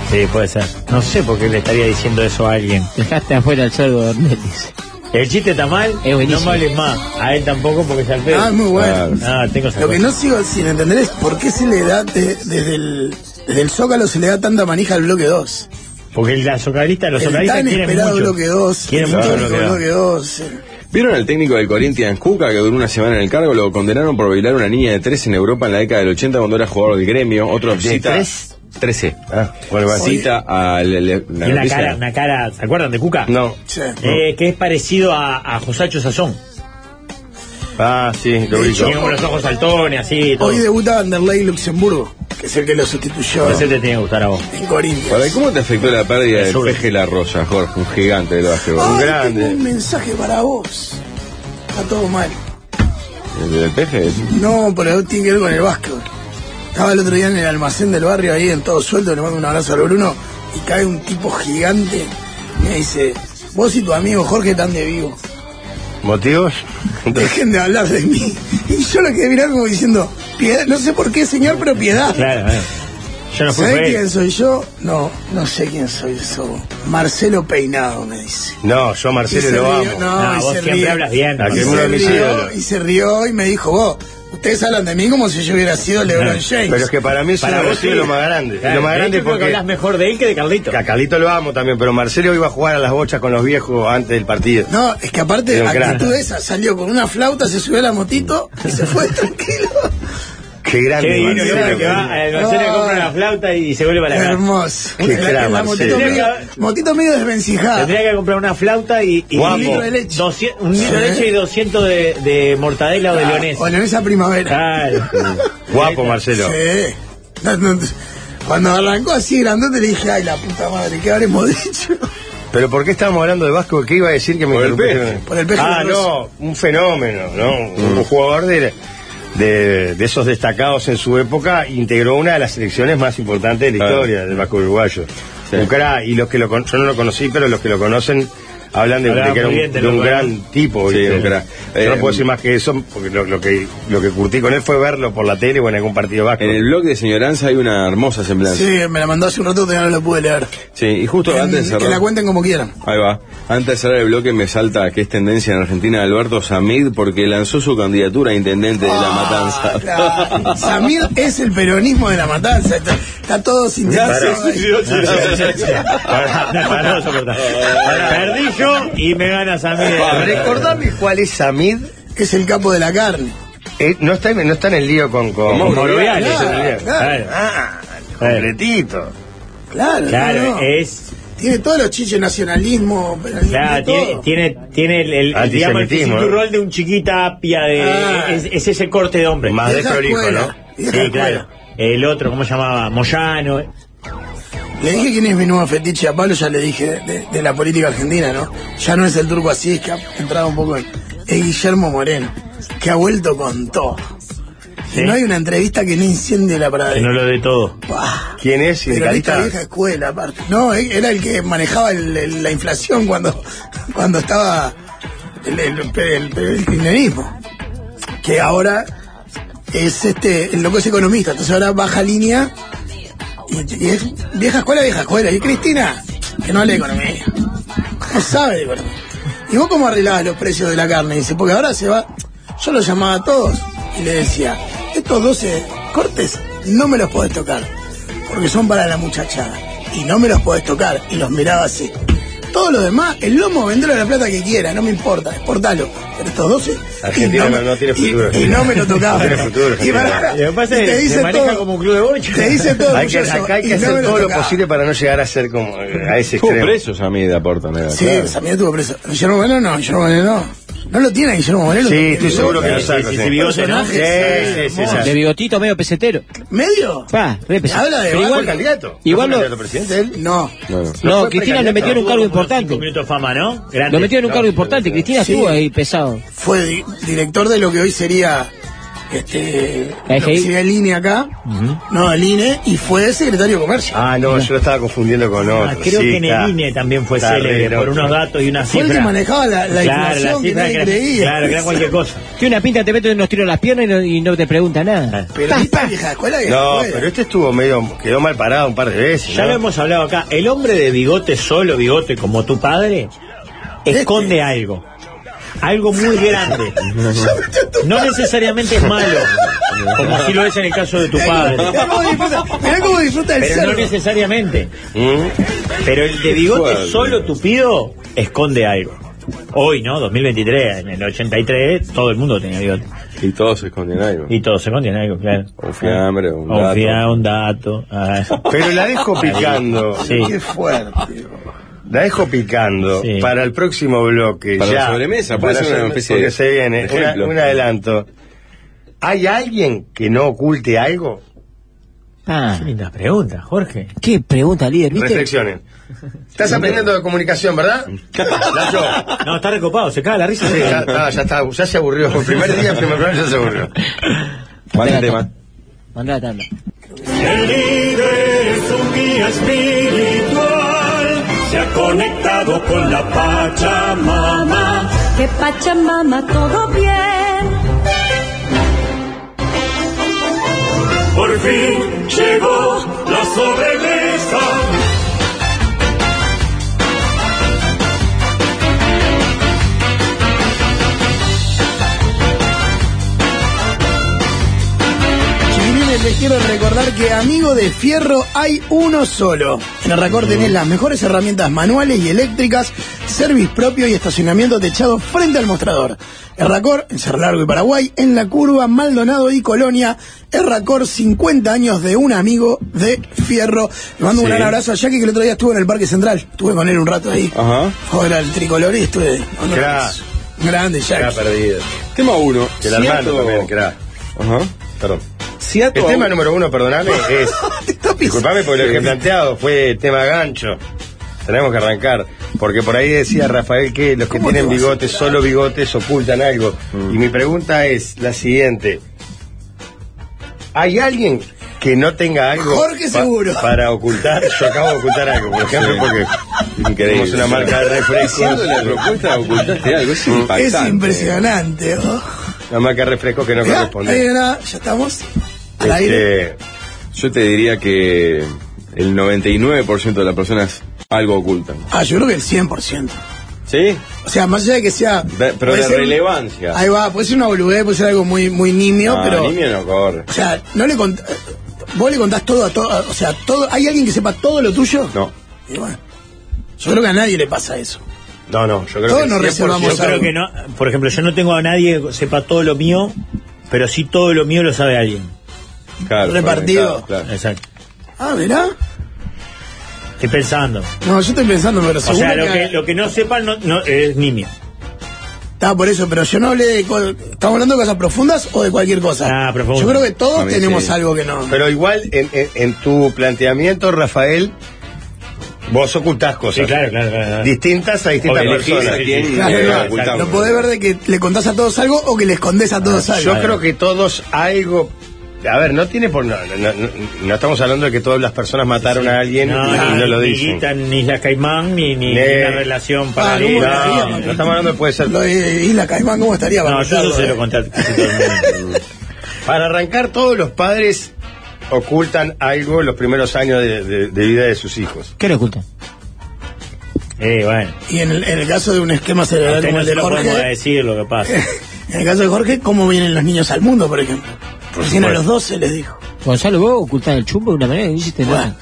[SPEAKER 5] Sí, puede ser. No sé por qué le estaría diciendo eso a alguien.
[SPEAKER 8] Dejaste afuera al sordo Ornel, dice.
[SPEAKER 5] El chiste está mal,
[SPEAKER 8] Es
[SPEAKER 5] no
[SPEAKER 8] buenísimo.
[SPEAKER 5] me hables más. A él tampoco porque es al pedo.
[SPEAKER 7] Ah, es muy bueno.
[SPEAKER 6] Claro.
[SPEAKER 5] Ah, tengo esa
[SPEAKER 7] Lo que
[SPEAKER 5] cosa.
[SPEAKER 7] no sigo sin entender es por qué se le da de- desde, el, desde el Zócalo se le da tanta manija al bloque 2.
[SPEAKER 5] Porque la socalista, los
[SPEAKER 7] El
[SPEAKER 5] socalistas
[SPEAKER 7] tan
[SPEAKER 5] quieren
[SPEAKER 7] esperado
[SPEAKER 5] mucho.
[SPEAKER 7] bloque 2.
[SPEAKER 5] Quieren
[SPEAKER 7] el
[SPEAKER 5] mucho
[SPEAKER 7] histórico
[SPEAKER 5] bloque dos.
[SPEAKER 7] bloque 2.
[SPEAKER 6] ¿Vieron al técnico del Corinthians Cuca que duró una semana en el cargo? Lo condenaron por bailar a una niña de 13 en Europa en la década del 80 cuando era jugador del gremio. Otro cita.
[SPEAKER 5] tres?
[SPEAKER 6] 13.
[SPEAKER 4] Ah, bueno, va.
[SPEAKER 6] Cita a la, la- la
[SPEAKER 5] Y una
[SPEAKER 6] noticia.
[SPEAKER 5] cara, una cara, ¿se acuerdan de Cuca?
[SPEAKER 6] No.
[SPEAKER 7] Sí.
[SPEAKER 5] Eh, que es parecido a, a Josacho Sazón.
[SPEAKER 6] Ah, sí, lo vi yo.
[SPEAKER 5] Tiene como los ojos saltones, así, todo.
[SPEAKER 7] Hoy debuta Anderley Luxemburgo, que es el que lo sustituyó
[SPEAKER 5] Ese te tiene que gustar a vos.
[SPEAKER 7] en Corinthians.
[SPEAKER 6] Para, ¿Cómo te afectó la pérdida del
[SPEAKER 5] Azul.
[SPEAKER 6] peje La Rosa, Jorge? Un gigante del básquetbol.
[SPEAKER 7] Ay,
[SPEAKER 6] Un
[SPEAKER 7] tengo un
[SPEAKER 6] grande.
[SPEAKER 7] mensaje para vos. Está todo mal.
[SPEAKER 6] ¿El del peje?
[SPEAKER 7] No, pero tiene que ver con el básquet. Estaba el otro día en el almacén del barrio, ahí en todo suelto, le mando un abrazo al Bruno, y cae un tipo gigante. y Me dice, vos y tu amigo Jorge están de vivo.
[SPEAKER 4] ¿Motivos?
[SPEAKER 7] Dejen de hablar de mí. Y yo lo quedé mirando como diciendo, piedad, no sé por qué señor, pero piedad.
[SPEAKER 5] Claro, eh. Yo no fui por
[SPEAKER 7] ¿Sabés quién
[SPEAKER 5] él.
[SPEAKER 7] soy yo? No, no sé quién soy yo. Marcelo Peinado, me dice.
[SPEAKER 4] No, yo a
[SPEAKER 7] Y
[SPEAKER 4] Marcelo
[SPEAKER 7] se
[SPEAKER 4] lo
[SPEAKER 7] rió,
[SPEAKER 4] amo.
[SPEAKER 7] No,
[SPEAKER 5] Ah,
[SPEAKER 7] y
[SPEAKER 5] vos
[SPEAKER 7] se
[SPEAKER 5] siempre
[SPEAKER 7] rió.
[SPEAKER 5] hablas bien.
[SPEAKER 4] Ah,
[SPEAKER 7] Y
[SPEAKER 4] que
[SPEAKER 7] se
[SPEAKER 4] uno de mis
[SPEAKER 7] rió,
[SPEAKER 4] ídolos.
[SPEAKER 7] Y se rió y me dijo, vos, ustedes hablan de mí como si yo hubiera sido LeBron James.
[SPEAKER 4] Pero es que para mí es uno
[SPEAKER 5] Para
[SPEAKER 4] de
[SPEAKER 5] vos
[SPEAKER 4] los ídolos más grandes.
[SPEAKER 5] Claro,
[SPEAKER 4] lo más
[SPEAKER 5] de
[SPEAKER 4] grande
[SPEAKER 5] hecho, creo que
[SPEAKER 4] porque
[SPEAKER 5] hablas mejor de él que de Carlito.
[SPEAKER 4] que a Calito lo amo también, pero Marcelo iba a jugar a las bochas con los viejos antes del partido.
[SPEAKER 7] No, es que aparte,
[SPEAKER 4] Era un crack.
[SPEAKER 7] actitud esa, salió con una flauta, se subió a la motito y se fue tranquilo.
[SPEAKER 4] Qué grande.
[SPEAKER 5] Qué divino
[SPEAKER 4] Marcelo,
[SPEAKER 5] que va
[SPEAKER 4] cariño.
[SPEAKER 5] al almacén, le compra una flauta y se vuelve para la casa.
[SPEAKER 7] Hermoso.
[SPEAKER 4] Qué
[SPEAKER 7] la,
[SPEAKER 4] crack,
[SPEAKER 7] la
[SPEAKER 4] Marcelo.
[SPEAKER 7] motito, medio, motito medio desvencijada.
[SPEAKER 5] Tendría que comprar una flauta y, y
[SPEAKER 4] Guapo.
[SPEAKER 5] un litro de leche, 200 un litro de
[SPEAKER 7] Sí.
[SPEAKER 5] leche y 200 de, de mortadela o de leonés.
[SPEAKER 7] O leonesa primavera.
[SPEAKER 5] Claro. eh,
[SPEAKER 4] Guapo, Marcelo.
[SPEAKER 7] Sí. No, no, Cuando arrancó así grandote le dije, ay la puta madre, ¿qué habremos dicho?
[SPEAKER 4] Pero ¿por qué estábamos hablando de Vasco? ¿Qué iba a decir que me
[SPEAKER 6] Por el
[SPEAKER 4] interrumpiste?
[SPEAKER 6] peje.
[SPEAKER 7] Por el peje
[SPEAKER 4] Ah,
[SPEAKER 7] de los-
[SPEAKER 4] no, un fenómeno, ¿no?
[SPEAKER 6] Mm.
[SPEAKER 4] Un jugador de, de, de esos destacados en su época integró una de las selecciones más importantes de la
[SPEAKER 6] Claro.
[SPEAKER 4] historia del Vasco uruguayo.
[SPEAKER 6] Sí.
[SPEAKER 4] Un crack, y los que lo con- yo no lo conocí, pero los que lo conocen hablan de,
[SPEAKER 5] Hablaba
[SPEAKER 4] de que era
[SPEAKER 5] muy
[SPEAKER 4] un,
[SPEAKER 5] bien de
[SPEAKER 4] de un
[SPEAKER 5] loco,
[SPEAKER 4] gran tipo.
[SPEAKER 6] Sí,
[SPEAKER 4] ¿viste?
[SPEAKER 6] un crack.
[SPEAKER 4] Yo no
[SPEAKER 6] Eh,
[SPEAKER 4] puedo decir más que eso, porque lo, lo que lo que curtí con él fue verlo por la tele o en algún partido vasco.
[SPEAKER 6] En el blog de Señoranza hay una hermosa semblanza. Sí,
[SPEAKER 7] Sí, me la mandó hace un rato, todavía no la pude leer.
[SPEAKER 6] y justo
[SPEAKER 7] Que-
[SPEAKER 6] antes de
[SPEAKER 7] que
[SPEAKER 6] cerrar-
[SPEAKER 7] la cuenten como quieran.
[SPEAKER 6] Ahí va. Antes de cerrar el bloque me salta que es tendencia en Argentina de Alberto Samid porque lanzó su candidatura a intendente de la matanza.
[SPEAKER 7] Ah, Claro. Samir es el peronismo de la matanza. Está, está todo sin
[SPEAKER 5] Pará, no, pará, no soportás. Pará, Perdí yo y me ganas a mí.
[SPEAKER 4] Recordame cuál es Samid.
[SPEAKER 7] Es el capo de la carne.
[SPEAKER 4] Eh, no, está, no está en el lío con, con,
[SPEAKER 5] Como Moroviales.
[SPEAKER 4] Moroviales.
[SPEAKER 5] Claro,
[SPEAKER 4] Ah, completito.
[SPEAKER 7] Claro,
[SPEAKER 5] claro, eh.
[SPEAKER 7] no, no.
[SPEAKER 5] es.
[SPEAKER 7] Tiene todos los chiches, nacionalismo, peronismo,
[SPEAKER 5] Claro, tiene,
[SPEAKER 7] todo.
[SPEAKER 5] tiene, tiene el, el, digamos, el
[SPEAKER 4] Antisemitismo,
[SPEAKER 5] rol
[SPEAKER 4] ¿eh?
[SPEAKER 5] de un chiquita pia de.
[SPEAKER 7] Ah.
[SPEAKER 5] Es, es ese corte de hombre.
[SPEAKER 4] Más de
[SPEAKER 7] Vieja
[SPEAKER 4] prolijo, ¿no?
[SPEAKER 7] escuela, vieja
[SPEAKER 5] Sí,
[SPEAKER 7] escuela.
[SPEAKER 5] claro. El otro, ¿cómo se llamaba? Moyano.
[SPEAKER 7] Le dije quién es mi nuevo fetiche a Pablo, ya le dije de, de- de la política argentina, ¿no? Ya no es el turco así, es que ha entrado un poco en. Es Guillermo Moreno, que ha vuelto con todo.
[SPEAKER 5] Sí.
[SPEAKER 7] No hay una entrevista que no incendie la
[SPEAKER 5] Que
[SPEAKER 7] pradera.
[SPEAKER 5] no lo de todo.
[SPEAKER 7] Buah.
[SPEAKER 4] ¿Quién es?
[SPEAKER 7] Pero en esta
[SPEAKER 4] Sindicalista.
[SPEAKER 7] vieja escuela, aparte. No, eh, era el que manejaba el- el- la inflación cuando, cuando estaba el, el, el- el kirchnerismo. Que ahora es este, el loco es economista, entonces ahora baja línea y, y es vieja escuela, vieja escuela. Y Cristina, que no lee economía, no sabe de economía. ¿Y vos cómo arreglabas los precios de la carne? Dice, porque ahora se va. Yo los llamaba a todos y le decía, estos 12 cortes no me los podés tocar, porque son para la muchachada. Y no me los podés tocar. Y los miraba así. Todo lo demás, el lomo vendrá la plata que quiera, no me importa, exportalo. Pero estos 12. y
[SPEAKER 4] Argentina
[SPEAKER 7] me-
[SPEAKER 4] no- no tiene
[SPEAKER 7] y-
[SPEAKER 4] futuro.
[SPEAKER 7] Y, no me lo tocaba.
[SPEAKER 4] No tiene futuro,
[SPEAKER 7] y para-
[SPEAKER 4] Argentina.
[SPEAKER 5] Lo que pasa
[SPEAKER 7] y
[SPEAKER 5] es
[SPEAKER 7] te
[SPEAKER 5] que se
[SPEAKER 7] dice
[SPEAKER 5] maneja
[SPEAKER 7] todo.
[SPEAKER 5] como un club de bocha.
[SPEAKER 7] Te dice todo.
[SPEAKER 4] Hay que,
[SPEAKER 7] orgulloso,
[SPEAKER 4] acá hay
[SPEAKER 7] y
[SPEAKER 4] que
[SPEAKER 7] no me
[SPEAKER 4] hacer todo lo
[SPEAKER 7] tocaba.
[SPEAKER 4] posible para no llegar a ser como eh, a ese
[SPEAKER 6] Estuvo
[SPEAKER 4] extremo.
[SPEAKER 6] preso Samid, aportan. era,
[SPEAKER 7] Sí,
[SPEAKER 6] claro.
[SPEAKER 7] Samir estuvo preso. Guillermo Moreno no, Guillermo Moreno no. No lo tiene Guillermo Moreno.
[SPEAKER 4] Sí, eh,
[SPEAKER 7] también,
[SPEAKER 4] estoy
[SPEAKER 7] ¿no?
[SPEAKER 4] seguro que lo
[SPEAKER 5] Sí, sí,
[SPEAKER 4] saco.
[SPEAKER 5] sí, sí, bigote, ¿no?
[SPEAKER 4] Sí, sí, sí, sí.
[SPEAKER 8] De bigotito medio pesetero.
[SPEAKER 7] ¿Medio?
[SPEAKER 8] Pa, re pesetero.
[SPEAKER 7] Habla de
[SPEAKER 8] Pero
[SPEAKER 7] Baco,
[SPEAKER 4] ¿Fue
[SPEAKER 8] igual,
[SPEAKER 4] candidato?
[SPEAKER 8] Igual
[SPEAKER 4] ¿Fue
[SPEAKER 8] lo-
[SPEAKER 4] candidato a presidente él?
[SPEAKER 7] No.
[SPEAKER 6] Bueno.
[SPEAKER 4] No
[SPEAKER 8] No,
[SPEAKER 4] fue
[SPEAKER 8] Cristina le
[SPEAKER 4] precandidato,
[SPEAKER 8] metieron un cargo importante.
[SPEAKER 5] Cinco minutos de fama, ¿no? Grande.
[SPEAKER 8] Lo metieron en un cargo importante. Cristina
[SPEAKER 7] Sí.
[SPEAKER 8] estuvo ahí pesado.
[SPEAKER 7] Fue di- director de lo que hoy sería. Este,
[SPEAKER 8] La
[SPEAKER 7] lo que
[SPEAKER 8] SGI.
[SPEAKER 7] sería el INE acá. No, el INE. Y fue secretario de comercio.
[SPEAKER 4] Ah, no, yo lo estaba confundiendo con
[SPEAKER 5] Ah,
[SPEAKER 4] otro.
[SPEAKER 5] creo
[SPEAKER 4] sí,
[SPEAKER 5] que en
[SPEAKER 4] está.
[SPEAKER 5] el INE también fue
[SPEAKER 4] Está re
[SPEAKER 5] célebre por
[SPEAKER 4] loco.
[SPEAKER 5] unos datos y unas
[SPEAKER 7] Fue el que
[SPEAKER 5] cifras.
[SPEAKER 7] manejaba la, la inflación que
[SPEAKER 5] cifra
[SPEAKER 7] nadie
[SPEAKER 5] era-
[SPEAKER 7] creía.
[SPEAKER 5] Claro, que era cualquier cosa.
[SPEAKER 8] Tiene una pinta, te mete unos tiros en las piernas y no, y no te pregunta nada.
[SPEAKER 7] Pero
[SPEAKER 8] Pa,
[SPEAKER 7] esta
[SPEAKER 8] pa.
[SPEAKER 7] vieja escuela que
[SPEAKER 4] No,
[SPEAKER 7] fue.
[SPEAKER 4] pero este estuvo medio, quedó mal parado un par de veces.
[SPEAKER 5] Ya
[SPEAKER 4] ¿no?
[SPEAKER 5] lo hemos hablado acá. El hombre de bigote solo, bigote como tu padre,
[SPEAKER 8] Este.
[SPEAKER 5] esconde algo. Algo muy grande. No necesariamente es malo, como si lo es en el caso de tu padre.
[SPEAKER 7] Mirá cómo disfruta, mirá cómo disfruta el
[SPEAKER 5] Pero no
[SPEAKER 7] cerdo.
[SPEAKER 5] necesariamente.
[SPEAKER 6] Mm.
[SPEAKER 5] Pero el de bigote
[SPEAKER 6] Suave.
[SPEAKER 5] solo tupido esconde algo. Hoy, ¿no? 2023, en el 83, todo el mundo tenía bigote.
[SPEAKER 6] Y todos se esconden algo.
[SPEAKER 5] Y todos se escondían algo, claro.
[SPEAKER 6] Un fiambre, un
[SPEAKER 5] Un
[SPEAKER 6] dato.
[SPEAKER 5] fiambre, un dato. Ah,
[SPEAKER 4] Pero la dejo picando.
[SPEAKER 5] sí.
[SPEAKER 7] Qué fuerte.
[SPEAKER 4] La dejo picando
[SPEAKER 5] Sí.
[SPEAKER 4] para el próximo bloque.
[SPEAKER 6] Para
[SPEAKER 4] ya.
[SPEAKER 6] la sobremesa,
[SPEAKER 4] Para
[SPEAKER 6] puede ser
[SPEAKER 4] la
[SPEAKER 6] una
[SPEAKER 4] sobremesa,
[SPEAKER 6] especie
[SPEAKER 4] porque
[SPEAKER 6] de-
[SPEAKER 4] se viene.
[SPEAKER 6] de
[SPEAKER 4] una-
[SPEAKER 6] ejemplo.
[SPEAKER 4] un adelanto. ¿Hay alguien que no oculte algo?
[SPEAKER 8] Ah,
[SPEAKER 5] Qué linda pregunta, Jorge.
[SPEAKER 8] qué pregunta, líder, ¿viste?
[SPEAKER 4] Reflexionen. Estás aprendiendo de comunicación, ¿verdad? Nacho.
[SPEAKER 5] No, está recopado, se cae la risa.
[SPEAKER 4] Sí, ya, está, ya, está, ya se aburrió. El primer día, el primer programa ya se aburrió.
[SPEAKER 6] ¿Cuál es el
[SPEAKER 8] Espera,
[SPEAKER 6] tema?
[SPEAKER 8] Mandá la tanda.
[SPEAKER 2] El líder es un guía espiritual, se ha conectado con la Pachamama.
[SPEAKER 10] Que Pachamama todo bien.
[SPEAKER 2] Por fin llegó la sobremesa.
[SPEAKER 7] Chiquilines, les quiero recordar que amigo de Fierro hay uno solo. En Arracor tenés las mejores herramientas manuales y eléctricas, service propio y estacionamiento techado frente al mostrador. Erracor, en Cerro Largo y Paraguay, en La Curva, Maldonado y Colonia. Erracor, 50 años de un amigo de Fierro. Le mando un gran abrazo a Jackie que el otro día estuvo en el Parque Central. Estuve con él un rato ahí.
[SPEAKER 4] Ah.
[SPEAKER 6] Ajá.
[SPEAKER 7] Ahora el tricolor y estuve. Un
[SPEAKER 4] Crack.
[SPEAKER 7] abrazo. Grande,
[SPEAKER 4] Está
[SPEAKER 7] Jackie.
[SPEAKER 4] perdido.
[SPEAKER 6] Tema 1.
[SPEAKER 4] Que el Armando también, que era-
[SPEAKER 6] Ajá.
[SPEAKER 4] Perdón.
[SPEAKER 6] Seattle.
[SPEAKER 4] El tema número uno, perdoname, es.
[SPEAKER 7] Te está pisando.
[SPEAKER 4] Disculpame porque lo que he planteado fue tema gancho. Tenemos que arrancar. Porque por ahí decía Rafael que los que
[SPEAKER 7] ¿Cómo
[SPEAKER 4] tienen
[SPEAKER 7] te vas a
[SPEAKER 4] bigotes, solo bigotes, ocultan algo. Y mi pregunta es la siguiente. ¿Hay alguien que no tenga algo
[SPEAKER 7] Jorge Seguro.
[SPEAKER 4] para ocultar? Yo acabo de ocultar algo, por ejemplo,
[SPEAKER 6] Sí.
[SPEAKER 4] porque
[SPEAKER 6] Increíble.
[SPEAKER 4] tenemos una marca de Mm. refrescos.
[SPEAKER 6] Siendo la propuesta ocultaste algo, es
[SPEAKER 7] Es
[SPEAKER 6] impactante.
[SPEAKER 7] impresionante. ¿no?
[SPEAKER 4] Una marca de refrescos que no
[SPEAKER 7] Mirá, ahí
[SPEAKER 4] corresponde.
[SPEAKER 7] de nada, ya estamos al
[SPEAKER 4] Este,
[SPEAKER 7] aire.
[SPEAKER 6] Yo te diría que el 99% de las personas algo ocultan.
[SPEAKER 7] Ah, yo creo que el 100%.
[SPEAKER 6] ¿Sí?
[SPEAKER 7] O sea, más allá de que sea.
[SPEAKER 6] Ve- pero
[SPEAKER 7] puede
[SPEAKER 6] de
[SPEAKER 7] ser-
[SPEAKER 6] relevancia.
[SPEAKER 7] Ahí va, puede ser una boludez, puede ser algo muy, muy nimio,
[SPEAKER 6] Ah,
[SPEAKER 7] pero.
[SPEAKER 6] niño no corre.
[SPEAKER 7] O sea, no le cont- Vos le contás todo a todo. O sea, todo ¿hay alguien que sepa todo lo tuyo?
[SPEAKER 6] No.
[SPEAKER 7] Y bueno, yo creo que a nadie le pasa eso.
[SPEAKER 4] No, no, yo creo
[SPEAKER 7] Todos
[SPEAKER 4] que
[SPEAKER 7] nos
[SPEAKER 4] 100%
[SPEAKER 7] reservamos
[SPEAKER 5] Yo creo que no. Por ejemplo, yo no tengo a nadie que sepa todo lo mío, pero sí todo lo mío lo sabe alguien.
[SPEAKER 6] Claro,
[SPEAKER 7] Repartido.
[SPEAKER 6] claro, claro.
[SPEAKER 5] Exacto.
[SPEAKER 7] Ah, ¿verdad?
[SPEAKER 5] Estoy pensando.
[SPEAKER 7] No, yo estoy pensando, pero
[SPEAKER 5] O
[SPEAKER 7] seguro
[SPEAKER 5] sea, lo
[SPEAKER 7] que-
[SPEAKER 5] que, lo que no sepan no, no- es nimio.
[SPEAKER 7] Está por eso, pero yo no hablé de. co- ¿Estamos hablando de cosas profundas o de cualquier cosa?
[SPEAKER 5] Ah, profundo.
[SPEAKER 7] Yo creo que todos
[SPEAKER 6] A mí
[SPEAKER 7] tenemos
[SPEAKER 6] sí.
[SPEAKER 7] algo que no.
[SPEAKER 4] Pero igual, en, en- en tu planteamiento, Rafael, vos ocultás cosas.
[SPEAKER 5] Sí, claro, claro. claro, claro.
[SPEAKER 4] distintas a distintas
[SPEAKER 5] Porque elegís
[SPEAKER 4] personas.
[SPEAKER 5] a
[SPEAKER 6] quién,
[SPEAKER 7] Claro,
[SPEAKER 6] eh,
[SPEAKER 7] claro.
[SPEAKER 6] ocultamos.
[SPEAKER 7] Lo podés ver de que le contás a todos algo o que le escondés a todos algo.
[SPEAKER 4] Ah, Yo creo que todos algo. A ver, no tiene por. No, no- no- no estamos hablando de que todas las personas mataron a alguien y, y
[SPEAKER 5] No,
[SPEAKER 4] no lo
[SPEAKER 5] ni, ni
[SPEAKER 4] dicen.
[SPEAKER 5] Guita, ni la Caimán, ni, ni,
[SPEAKER 4] Ne-
[SPEAKER 5] ni la relación
[SPEAKER 7] Ah, ¿cómo
[SPEAKER 5] paralela.
[SPEAKER 7] la
[SPEAKER 4] No,
[SPEAKER 7] haría,
[SPEAKER 4] no
[SPEAKER 7] Martín?
[SPEAKER 4] estamos hablando de puede ser.
[SPEAKER 7] Lo de Isla Caimán, ¿cómo estaría?
[SPEAKER 5] No,
[SPEAKER 7] para
[SPEAKER 5] yo eso
[SPEAKER 7] contarlo,
[SPEAKER 5] se lo
[SPEAKER 7] eh?
[SPEAKER 5] conté a casi todo el mundo.
[SPEAKER 4] Para arrancar, todos los padres ocultan algo en los primeros años de, de- de vida de sus hijos.
[SPEAKER 8] ¿Qué le ocultan?
[SPEAKER 5] Eh, bueno.
[SPEAKER 7] Y en el, en el caso de un esquema
[SPEAKER 5] A
[SPEAKER 7] cerebral
[SPEAKER 5] usted
[SPEAKER 7] como
[SPEAKER 5] no
[SPEAKER 7] el
[SPEAKER 5] se
[SPEAKER 7] de
[SPEAKER 5] lo podemos
[SPEAKER 7] Jorge,
[SPEAKER 5] decir lo que pasa.
[SPEAKER 7] en el caso de Jorge, ¿cómo vienen los niños al mundo, por ejemplo? Recién a los 12 les dijo.
[SPEAKER 8] Gonzalo, vos ocultás el chumbo de una manera que no hiciste nada.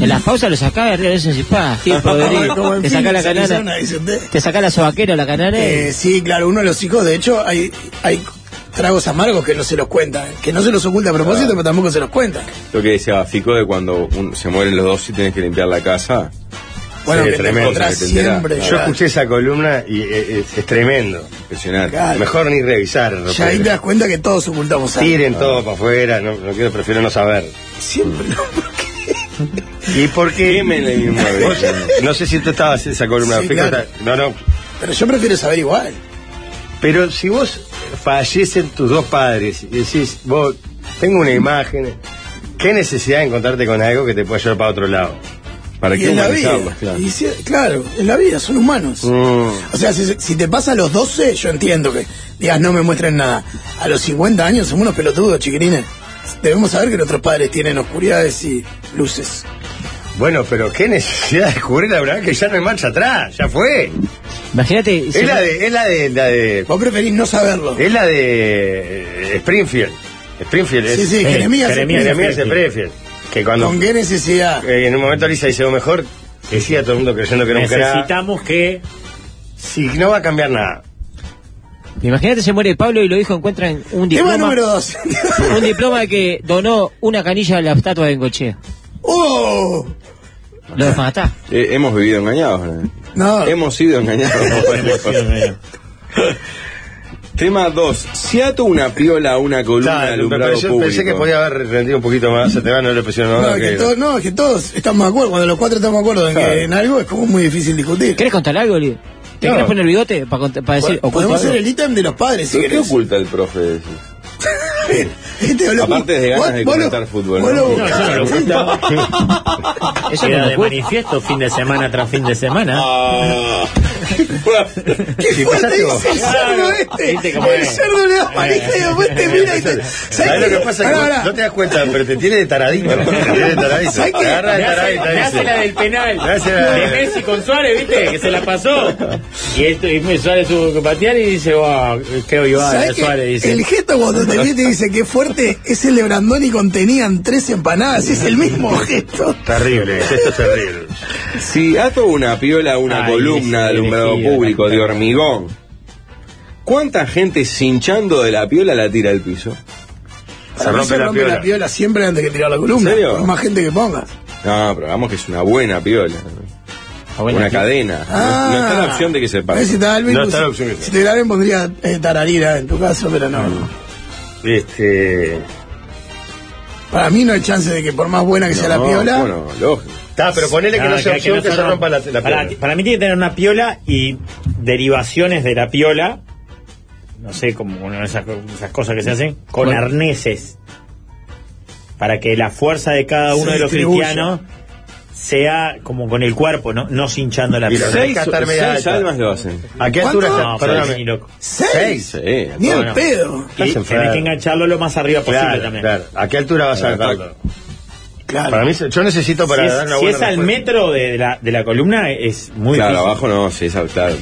[SPEAKER 8] En las pausas lo sacás de arriba de pa, tiempo de venir.
[SPEAKER 7] Como en
[SPEAKER 8] Te sacás la
[SPEAKER 7] Phoenix, Arizona,
[SPEAKER 8] canana.
[SPEAKER 7] dice usted.
[SPEAKER 8] Te sacás la sobaquera o la canana.
[SPEAKER 7] Eh, sí, claro, uno de los hijos, de hecho, hay, hay tragos amargos que no se los cuentan, que no se los oculta a propósito, pero tampoco se los cuentan.
[SPEAKER 6] Lo que decía Fico de cuando un- se mueren los dos y tienes que limpiar la casa.
[SPEAKER 7] Bueno,
[SPEAKER 4] Sí,
[SPEAKER 7] que te
[SPEAKER 4] tremendo.
[SPEAKER 7] encontrás
[SPEAKER 6] que te enterás.
[SPEAKER 7] siempre.
[SPEAKER 4] Yo
[SPEAKER 7] ya.
[SPEAKER 4] escuché esa columna y eh, es, es tremendo.
[SPEAKER 6] Impresionante.
[SPEAKER 7] Claro.
[SPEAKER 4] Mejor ni revisar. ¿no?
[SPEAKER 7] Ya ahí te das cuenta que todos ocultamos algo.
[SPEAKER 4] Tiren todo para afuera, no, no quiero, prefiero no saber.
[SPEAKER 7] Siempre.
[SPEAKER 4] ¿Y por qué?
[SPEAKER 6] Quémenla ahí mismo, a ver.
[SPEAKER 4] Vos- no sé si tú estabas en esa columna.
[SPEAKER 7] Sí,
[SPEAKER 4] Fico,
[SPEAKER 7] claro.
[SPEAKER 4] está- No, no.
[SPEAKER 7] Pero yo prefiero saber igual.
[SPEAKER 4] Pero si vos fallecen tus dos padres y decís, vos, tengo una imagen, ¿qué necesidad de encontrarte con algo que te pueda llevar para otro lado?
[SPEAKER 6] ¿Para
[SPEAKER 7] Y
[SPEAKER 6] qué
[SPEAKER 7] en la
[SPEAKER 6] humanizarlas?
[SPEAKER 7] vida.
[SPEAKER 6] Claro.
[SPEAKER 7] Y si- claro, en la vida son
[SPEAKER 4] Mm.
[SPEAKER 7] humanos. O sea, si, si te pasa a los 12, yo entiendo que digas no me muestren nada. A los 50 años somos unos pelotudos, chiquirines. Debemos saber que nuestros padres tienen oscuridades y luces.
[SPEAKER 4] Bueno, pero ¿qué necesidad de descubrir la verdad que ya no hay marcha atrás? Ya fue.
[SPEAKER 8] Imagínate. si-
[SPEAKER 4] Es la de, es la de, la de,
[SPEAKER 7] Vos preferís no saberlo.
[SPEAKER 4] es la de eh, Springfield. Springfield es.
[SPEAKER 7] Sí, sí,
[SPEAKER 5] Eh,
[SPEAKER 7] Jeremías.
[SPEAKER 5] Jeremías.
[SPEAKER 4] Jeremías de Springfield. Que cuando
[SPEAKER 7] ¿Con qué necesidad?
[SPEAKER 4] eh, en un momento Lisa dice, o mejor, decía todo el mundo creyendo que no era.
[SPEAKER 5] Necesitamos que.
[SPEAKER 4] Si no va a cambiar nada.
[SPEAKER 8] Imagínate se muere Pablo y lo dijo encuentran un
[SPEAKER 7] Tema
[SPEAKER 8] diploma.
[SPEAKER 7] número 2.
[SPEAKER 8] Un diploma que donó una canilla a la estatua de Engochea.
[SPEAKER 7] ¡Oh!
[SPEAKER 8] Lo desmatás.
[SPEAKER 6] Eh, hemos vivido engañados. ¿no?
[SPEAKER 4] Ah.
[SPEAKER 7] No.
[SPEAKER 6] Hemos sido engañados. Tema 2. Si ato una piola a una columna de
[SPEAKER 4] Claro,
[SPEAKER 6] alumbrado
[SPEAKER 4] pero yo
[SPEAKER 6] público.
[SPEAKER 4] pensé que podía haber rendido un poquito más. Se te va, no le presionó
[SPEAKER 7] No,
[SPEAKER 4] nada.
[SPEAKER 7] es que
[SPEAKER 4] que-
[SPEAKER 7] todos, no, es que todos estamos de acuerdo. Cuando los cuatro estamos de acuerdo en, que
[SPEAKER 4] Claro.
[SPEAKER 7] en algo es como muy difícil discutir.
[SPEAKER 8] ¿Querés contar algo, Leo? ¿Te
[SPEAKER 4] No.
[SPEAKER 8] querés poner bigote para decir?
[SPEAKER 7] Po- Podemos
[SPEAKER 8] oculto
[SPEAKER 7] hacer el
[SPEAKER 8] algo?
[SPEAKER 7] ítem de los padres si
[SPEAKER 6] ¿Pero ¿Qué
[SPEAKER 7] querés.
[SPEAKER 6] oculta el profe de eso?
[SPEAKER 7] Este habló-
[SPEAKER 6] Aparte de ganas de
[SPEAKER 7] vos lo-
[SPEAKER 6] comentar fútbol,
[SPEAKER 7] vos
[SPEAKER 6] ¿no?
[SPEAKER 7] lo
[SPEAKER 5] No,
[SPEAKER 7] buscás.
[SPEAKER 5] eso no lo oculta.
[SPEAKER 8] Eso no
[SPEAKER 5] Queda
[SPEAKER 8] lo
[SPEAKER 5] de
[SPEAKER 8] oculta.
[SPEAKER 5] manifiesto fin de semana tras fin de semana.
[SPEAKER 7] ¿Qué fuerte
[SPEAKER 4] empezaste
[SPEAKER 7] dice el cerdo
[SPEAKER 5] viste cómo
[SPEAKER 7] este? El
[SPEAKER 5] es.
[SPEAKER 7] cerdo le da manija y después te mira y te...
[SPEAKER 4] ¿Sabes lo que pasa? Que
[SPEAKER 7] Pará,
[SPEAKER 4] vos
[SPEAKER 7] pará.
[SPEAKER 4] no te das cuenta, pero te tiene de taradito. Te tiene de taradito.
[SPEAKER 7] ¿Sabés qué?
[SPEAKER 4] Te agarra de taradito.
[SPEAKER 5] Me hace la
[SPEAKER 4] dice.
[SPEAKER 5] del penal.
[SPEAKER 4] Me hace la-
[SPEAKER 5] De Messi con Suárez, ¿viste? Que se la pasó. Y, esto, y Suárez tuvo que patear y dice, wow, qué hoy va
[SPEAKER 7] ¿Sabés que
[SPEAKER 5] Suárez. Dice.
[SPEAKER 7] el gesto cuando te mira y te dice que fuerte es el de Brandoni contenían tres empanadas, es el mismo gesto.
[SPEAKER 4] Terrible, esto es terrible.
[SPEAKER 6] Si ato una piola a una
[SPEAKER 5] Ay,
[SPEAKER 6] columna de
[SPEAKER 5] ese
[SPEAKER 6] alumbrado
[SPEAKER 5] elegido,
[SPEAKER 6] público de
[SPEAKER 5] la-
[SPEAKER 6] hormigón, ¿cuánta gente cinchando de la piola la tira al piso?
[SPEAKER 7] Para mí
[SPEAKER 4] rompe la piola.
[SPEAKER 7] siempre antes que tirar la columna.
[SPEAKER 6] ¿En serio?
[SPEAKER 7] Por más gente que ponga.
[SPEAKER 6] No, pero vamos que es una buena piola. una cadena.
[SPEAKER 7] Ah.
[SPEAKER 6] no, no está la opción de que se
[SPEAKER 7] A ver si
[SPEAKER 6] pare.
[SPEAKER 7] te da Alvin,
[SPEAKER 4] No
[SPEAKER 7] pues,
[SPEAKER 4] está la opción que
[SPEAKER 7] Si te graben pondría eh, tararira en tu caso, pero no.
[SPEAKER 4] Este.
[SPEAKER 7] Para mí no hay chance de que por más buena que sea la
[SPEAKER 6] No,
[SPEAKER 7] piola,
[SPEAKER 6] Bueno, lógico.
[SPEAKER 4] Está, pero ponele que
[SPEAKER 5] Ah,
[SPEAKER 4] no sea
[SPEAKER 5] que-
[SPEAKER 4] opción
[SPEAKER 5] que
[SPEAKER 4] que,
[SPEAKER 5] no
[SPEAKER 4] se
[SPEAKER 5] sea-
[SPEAKER 4] rompa la, la
[SPEAKER 5] para,
[SPEAKER 4] pierna.
[SPEAKER 5] para mí tiene que tener una piola y derivaciones de la piola. No sé, como una de esas, esas cosas que se hacen. Con
[SPEAKER 8] Bueno.
[SPEAKER 5] arneses. Para que la fuerza de cada uno
[SPEAKER 7] Se
[SPEAKER 5] de los
[SPEAKER 7] distribuya.
[SPEAKER 5] cristianos sea como con el cuerpo, no, no cinchando la
[SPEAKER 4] Y los
[SPEAKER 5] piola.
[SPEAKER 4] seis-
[SPEAKER 6] Seis,
[SPEAKER 4] Deja estar media
[SPEAKER 6] seis
[SPEAKER 4] alta.
[SPEAKER 6] almas lo hacen.
[SPEAKER 4] ¿A qué
[SPEAKER 7] ¿Cuánto?
[SPEAKER 4] altura está?
[SPEAKER 5] No,
[SPEAKER 4] Perdóname.
[SPEAKER 5] pero ni loco.
[SPEAKER 7] seis.
[SPEAKER 6] Sí, a
[SPEAKER 7] Ni
[SPEAKER 6] todo
[SPEAKER 7] el
[SPEAKER 6] no.
[SPEAKER 7] pedo.
[SPEAKER 5] Y
[SPEAKER 4] Estás
[SPEAKER 5] tenés
[SPEAKER 4] enfermo.
[SPEAKER 5] que engancharlo lo más arriba posible
[SPEAKER 4] Claro,
[SPEAKER 5] también.
[SPEAKER 4] claro. ¿A qué altura vas a
[SPEAKER 6] Claro,
[SPEAKER 4] alcanzarlo?
[SPEAKER 7] Claro.
[SPEAKER 4] Para mí, yo necesito para
[SPEAKER 5] si es,
[SPEAKER 4] dar una
[SPEAKER 5] si
[SPEAKER 4] buena
[SPEAKER 5] es al
[SPEAKER 4] respuesta.
[SPEAKER 5] metro de la, de la columna es muy
[SPEAKER 6] Claro,
[SPEAKER 5] difícil.
[SPEAKER 6] abajo no, sí, es claro, claro.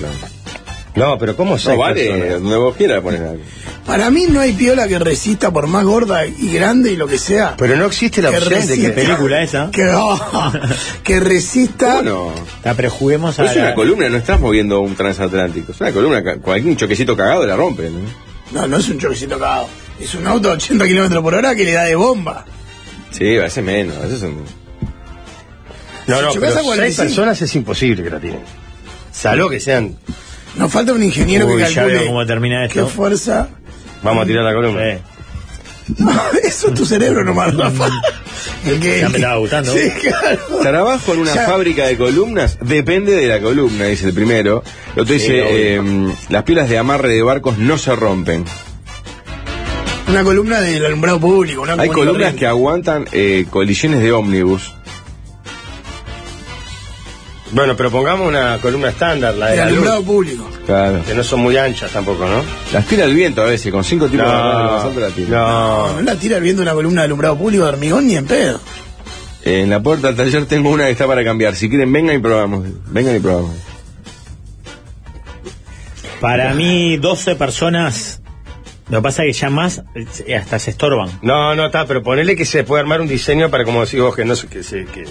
[SPEAKER 4] No, pero ¿cómo
[SPEAKER 6] No,
[SPEAKER 4] seis
[SPEAKER 6] vale,
[SPEAKER 4] personas?
[SPEAKER 6] donde vos quieras poner algo.
[SPEAKER 7] Para mí no hay piola que resista por más gorda y grande y lo que sea.
[SPEAKER 4] Pero no existe la
[SPEAKER 7] Que
[SPEAKER 4] opción de que
[SPEAKER 7] resista.
[SPEAKER 5] película esa?
[SPEAKER 7] Que, oh, que resista.
[SPEAKER 6] Bueno,
[SPEAKER 5] Ah, pero juguemos a
[SPEAKER 6] es una
[SPEAKER 5] la-
[SPEAKER 6] columna, no estás moviendo un transatlántico. Es una columna, ca- cualquier choquecito cagado la rompe. ¿no?
[SPEAKER 7] No, no es un choquecito cagado. Es un auto a 80 kilómetros por hora que le da de bomba.
[SPEAKER 6] Sí, a veces menos. A veces son-
[SPEAKER 4] No, no,
[SPEAKER 7] Si chocás a
[SPEAKER 4] pero seis
[SPEAKER 7] 45.
[SPEAKER 4] personas es imposible que la tienen. Salvo que sean.
[SPEAKER 7] Nos falta un ingeniero
[SPEAKER 5] Uy,
[SPEAKER 7] que
[SPEAKER 5] ya veo cómo
[SPEAKER 7] calcule
[SPEAKER 5] termina
[SPEAKER 7] qué
[SPEAKER 5] esto. Eh,
[SPEAKER 7] fuerza.
[SPEAKER 4] Vamos a tirar la columna.
[SPEAKER 5] Sí.
[SPEAKER 7] Eso es tu cerebro nomás, Rafa. El que-
[SPEAKER 5] Ya me estaba gustando.
[SPEAKER 7] Sí, claro.
[SPEAKER 6] Trabajo en una
[SPEAKER 7] Ya.
[SPEAKER 6] fábrica de columnas, depende de la columna, dice el primero. Lo otro dice, eh, las pilas de amarre de barcos no se rompen.
[SPEAKER 7] Una columna del alumbrado público. Una
[SPEAKER 6] Hay
[SPEAKER 7] común y
[SPEAKER 6] columnas
[SPEAKER 7] corriente.
[SPEAKER 6] que aguantan eh, colisiones de ómnibus.
[SPEAKER 4] Bueno, pero pongamos una columna estándar, la de
[SPEAKER 7] Del
[SPEAKER 4] la luz,
[SPEAKER 7] alumbrado público.
[SPEAKER 6] Claro.
[SPEAKER 4] Que no son muy anchas tampoco, ¿no?
[SPEAKER 6] Las tira el viento a veces, con cinco tipos de barras pasando la tira.
[SPEAKER 4] no.
[SPEAKER 7] No la tira viendo una columna de alumbrado público de hormigón ni en pedo.
[SPEAKER 6] En la puerta del taller tengo una que está para cambiar. Si quieren, vengan y probamos. Vengan y probamos.
[SPEAKER 5] Para mí, 12 personas. Lo que pasa es que ya más eh, hasta se estorban.
[SPEAKER 4] No, no, está, pero ponele que se puede armar un diseño para, como decís vos, que no se, que se, que,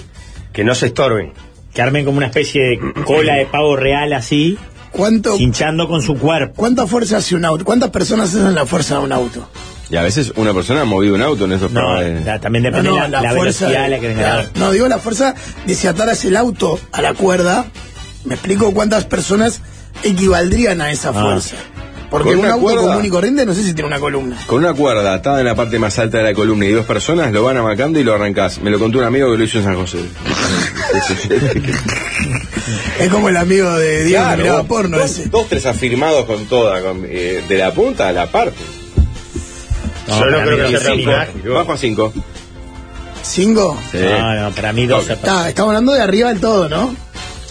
[SPEAKER 4] que no se estorben.
[SPEAKER 5] Que armen como una especie de cola de pavo real así,
[SPEAKER 7] ¿Cuánto,
[SPEAKER 5] hinchando con su cuerpo.
[SPEAKER 7] ¿Cuánta fuerza hace un auto? ¿Cuántas personas hacen la fuerza de un auto?
[SPEAKER 6] Y a veces una persona ha movido un auto en esos
[SPEAKER 5] No,
[SPEAKER 6] programas de-
[SPEAKER 5] la- también depende la, la velocidad a la que venga.
[SPEAKER 7] claro, No, digo la fuerza de si ataras el auto a la cuerda, me explico cuántas personas equivaldrían a esa
[SPEAKER 6] Ah.
[SPEAKER 7] fuerza. Porque
[SPEAKER 6] Con
[SPEAKER 7] un
[SPEAKER 6] una
[SPEAKER 7] auto
[SPEAKER 6] cuerda.
[SPEAKER 7] común y corriente no sé si tiene una columna.
[SPEAKER 6] Con una cuerda atada en la parte más alta de la columna y dos personas lo van amacando y lo arrancás. Me lo contó un amigo que lo hizo en San José.
[SPEAKER 7] Es como el amigo de Diego que miraba porno
[SPEAKER 6] dos,
[SPEAKER 7] ese.
[SPEAKER 6] dos, tres afirmados con toda, con, eh, de la punta a la parte.
[SPEAKER 5] No, Yo no para creo mí que dos sea y tan cinco.
[SPEAKER 6] fácil. Bajo a cinco.
[SPEAKER 7] ¿Cingo?
[SPEAKER 4] Ah.
[SPEAKER 5] No, no, para mí dos
[SPEAKER 7] Está- estamos hablando de arriba del todo, ¿no?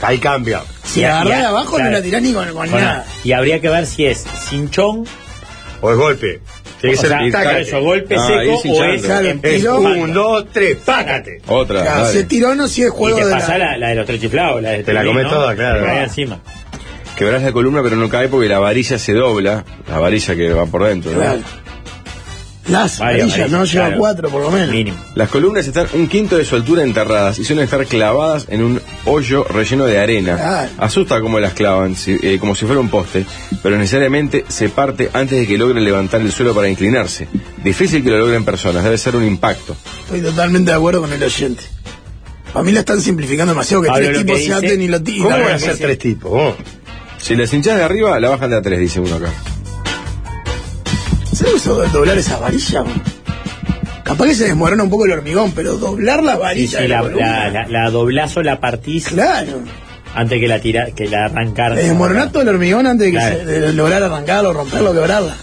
[SPEAKER 4] Ahí cambia.
[SPEAKER 7] Si
[SPEAKER 5] Y a-
[SPEAKER 7] la agarrás
[SPEAKER 5] y a-
[SPEAKER 7] de abajo
[SPEAKER 5] claro.
[SPEAKER 7] no la tirás ni con, con
[SPEAKER 5] Bueno,
[SPEAKER 7] nada.
[SPEAKER 5] y habría que ver si es cinchón,
[SPEAKER 4] O es golpe. Tiene
[SPEAKER 5] o
[SPEAKER 4] que ser
[SPEAKER 5] sea,
[SPEAKER 4] tácate.
[SPEAKER 5] por eso, golpe
[SPEAKER 6] Ah, ir
[SPEAKER 5] seco o
[SPEAKER 6] cinchando.
[SPEAKER 5] es
[SPEAKER 7] Claro,
[SPEAKER 5] en-
[SPEAKER 4] Es
[SPEAKER 7] Tiró.
[SPEAKER 4] un, dos, tres, pácate.
[SPEAKER 6] Otra.
[SPEAKER 7] Claro,
[SPEAKER 6] dale.
[SPEAKER 7] si es tirón o si es
[SPEAKER 5] Y
[SPEAKER 7] juego
[SPEAKER 5] te
[SPEAKER 7] de
[SPEAKER 5] pasa
[SPEAKER 7] la...
[SPEAKER 5] la, la de los tres chiflados, la de
[SPEAKER 4] Te la
[SPEAKER 5] Tolín,
[SPEAKER 4] comés
[SPEAKER 5] ¿no?
[SPEAKER 4] toda, claro.
[SPEAKER 5] Te la comés encima.
[SPEAKER 6] Quebrás la columna pero no cae porque la varilla se dobla. La varilla que va por dentro. ¿no?
[SPEAKER 7] Claro. Las
[SPEAKER 5] Varias
[SPEAKER 7] varillas, no
[SPEAKER 5] varillas,
[SPEAKER 7] lleva
[SPEAKER 5] claro.
[SPEAKER 7] cuatro por lo menos.
[SPEAKER 5] Mínimo.
[SPEAKER 6] Las columnas están un quinto de su altura enterradas y suelen estar clavadas en un hoyo relleno de arena.
[SPEAKER 7] Claro.
[SPEAKER 6] Asusta como las clavan, si- eh, como si fuera un poste, pero necesariamente se parte antes de que logren levantar el suelo para inclinarse. Difícil que lo logren personas, debe ser un impacto.
[SPEAKER 7] Estoy totalmente de acuerdo con el oyente. A mí la están simplificando demasiado que
[SPEAKER 5] Pablo,
[SPEAKER 7] tres
[SPEAKER 5] lo
[SPEAKER 7] tipos
[SPEAKER 5] que
[SPEAKER 7] se
[SPEAKER 5] dice-
[SPEAKER 7] aten y lo tiran.
[SPEAKER 4] ¿Cómo van
[SPEAKER 7] Claro,
[SPEAKER 4] a ser tres tipos? vos?
[SPEAKER 6] Si las hinchas de arriba, la bajan de a tres, dice uno acá.
[SPEAKER 7] ¿Sabes eso de doblar esa varilla? bro? Capaz que se desmorona un poco el hormigón, pero doblar la
[SPEAKER 5] Y
[SPEAKER 7] varilla.
[SPEAKER 5] si
[SPEAKER 7] de la
[SPEAKER 5] la,
[SPEAKER 7] columna,
[SPEAKER 5] la, la, la doblás o la partís
[SPEAKER 7] Claro.
[SPEAKER 5] antes que la tira, que la arrancar.
[SPEAKER 7] Le desmoronás todo el hormigón antes de, que
[SPEAKER 5] Claro.
[SPEAKER 7] se- de lograr arrancarlo, romperlo, quebrarla.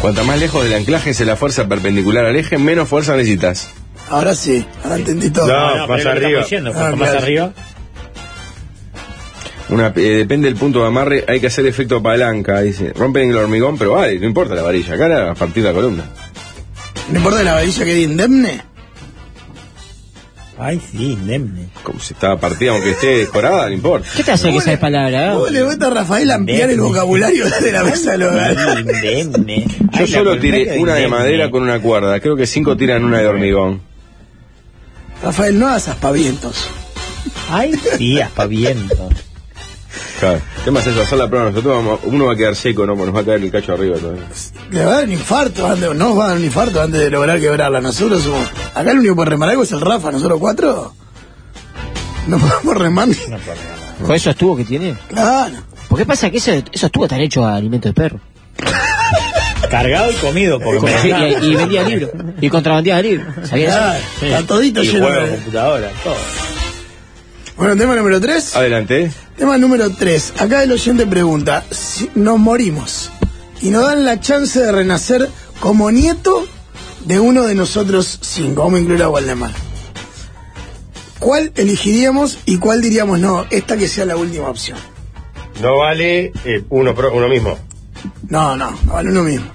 [SPEAKER 6] Cuanta más lejos del anclaje es la fuerza perpendicular al eje, menos fuerza necesitas.
[SPEAKER 7] Ahora sí, ahora entendí todo.
[SPEAKER 4] No,
[SPEAKER 5] No, no, pero
[SPEAKER 4] más
[SPEAKER 5] es lo que
[SPEAKER 4] arriba.
[SPEAKER 5] estamos diciendo, cuanto
[SPEAKER 7] Ah,
[SPEAKER 5] más
[SPEAKER 7] claro.
[SPEAKER 5] arriba.
[SPEAKER 6] Una, eh, depende del punto de amarre, hay que hacer efecto palanca, dice. Rompen el hormigón, pero vale, no importa la varilla, acá era a partir de la columna.
[SPEAKER 7] No importa que la varilla quede indemne.
[SPEAKER 5] Ay, sí, indemne.
[SPEAKER 6] Como si estaba partida, aunque esté decorada, no importa.
[SPEAKER 8] ¿Qué te hace que esa palabra? eh?
[SPEAKER 7] ¿Cómo le gusta a Rafael ampliar el
[SPEAKER 5] Indemne.
[SPEAKER 7] vocabulario de la mesa del hogar?
[SPEAKER 5] Indemne.
[SPEAKER 6] Yo solo tiré una de madera con una cuerda. Creo que cinco tiran una de hormigón.
[SPEAKER 7] Rafael, no hagas aspavientos.
[SPEAKER 5] Ay, sí, aspaviento.
[SPEAKER 6] Claro. El tema es eso, hacer la prueba. Nosotros vamos- uno va a quedar seco, ¿no? Porque nos va a caer el cacho arriba todavía.
[SPEAKER 7] Le va a dar un infarto antes, no va a dar un infarto antes de lograr quebrarla. Nosotros somos. Acá el único por remar algo es el Rafa, nosotros cuatro. No podemos remar ni.
[SPEAKER 8] ¿Con esos tubos que tiene?
[SPEAKER 7] Claro.
[SPEAKER 8] ¿Por qué pasa que ese- esos tubos están hechos a alimento de perro?
[SPEAKER 5] Cargado y comido, porque
[SPEAKER 8] Como
[SPEAKER 5] me
[SPEAKER 8] si-
[SPEAKER 5] dejaron.
[SPEAKER 8] y, y vendía libros. Y contrabandeaba libros. ¿Sabías eso?
[SPEAKER 7] Claro, Está todito
[SPEAKER 5] Y
[SPEAKER 7] lleno
[SPEAKER 5] juego de
[SPEAKER 7] de-
[SPEAKER 5] computadora, todo.
[SPEAKER 7] Bueno, tema número 3.
[SPEAKER 6] Adelante.
[SPEAKER 7] Tema número 3. Acá el oyente pregunta, si nos morimos y nos dan la chance de renacer como nieto de uno de nosotros cinco, vamos a incluir a Waldemar. ¿Cuál elegiríamos y cuál diríamos no? Esta que sea la última opción.
[SPEAKER 4] No vale eh, uno, pro- uno mismo.
[SPEAKER 7] No, no, no vale uno mismo.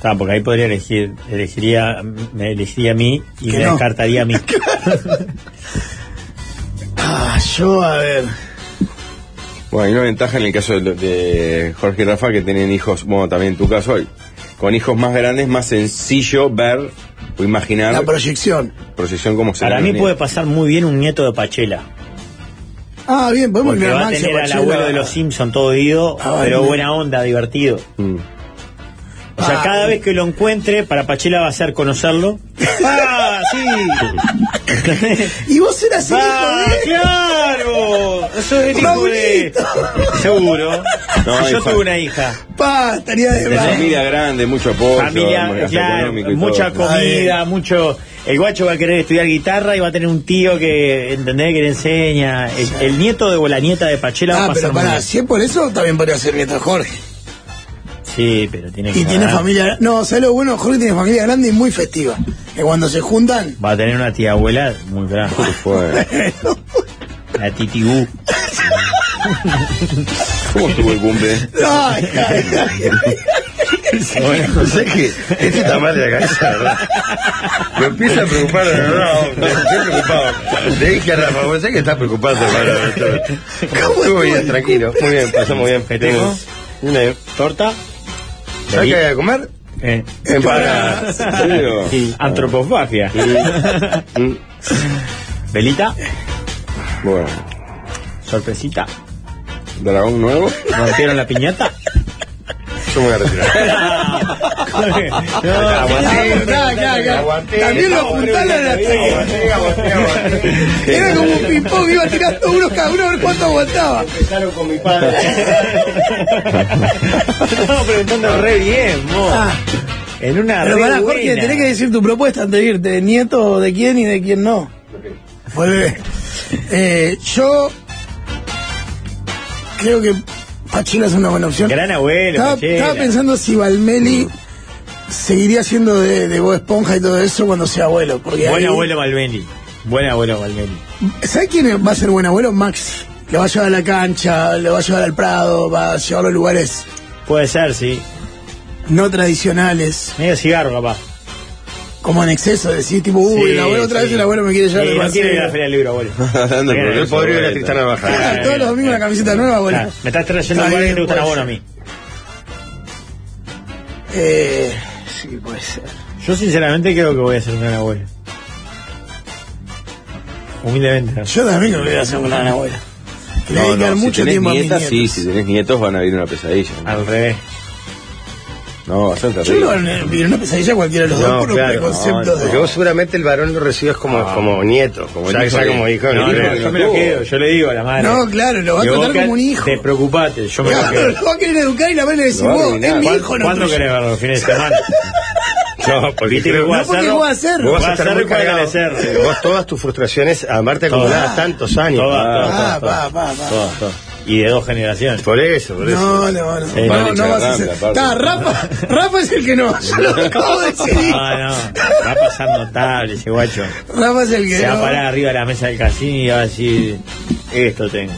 [SPEAKER 5] Claro, porque ahí podría elegir, elegiría, me elegiría a mí y
[SPEAKER 7] Que
[SPEAKER 5] me
[SPEAKER 7] no.
[SPEAKER 5] descartaría a mí.
[SPEAKER 7] Ah, yo a ver.
[SPEAKER 6] Bueno, hay una ventaja en el caso de, lo- de Jorge y Rafa que tienen hijos, bueno, también en tu caso hoy. Con hijos más grandes, más sencillo ver o imaginar
[SPEAKER 7] La
[SPEAKER 6] la
[SPEAKER 7] proyección.
[SPEAKER 6] procesión como se
[SPEAKER 5] Para mí puede pasar muy bien un nieto de Pachela,
[SPEAKER 7] Ah, bien, podemos
[SPEAKER 5] porque
[SPEAKER 7] mirar
[SPEAKER 5] va a
[SPEAKER 7] Maxi
[SPEAKER 5] tener al
[SPEAKER 7] Pachela.
[SPEAKER 5] abuelo de los Simpson todo ido,
[SPEAKER 7] Ah,
[SPEAKER 5] pero
[SPEAKER 7] bien.
[SPEAKER 5] buena onda, divertido.
[SPEAKER 6] Mm.
[SPEAKER 5] O sea,
[SPEAKER 7] Ah.
[SPEAKER 5] cada vez que lo encuentre, para Pachela va a ser conocerlo. ¡Ah, sí!
[SPEAKER 7] Y vos eras el
[SPEAKER 5] ¡Ah,
[SPEAKER 7] hijo de...
[SPEAKER 5] claro! Eso es tipo de... Seguro.
[SPEAKER 6] No,
[SPEAKER 5] Si yo
[SPEAKER 6] infa-
[SPEAKER 5] tuve una hija.
[SPEAKER 7] Pa, estaría de
[SPEAKER 6] La
[SPEAKER 7] más.
[SPEAKER 6] familia grande, mucho apoyo,
[SPEAKER 5] Familia,
[SPEAKER 6] gasto
[SPEAKER 5] claro,
[SPEAKER 6] económico y
[SPEAKER 5] mucha
[SPEAKER 6] todo.
[SPEAKER 5] comida, mucho... El guacho va a querer estudiar guitarra y va a tener un tío que, ¿entendés? Que le enseña. El, el nieto de, o la nieta de Pachela va a
[SPEAKER 7] Ah,
[SPEAKER 5] pasar
[SPEAKER 7] pero
[SPEAKER 5] muy
[SPEAKER 7] pará,
[SPEAKER 5] bien.
[SPEAKER 7] si es por eso, también podría ser nieto de Jorge.
[SPEAKER 5] Sí, pero tiene que...
[SPEAKER 7] Y tiene
[SPEAKER 5] ganar.
[SPEAKER 7] familia. No, ¿sabes lo bueno? Jorge tiene familia grande y muy festiva. Que cuando se juntan.
[SPEAKER 5] Va a tener una tía abuela muy grande.
[SPEAKER 6] Bueno,
[SPEAKER 5] La titibú.
[SPEAKER 6] ¿Cómo estuvo el cumple?
[SPEAKER 7] ¡Ay, ay, ay!
[SPEAKER 4] No sé que este está mal de la cabeza, ¿verdad? Me empieza a preocupar, de verdad. hombre. Estoy preocupado. Le dije a Rafa, vos sé que estás preocupado, hermano. Estuvo bien, tranquilo. Muy bien, pasamos bien.
[SPEAKER 5] ¿Festejo?
[SPEAKER 4] Una-
[SPEAKER 5] ¿Torta?
[SPEAKER 4] ¿Sabes qué hay que comer?
[SPEAKER 5] Eh.
[SPEAKER 4] Empanadas.
[SPEAKER 6] ¿En serio?
[SPEAKER 5] Sí. Antropofagia.
[SPEAKER 6] Mm,
[SPEAKER 5] Velita.
[SPEAKER 6] Bueno,
[SPEAKER 5] Sorpresita.
[SPEAKER 6] dragón nuevo.
[SPEAKER 5] ¿Rompieron la piñata?
[SPEAKER 4] Yo me voy a retirar.
[SPEAKER 7] Claro, claro, claro. También lo apuntalan hasta que-
[SPEAKER 4] Aguanté, aguanté, aguanté.
[SPEAKER 7] Era como un ping-pong, iba tirando uno cada uno a ver cuánto aguantaba.
[SPEAKER 4] Empezaron con mi padre.
[SPEAKER 5] Estamos preguntando re bien, vos. En una
[SPEAKER 7] Pero
[SPEAKER 5] re
[SPEAKER 7] pará,
[SPEAKER 5] buena.
[SPEAKER 7] Jorge, tenés que decir tu propuesta antes de irte, de nieto de quién y de quién no. Volvé. Eh, yo creo que Pachela es una buena opción.
[SPEAKER 5] Gran abuelo,
[SPEAKER 7] Estaba,
[SPEAKER 5] Pachela. Mm.
[SPEAKER 7] estaba pensando si Valmeli seguiría siendo de, de Bob Esponja y todo eso cuando sea abuelo. Porque
[SPEAKER 5] Buen
[SPEAKER 7] ahí-
[SPEAKER 5] abuelo Malveni. Buen abuelo Malveni.
[SPEAKER 7] ¿Sabes quién va a ser buen abuelo? Maxi. Lo va a llevar a la cancha, lo va a llevar al Prado, va a llevarlo a lugares
[SPEAKER 5] Puede ser, sí.
[SPEAKER 7] no tradicionales,
[SPEAKER 5] Medio cigarro, capaz.
[SPEAKER 7] como en exceso, decir tipo, uy,
[SPEAKER 5] Sí,
[SPEAKER 7] el abuelo otra
[SPEAKER 5] sí.
[SPEAKER 7] vez el abuelo me quiere llevar
[SPEAKER 5] Sí,
[SPEAKER 7] al
[SPEAKER 5] no quiere ir a la
[SPEAKER 7] paseo.
[SPEAKER 5] Feria del Libro, abuelo.
[SPEAKER 6] Hablando
[SPEAKER 5] Bien,
[SPEAKER 6] por
[SPEAKER 5] el
[SPEAKER 6] eso,
[SPEAKER 4] Podrido de la
[SPEAKER 6] bueno.
[SPEAKER 4] Tristana Bajada.
[SPEAKER 7] Claro, todos los domingos una camiseta nueva, abuelo.
[SPEAKER 5] Claro, Me estás trayendo
[SPEAKER 7] Está
[SPEAKER 5] lugares que
[SPEAKER 7] bien, pues.
[SPEAKER 5] te gustan a
[SPEAKER 7] puede
[SPEAKER 5] vos, no a
[SPEAKER 7] ser.
[SPEAKER 5] mí.
[SPEAKER 7] Eh, sí, eh. puede ser.
[SPEAKER 5] Yo sinceramente creo que voy a ser un gran abuelo. Humildemente.
[SPEAKER 7] Yo también creo que voy a hacer una gran abuela. Que le voy
[SPEAKER 6] No,
[SPEAKER 7] a dedicar
[SPEAKER 6] no, si
[SPEAKER 7] mucho
[SPEAKER 6] tenés
[SPEAKER 7] tiempo a
[SPEAKER 6] nietas,
[SPEAKER 7] mis
[SPEAKER 6] sí,
[SPEAKER 7] nietos.
[SPEAKER 6] si tenés nietos van a vivir una pesadilla.
[SPEAKER 5] Al revés.
[SPEAKER 6] No, va a ser
[SPEAKER 7] Yo
[SPEAKER 6] terrible.
[SPEAKER 7] creo que vivir una pesadilla cualquiera de los dos
[SPEAKER 4] No,
[SPEAKER 7] por un
[SPEAKER 4] claro,
[SPEAKER 7] preconcepto
[SPEAKER 4] Porque
[SPEAKER 7] de...
[SPEAKER 4] vos seguramente el varón lo recibes como, como nieto, como
[SPEAKER 6] Ya-
[SPEAKER 4] hijo,
[SPEAKER 6] ya
[SPEAKER 4] como
[SPEAKER 6] como
[SPEAKER 4] hijo.
[SPEAKER 6] hijo,
[SPEAKER 5] No, no, yo me lo
[SPEAKER 6] tuvo.
[SPEAKER 5] quedo. Yo le digo a la madre.
[SPEAKER 7] No, claro, lo va a
[SPEAKER 5] Yo
[SPEAKER 7] tratar
[SPEAKER 5] que-
[SPEAKER 7] como un hijo.
[SPEAKER 5] Despreocupate, yo me lo
[SPEAKER 7] Claro,
[SPEAKER 5] quedo.
[SPEAKER 7] lo va a querer educar y la madre le va a decir,
[SPEAKER 6] Lo va a
[SPEAKER 7] vos,
[SPEAKER 6] arruinar.
[SPEAKER 7] es mi hijo,
[SPEAKER 5] ¿Cuándo,
[SPEAKER 7] no
[SPEAKER 5] ¿cuándo
[SPEAKER 7] tuyo.
[SPEAKER 5] querés verlo? ¿Los fines de semana?
[SPEAKER 4] No, porque
[SPEAKER 5] Viste que
[SPEAKER 4] creo-
[SPEAKER 5] vos
[SPEAKER 7] No, porque
[SPEAKER 5] hacerlo-
[SPEAKER 7] vos hacerlo.
[SPEAKER 4] Vos vas a
[SPEAKER 5] Vas a
[SPEAKER 4] estar muy
[SPEAKER 5] hacerlo y
[SPEAKER 4] cargado.
[SPEAKER 5] agradecerlo.
[SPEAKER 4] Vos todas tus frustraciones, aparte acumuladas
[SPEAKER 7] Todas.
[SPEAKER 4] tantos años.
[SPEAKER 5] Todas,
[SPEAKER 4] Ah,
[SPEAKER 5] todas.
[SPEAKER 7] Ah, va, va, va.
[SPEAKER 5] Todo, todo. Y de dos generaciones.
[SPEAKER 4] Por eso, por eso.
[SPEAKER 7] No, no, no.
[SPEAKER 5] Sí,
[SPEAKER 7] no,
[SPEAKER 5] vale,
[SPEAKER 7] no vas a
[SPEAKER 6] Ramla,
[SPEAKER 7] hacer.
[SPEAKER 6] aparte.
[SPEAKER 7] Está, Rafa, Rafa es el que no. Yo lo acabo de decir.
[SPEAKER 5] No, no, va a pasar notable ese guacho.
[SPEAKER 7] Rafa es el que
[SPEAKER 5] Se va a
[SPEAKER 7] no.
[SPEAKER 5] parar arriba de la mesa del casino y va a decir, esto tengo.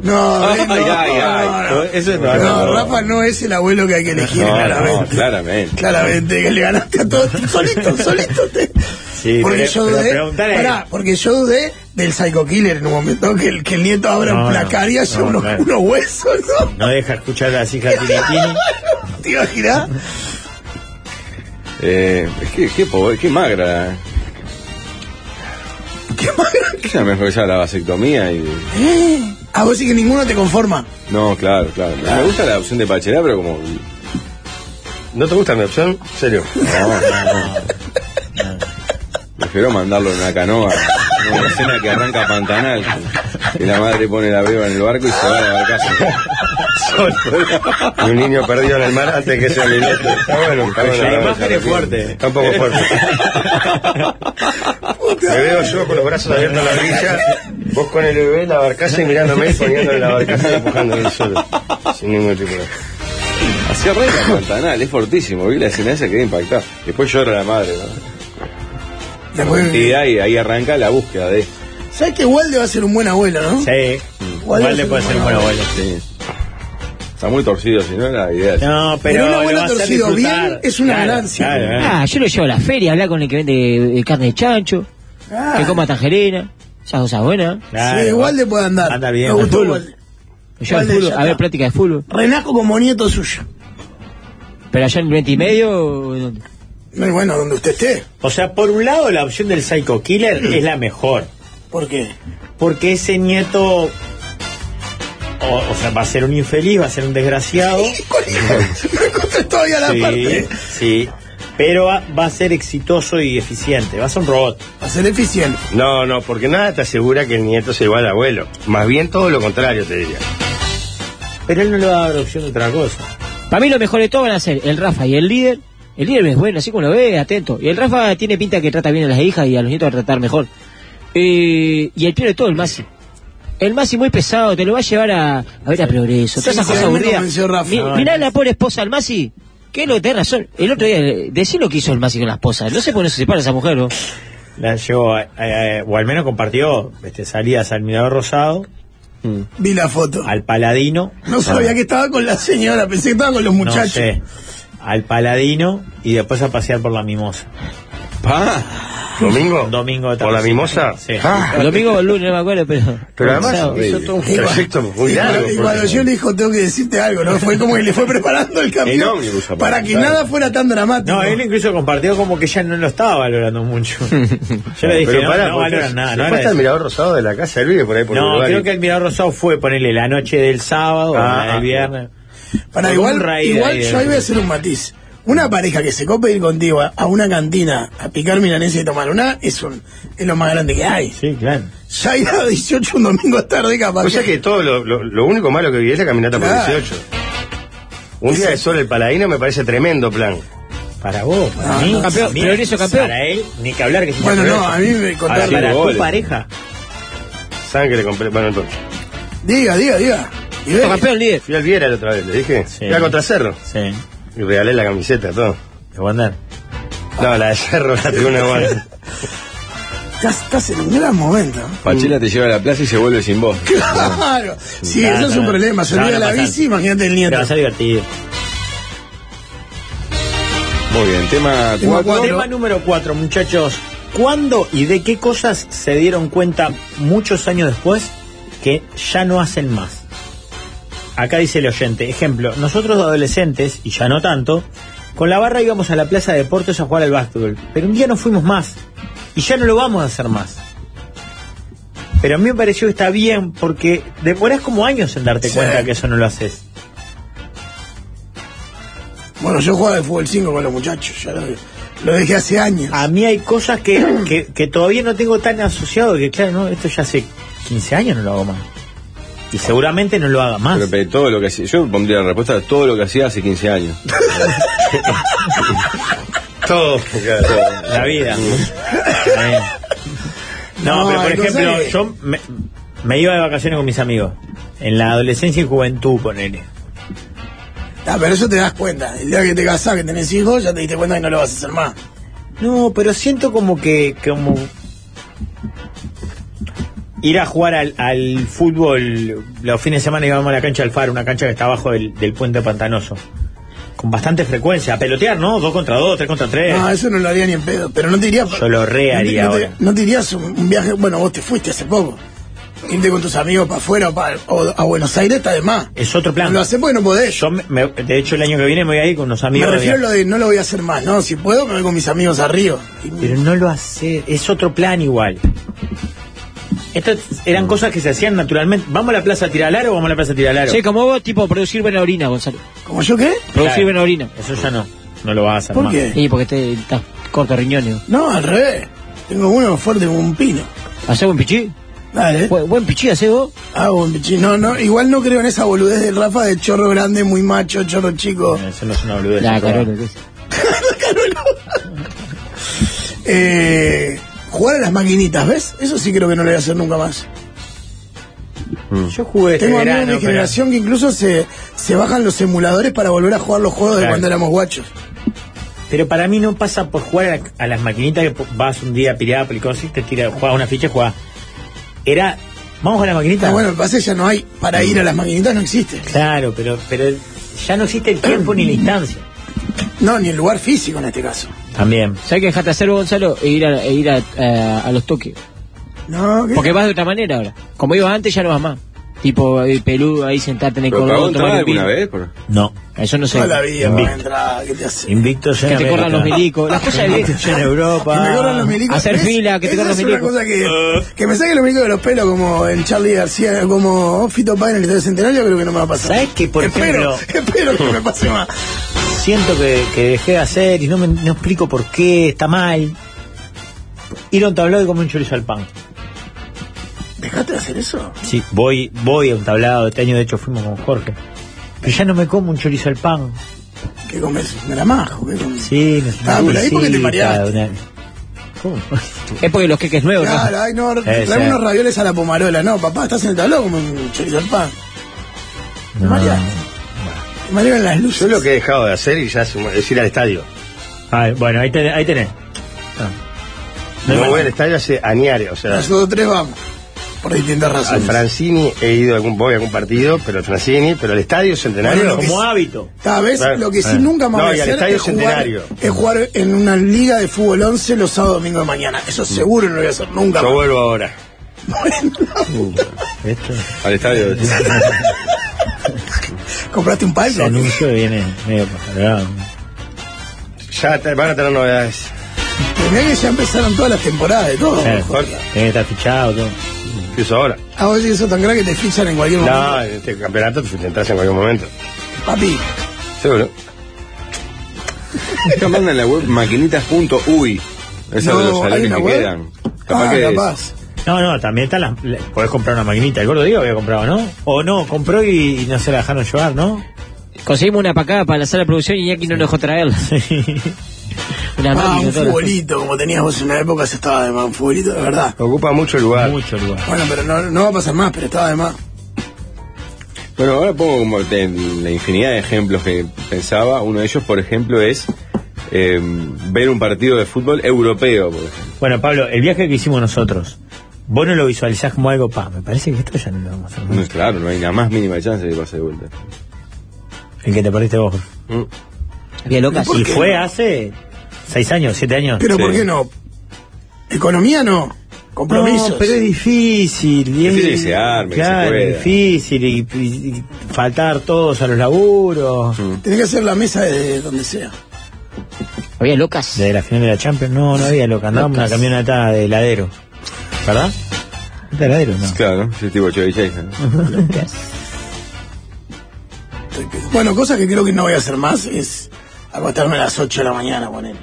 [SPEAKER 7] No,
[SPEAKER 6] Ay,
[SPEAKER 7] eh, no,
[SPEAKER 6] ay,
[SPEAKER 7] no,
[SPEAKER 6] ay, ay.
[SPEAKER 7] no.
[SPEAKER 5] Eso es
[SPEAKER 7] No, Rafa no es el abuelo que hay que elegir,
[SPEAKER 6] No,
[SPEAKER 7] claramente.
[SPEAKER 6] no, claramente.
[SPEAKER 7] Claramente que le ganaste a todos solito, solito te.
[SPEAKER 5] Sí,
[SPEAKER 7] porque
[SPEAKER 5] pero-
[SPEAKER 7] yo
[SPEAKER 5] pero
[SPEAKER 7] dudé.
[SPEAKER 5] preguntale-
[SPEAKER 7] pará, porque yo dudé del Psycho Killer en un momento que el, que el nieto abra
[SPEAKER 5] No,
[SPEAKER 7] un
[SPEAKER 5] no,
[SPEAKER 7] placar y haya
[SPEAKER 5] no,
[SPEAKER 7] unos,
[SPEAKER 5] claro.
[SPEAKER 7] unos huesos, ¿no?
[SPEAKER 5] No deja escuchar a las hijas tiritini.
[SPEAKER 7] ¿Te imaginas?
[SPEAKER 6] Eh, qué, qué, pobre, qué magra. eh.
[SPEAKER 7] Qué magra.
[SPEAKER 6] Ella me empezaba la vasectomía y...
[SPEAKER 7] A vos sí que ninguno te conforma.
[SPEAKER 6] No, claro, claro. Me gusta la opción de Pachelá, pero como... No,
[SPEAKER 4] ¿No te gusta mi opción? ¿En serio?
[SPEAKER 6] no, no. Prefiero mandarlo en una canoa. en Una escena que arranca Pantanal. Y la madre pone la beba en el barco y se va a la barcaza.
[SPEAKER 4] Y un niño perdido en el mar antes de que sea mi nieto. Está bueno, está bueno.
[SPEAKER 5] La
[SPEAKER 4] está bueno,
[SPEAKER 5] imagen es fuerte.
[SPEAKER 4] Está un poco fuerte. Me veo yo con los brazos abiertos a la orilla, vos con el bebé en la barcaza y mirándome y poniéndole la barcaza y empujándole el suelo. Sin ningún tipo de...
[SPEAKER 6] Así arranca Pantanal, es fortísimo. Vi la escena esa quedé impactado. Después llora la madre, ¿no?
[SPEAKER 7] Después-
[SPEAKER 6] Y ahí, ahí arranca la búsqueda de...
[SPEAKER 7] ¿Sabes que Walde va a ser un buen abuelo, no?
[SPEAKER 5] Sí, igual le puede ser un buen abuelo.
[SPEAKER 6] Sí. Está muy torcido, si no era la idea.
[SPEAKER 5] No,
[SPEAKER 7] Pero
[SPEAKER 5] pero.
[SPEAKER 7] un
[SPEAKER 5] lo
[SPEAKER 7] abuelo
[SPEAKER 5] va a hacer
[SPEAKER 7] torcido
[SPEAKER 5] disfrutar.
[SPEAKER 7] bien es una
[SPEAKER 5] Claro,
[SPEAKER 7] ganancia.
[SPEAKER 5] claro, claro.
[SPEAKER 8] Ah, yo lo llevo a la feria, hablar con el que vende eh, carne de chancho,
[SPEAKER 7] Ah,
[SPEAKER 8] que coma tangerina, esas cosas buenas.
[SPEAKER 5] Claro.
[SPEAKER 7] sí, Walde puede andar.
[SPEAKER 5] Anda bien,
[SPEAKER 7] Me gustó
[SPEAKER 5] Walde.
[SPEAKER 7] Walde.
[SPEAKER 8] Lo llevo al
[SPEAKER 7] Vale,
[SPEAKER 8] fútbol,
[SPEAKER 7] ya
[SPEAKER 8] a ver
[SPEAKER 7] está.
[SPEAKER 8] práctica de fútbol.
[SPEAKER 7] Renazco como nieto suyo.
[SPEAKER 8] Pero allá en el 20 y medio, ¿dónde?
[SPEAKER 7] Muy bueno, donde usted esté.
[SPEAKER 5] O sea, por un lado, la opción del Psycho Killer es la mejor.
[SPEAKER 7] ¿Por qué?
[SPEAKER 5] Porque ese nieto. O, o sea, va a ser un infeliz, va a ser un desgraciado.
[SPEAKER 7] No encontré todavía la
[SPEAKER 5] Sí,
[SPEAKER 7] parte.
[SPEAKER 5] sí. Pero va, va a ser exitoso y eficiente. Va a ser un robot.
[SPEAKER 7] Va a ser eficiente.
[SPEAKER 4] No, no, porque
[SPEAKER 5] Ah.
[SPEAKER 4] nada te asegura que el nieto sea igual al abuelo. Más bien todo lo contrario, te diría.
[SPEAKER 5] Pero él no le va a dar opción de otra cosa.
[SPEAKER 8] Para mí lo mejor de todo van a ser el Rafa y el líder. El líder es bueno, así como lo ve, atento. Y el Rafa tiene pinta que trata bien a las hijas y a los nietos a tratar mejor. Eh, y el peor de todo, el Masi. El Masi muy pesado, te lo va a llevar a, a ver a progreso.
[SPEAKER 7] Sí,
[SPEAKER 8] Todas esas
[SPEAKER 7] sí,
[SPEAKER 8] cosas
[SPEAKER 7] a mí me
[SPEAKER 8] aburridas.
[SPEAKER 7] convenció Rafa.
[SPEAKER 8] Mi-
[SPEAKER 7] No,
[SPEAKER 8] mirá la pobre esposa al Masi. Que lo tenés razón. El otro día, eh, decí lo que hizo el Masi con la esposa. No sé por qué no se separa esa mujer, ¿no?
[SPEAKER 5] La llevó, a- a- a- o al menos compartió este, salidas al Mirador Rosado,
[SPEAKER 7] Vi la foto.
[SPEAKER 5] al Paladino.
[SPEAKER 7] No sabía que estaba con la señora, pensé que estaba con los
[SPEAKER 5] No
[SPEAKER 7] muchachos.
[SPEAKER 5] sé, al Paladino y después a pasear por la Mimosa.
[SPEAKER 6] Pa.
[SPEAKER 4] ¿Domingo?
[SPEAKER 5] Un domingo de
[SPEAKER 4] ¿Por la
[SPEAKER 5] tarde.
[SPEAKER 4] mimosa?
[SPEAKER 5] Sí.
[SPEAKER 4] Ah,
[SPEAKER 8] El domingo o el lunes, no me acuerdo, pero.
[SPEAKER 4] pero además
[SPEAKER 8] Sábado.
[SPEAKER 4] hizo todo un
[SPEAKER 7] Igual-
[SPEAKER 4] trayecto
[SPEAKER 5] pues,
[SPEAKER 4] muy
[SPEAKER 7] y
[SPEAKER 4] largo.
[SPEAKER 7] cuando- Y cuando
[SPEAKER 4] porque-
[SPEAKER 7] yo le dijo, tengo que decirte algo, ¿no? Fue como que le fue preparando el
[SPEAKER 6] En
[SPEAKER 7] camino
[SPEAKER 6] ómnibus, aparte,
[SPEAKER 7] para que
[SPEAKER 6] claro.
[SPEAKER 7] nada fuera tan dramático.
[SPEAKER 5] No, él incluso compartió como que ya no lo estaba valorando mucho. Yo le dije,
[SPEAKER 4] Pero
[SPEAKER 5] no,
[SPEAKER 4] pará,
[SPEAKER 5] no
[SPEAKER 4] porque
[SPEAKER 5] valoran nada.
[SPEAKER 4] se
[SPEAKER 5] No,
[SPEAKER 4] fue hasta el
[SPEAKER 5] agradecen.
[SPEAKER 4] mirador rosado de la casa de Luis por ahí por
[SPEAKER 5] No,
[SPEAKER 4] Uruguay.
[SPEAKER 5] creo que el Mirador Rosado fue, ponerle la noche del sábado, o
[SPEAKER 4] Ah,
[SPEAKER 5] la del
[SPEAKER 4] ah.
[SPEAKER 5] viernes.
[SPEAKER 7] Para
[SPEAKER 5] Algún
[SPEAKER 7] igual,
[SPEAKER 5] raíz
[SPEAKER 7] igual
[SPEAKER 5] ahí de-
[SPEAKER 7] yo ahí voy a hacer un matiz. Una pareja que se cope ir contigo a, a una cantina a picar milanesa y tomar una es, un, es lo más grande que hay.
[SPEAKER 5] Sí, Pues claro.
[SPEAKER 7] Ya ir a 18 un domingo tarde capaz.
[SPEAKER 4] O sea que todo lo, lo- lo único malo que viví es la caminata por
[SPEAKER 7] Claro.
[SPEAKER 4] 18. Un día de sol el paladino me parece tremendo plan.
[SPEAKER 5] Para vos, para
[SPEAKER 7] Ah,
[SPEAKER 5] mí.
[SPEAKER 7] no,
[SPEAKER 8] campeón,
[SPEAKER 5] mira,
[SPEAKER 8] progreso, campeón.
[SPEAKER 5] Para él, ni que hablar que se
[SPEAKER 7] Bueno,
[SPEAKER 5] progreso.
[SPEAKER 7] no, a mí me
[SPEAKER 5] Ahora,
[SPEAKER 7] contaron.
[SPEAKER 5] para
[SPEAKER 6] cinco
[SPEAKER 5] tu
[SPEAKER 6] goles.
[SPEAKER 5] pareja.
[SPEAKER 4] ¿Saben que le compré? Bueno, entonces.
[SPEAKER 7] Diga, diga, diga. Y ve,
[SPEAKER 8] Campeón líder.
[SPEAKER 4] Fui al Viera la otra vez, le dije.
[SPEAKER 5] Sí.
[SPEAKER 4] Iba contra Cerro.
[SPEAKER 5] Sí,
[SPEAKER 4] Y regalé la camiseta, todo.
[SPEAKER 5] de Wander.
[SPEAKER 4] No, la de Cerro la tribuna igual.
[SPEAKER 7] estás, estás en un gran momento.
[SPEAKER 6] Pachela te lleva a la plaza y se vuelve sin vos.
[SPEAKER 7] Claro. Sí,
[SPEAKER 5] Claro,
[SPEAKER 7] eso es un
[SPEAKER 5] claro.
[SPEAKER 7] problema. Se
[SPEAKER 5] No,
[SPEAKER 7] olvida
[SPEAKER 5] no
[SPEAKER 7] la
[SPEAKER 5] pasa.
[SPEAKER 7] bici, imagínate el nieto.
[SPEAKER 5] Pero va a ser divertido.
[SPEAKER 6] Muy bien, tema
[SPEAKER 7] Tema
[SPEAKER 6] 4.
[SPEAKER 7] cuatro.
[SPEAKER 5] Tema número 4, muchachos. ¿Cuándo y de qué cosas se dieron cuenta muchos años después que ya no hacen más? Acá dice el oyente, ejemplo, nosotros adolescentes, y ya no tanto, con la barra íbamos a la plaza de deportes a jugar al básquetbol, pero un día no fuimos más y ya no lo vamos a hacer más. Pero a mí me pareció que está bien porque demorás como años en darte
[SPEAKER 7] Sí.
[SPEAKER 5] cuenta que eso no lo haces.
[SPEAKER 7] Bueno, yo jugaba de fútbol 5 con los muchachos. Ya lo, lo dejé hace años.
[SPEAKER 5] A mí hay cosas que, que, que todavía no tengo tan asociado que, claro, no, esto ya hace 15 años no lo hago más. Y seguramente no lo haga más.
[SPEAKER 6] Pero, pero, todo lo que hacía, yo pondría la respuesta a todo lo que hacía hace 15 años.
[SPEAKER 4] todo.
[SPEAKER 5] La vida. no,
[SPEAKER 7] No,
[SPEAKER 5] pero por
[SPEAKER 7] hay cosas
[SPEAKER 5] ejemplo,
[SPEAKER 7] que-
[SPEAKER 5] yo me, me iba de vacaciones con mis amigos. En la adolescencia y juventud, ponele.
[SPEAKER 7] Ah, pero eso te das cuenta. El día que te casás, que tenés hijos, ya te diste cuenta que no lo vas a hacer más.
[SPEAKER 5] No, pero siento como que. como Ir a jugar al, al fútbol los fines de semana íbamos a la cancha del Faro, una cancha que está abajo del, del puente pantanoso. Con bastante frecuencia. A pelotear, ¿no? Dos contra dos, tres contra tres.
[SPEAKER 7] No, Ah, eso no lo haría ni en pedo. Pero no te diría.
[SPEAKER 5] Eh. Yo lo re haría
[SPEAKER 7] no te,
[SPEAKER 5] ahora.
[SPEAKER 7] no te irías un, un viaje. Bueno, vos te fuiste hace poco. Irte con tus amigos para afuera o, pa- o a Buenos Aires está de más.
[SPEAKER 5] es otro
[SPEAKER 7] No
[SPEAKER 5] plan.
[SPEAKER 7] Lo haces porque no podés.
[SPEAKER 5] Ah. Yo me- me- de hecho, el año que viene me voy a ir con unos
[SPEAKER 7] me
[SPEAKER 5] amigos.
[SPEAKER 7] refiero a lo de no lo voy a hacer más, ¿no? Si puedo, me voy con mis amigos arriba.
[SPEAKER 5] Pero no lo hace. Es otro plan igual. Estas eran
[SPEAKER 7] Mm.
[SPEAKER 5] cosas que se hacían naturalmente. ¿Vamos a la plaza a tirar o vamos a la plaza a tirar
[SPEAKER 8] Sí, como vos, tipo, producir buena orina, Gonzalo.
[SPEAKER 7] ¿Como yo qué?
[SPEAKER 8] Producir buena orina.
[SPEAKER 5] Eso ya no. No lo vas a hacer
[SPEAKER 7] ¿Por
[SPEAKER 5] más.
[SPEAKER 7] qué?
[SPEAKER 8] Y porque te estás corto de riñones.
[SPEAKER 7] No, al revés. Tengo uno fuerte como un pino.
[SPEAKER 8] ¿Hacés buen pichí?
[SPEAKER 7] Dale.
[SPEAKER 8] Bu- Buen pichí, hacés vos.
[SPEAKER 7] Ah, buen pichín. No, no, igual no creo en esa boludez del Rafa de chorro grande, muy macho, chorro chico.
[SPEAKER 5] Eso no es una boludez.
[SPEAKER 8] La
[SPEAKER 5] eso es
[SPEAKER 8] Carola, ¿qué es?
[SPEAKER 7] Eh, jugar a las maquinitas, ¿ves? Eso sí creo que no lo voy a hacer nunca más.
[SPEAKER 5] Yo jugué este
[SPEAKER 7] Tengo
[SPEAKER 5] verano,
[SPEAKER 7] amigos de mi
[SPEAKER 5] pero-
[SPEAKER 7] generación que incluso se, se bajan los emuladores para volver a jugar los juegos de
[SPEAKER 5] Claro.
[SPEAKER 7] cuando éramos guachos.
[SPEAKER 5] pero, para mí no pasa por jugar a, la- a las maquinitas que po- vas un día a Piriápolis y cosas y te tira, juegas una ficha, juegas. Era, vamos a la maquinita.
[SPEAKER 7] Ah, bueno, pase ya no hay. Para ir a las maquinitas no existe.
[SPEAKER 5] Claro, pero, pero ya no existe el tiempo ni la instancia.
[SPEAKER 7] No, ni el lugar físico en este caso.
[SPEAKER 5] También.
[SPEAKER 8] ¿Sabés qué dejaste hacer vos, Gonzalo? E ir a, e ir a, a- a los toques.
[SPEAKER 7] No, ¿qué?
[SPEAKER 8] Porque vas de otra manera ahora. Como ibas antes, ya no vas más. Tipo, eh, peludo, ahí sentarte en el
[SPEAKER 6] ¿Pero pagó
[SPEAKER 8] cordón,
[SPEAKER 6] entrada
[SPEAKER 8] tomar un
[SPEAKER 6] alguna
[SPEAKER 8] vino.
[SPEAKER 6] vez? Por-
[SPEAKER 5] No.
[SPEAKER 8] Eso no sé.
[SPEAKER 7] Toda la vida,
[SPEAKER 5] Invicto.
[SPEAKER 7] para entrar, ¿qué te hace?
[SPEAKER 5] Invicto
[SPEAKER 8] Que te corran los milicos. Las cosas de viejo.
[SPEAKER 5] en Europa.
[SPEAKER 7] Que me corran los milicos.
[SPEAKER 8] Hacer
[SPEAKER 7] ¿Ves?
[SPEAKER 8] fila, que te
[SPEAKER 7] Esa
[SPEAKER 8] corran los milicos.
[SPEAKER 7] Es una cosa que, que me saquen los milicos de los pelos como en Charlie García, como Fito Páez en el Estadio Centenario, creo que no me va a pasar.
[SPEAKER 5] ¿Sabes qué? Por
[SPEAKER 7] espero,
[SPEAKER 5] ejemplo-
[SPEAKER 7] espero que me pase más.
[SPEAKER 5] Siento que, que dejé de hacer y no me no explico por qué, está mal. Ir a un tablado y comer un chorizo al pan.
[SPEAKER 7] ¿Dejaste de hacer eso?
[SPEAKER 5] Sí, voy, voy a un tablado. Este año, de hecho, fuimos con Jorge. Pero ya no me como un chorizo al pan.
[SPEAKER 7] ¿Qué comes? ¿Un gramajo? ¿Qué comes?
[SPEAKER 5] Sí, no
[SPEAKER 7] Ah, pero ahí porque te
[SPEAKER 5] sí,
[SPEAKER 7] mareaste.
[SPEAKER 5] cada una- ¿Cómo?
[SPEAKER 8] Es porque los queques nuevos, ¿no?
[SPEAKER 7] Claro, ay, no,
[SPEAKER 5] Eh,
[SPEAKER 7] trae
[SPEAKER 5] sí.
[SPEAKER 7] unos ravioles a la pomarola. No, papá, estás en el tablado como un chorizo al pan. Te
[SPEAKER 5] No.
[SPEAKER 7] mareaste. Te marearon las luces.
[SPEAKER 4] Yo lo que he dejado de hacer y ya es, un- es ir al estadio.
[SPEAKER 5] Ay, bueno, ahí tenés. Ahí tenés. Ah.
[SPEAKER 4] No,
[SPEAKER 5] hay
[SPEAKER 4] voy al
[SPEAKER 5] más.
[SPEAKER 4] estadio hace añares, o sea.
[SPEAKER 7] Nosotros tres vamos. Por distintas
[SPEAKER 4] Al
[SPEAKER 7] razones.
[SPEAKER 4] Francini he ido a algún, voy a algún partido, pero al Francini, pero al estadio
[SPEAKER 7] Bueno,
[SPEAKER 4] centenario.
[SPEAKER 7] lo que
[SPEAKER 5] Como hábito.
[SPEAKER 7] Tal vez
[SPEAKER 4] Claro.
[SPEAKER 7] lo que sí
[SPEAKER 4] Eh.
[SPEAKER 7] nunca más
[SPEAKER 4] No,
[SPEAKER 7] voy
[SPEAKER 4] y
[SPEAKER 7] a
[SPEAKER 4] al
[SPEAKER 7] hacer
[SPEAKER 4] estadio
[SPEAKER 7] es jugar,
[SPEAKER 4] Centenario.
[SPEAKER 7] es jugar en una liga de fútbol 11 los sábados domingo de mañana. Eso seguro no lo voy a hacer nunca.
[SPEAKER 4] Mm. Yo
[SPEAKER 7] más.
[SPEAKER 4] vuelvo ahora.
[SPEAKER 5] Esto.
[SPEAKER 6] Al estadio.
[SPEAKER 7] ¿Compraste un
[SPEAKER 5] Ese
[SPEAKER 7] palco?
[SPEAKER 5] anuncio viene medio pajarado.
[SPEAKER 4] Ya te- van a tener novedades.
[SPEAKER 7] Mirá que ya empezaron todas las temporadas de todo.
[SPEAKER 4] Eh.
[SPEAKER 5] Claro,
[SPEAKER 7] Jorge.
[SPEAKER 5] Tiene que estar fichado todo.
[SPEAKER 4] Empiezo ahora.
[SPEAKER 7] Ah, vos decís eso tan grave que te fichan en cualquier momento.
[SPEAKER 4] eh, No, en este campeonato te entras en cualquier momento.
[SPEAKER 7] Papi,
[SPEAKER 6] Seguro. Acá mandan la web maquinitas.uy. Esa
[SPEAKER 7] No,
[SPEAKER 6] de los
[SPEAKER 7] ¿hay
[SPEAKER 6] salones
[SPEAKER 7] una
[SPEAKER 6] que
[SPEAKER 7] web?
[SPEAKER 6] quedan.
[SPEAKER 7] ah,
[SPEAKER 6] que es-
[SPEAKER 7] capaz.
[SPEAKER 5] No, no, también está la, le- podés comprar una maquinita. El gordo Diego había comprado, ¿no? O no, compró y, y no se la dejaron llevar, ¿no?
[SPEAKER 8] Conseguimos una pacada para la sala de producción y aquí no nos dejó traerla. Una
[SPEAKER 7] Ah,
[SPEAKER 8] máquina
[SPEAKER 7] un
[SPEAKER 8] toda.
[SPEAKER 7] futbolito, como teníamos en una época, se estaba de más un futbolito, de verdad.
[SPEAKER 4] Ocupa mucho lugar.
[SPEAKER 5] Mucho lugar.
[SPEAKER 7] Bueno, pero no, no va a pasar más, pero estaba de más.
[SPEAKER 6] Bueno, ahora pongo como te- la infinidad de ejemplos que pensaba. Uno de ellos, por ejemplo, es eh, ver un partido de fútbol europeo. por ejemplo.
[SPEAKER 5] Bueno, Pablo, el viaje que hicimos nosotros, vos no lo visualizás como algo, pa, me parece que esto ya no lo vamos a hacer.
[SPEAKER 6] No,
[SPEAKER 5] más.
[SPEAKER 6] claro, no hay la más mínima chance de que pase de vuelta.
[SPEAKER 5] El que te perdiste vos.
[SPEAKER 6] Mm.
[SPEAKER 8] Había locas.
[SPEAKER 7] ¿Por
[SPEAKER 5] Y
[SPEAKER 7] qué
[SPEAKER 5] fue
[SPEAKER 7] no?
[SPEAKER 5] hace seis años, siete años.
[SPEAKER 7] Pero
[SPEAKER 6] Sí.
[SPEAKER 7] ¿por qué no? Economía no. Compromisos.
[SPEAKER 5] No, pero es difícil. Y es,
[SPEAKER 6] Difícil que se arme, que se
[SPEAKER 5] claro,
[SPEAKER 6] pueda.
[SPEAKER 5] difícil y, y- y faltar todos a los laburos.
[SPEAKER 6] Mm.
[SPEAKER 7] Tenés que hacer la mesa de donde sea.
[SPEAKER 8] Había locas.
[SPEAKER 5] De la final de la Champions, no, no había loca. Andábamos en una camioneta de heladero. ¿Verdad? ¿De heladero? No.
[SPEAKER 6] Claro, ¿no? Ese tipo Chevy Chase, ¿no?
[SPEAKER 7] Bueno, cosa que creo que no voy a hacer más es acostarme a las 8 de la mañana con él.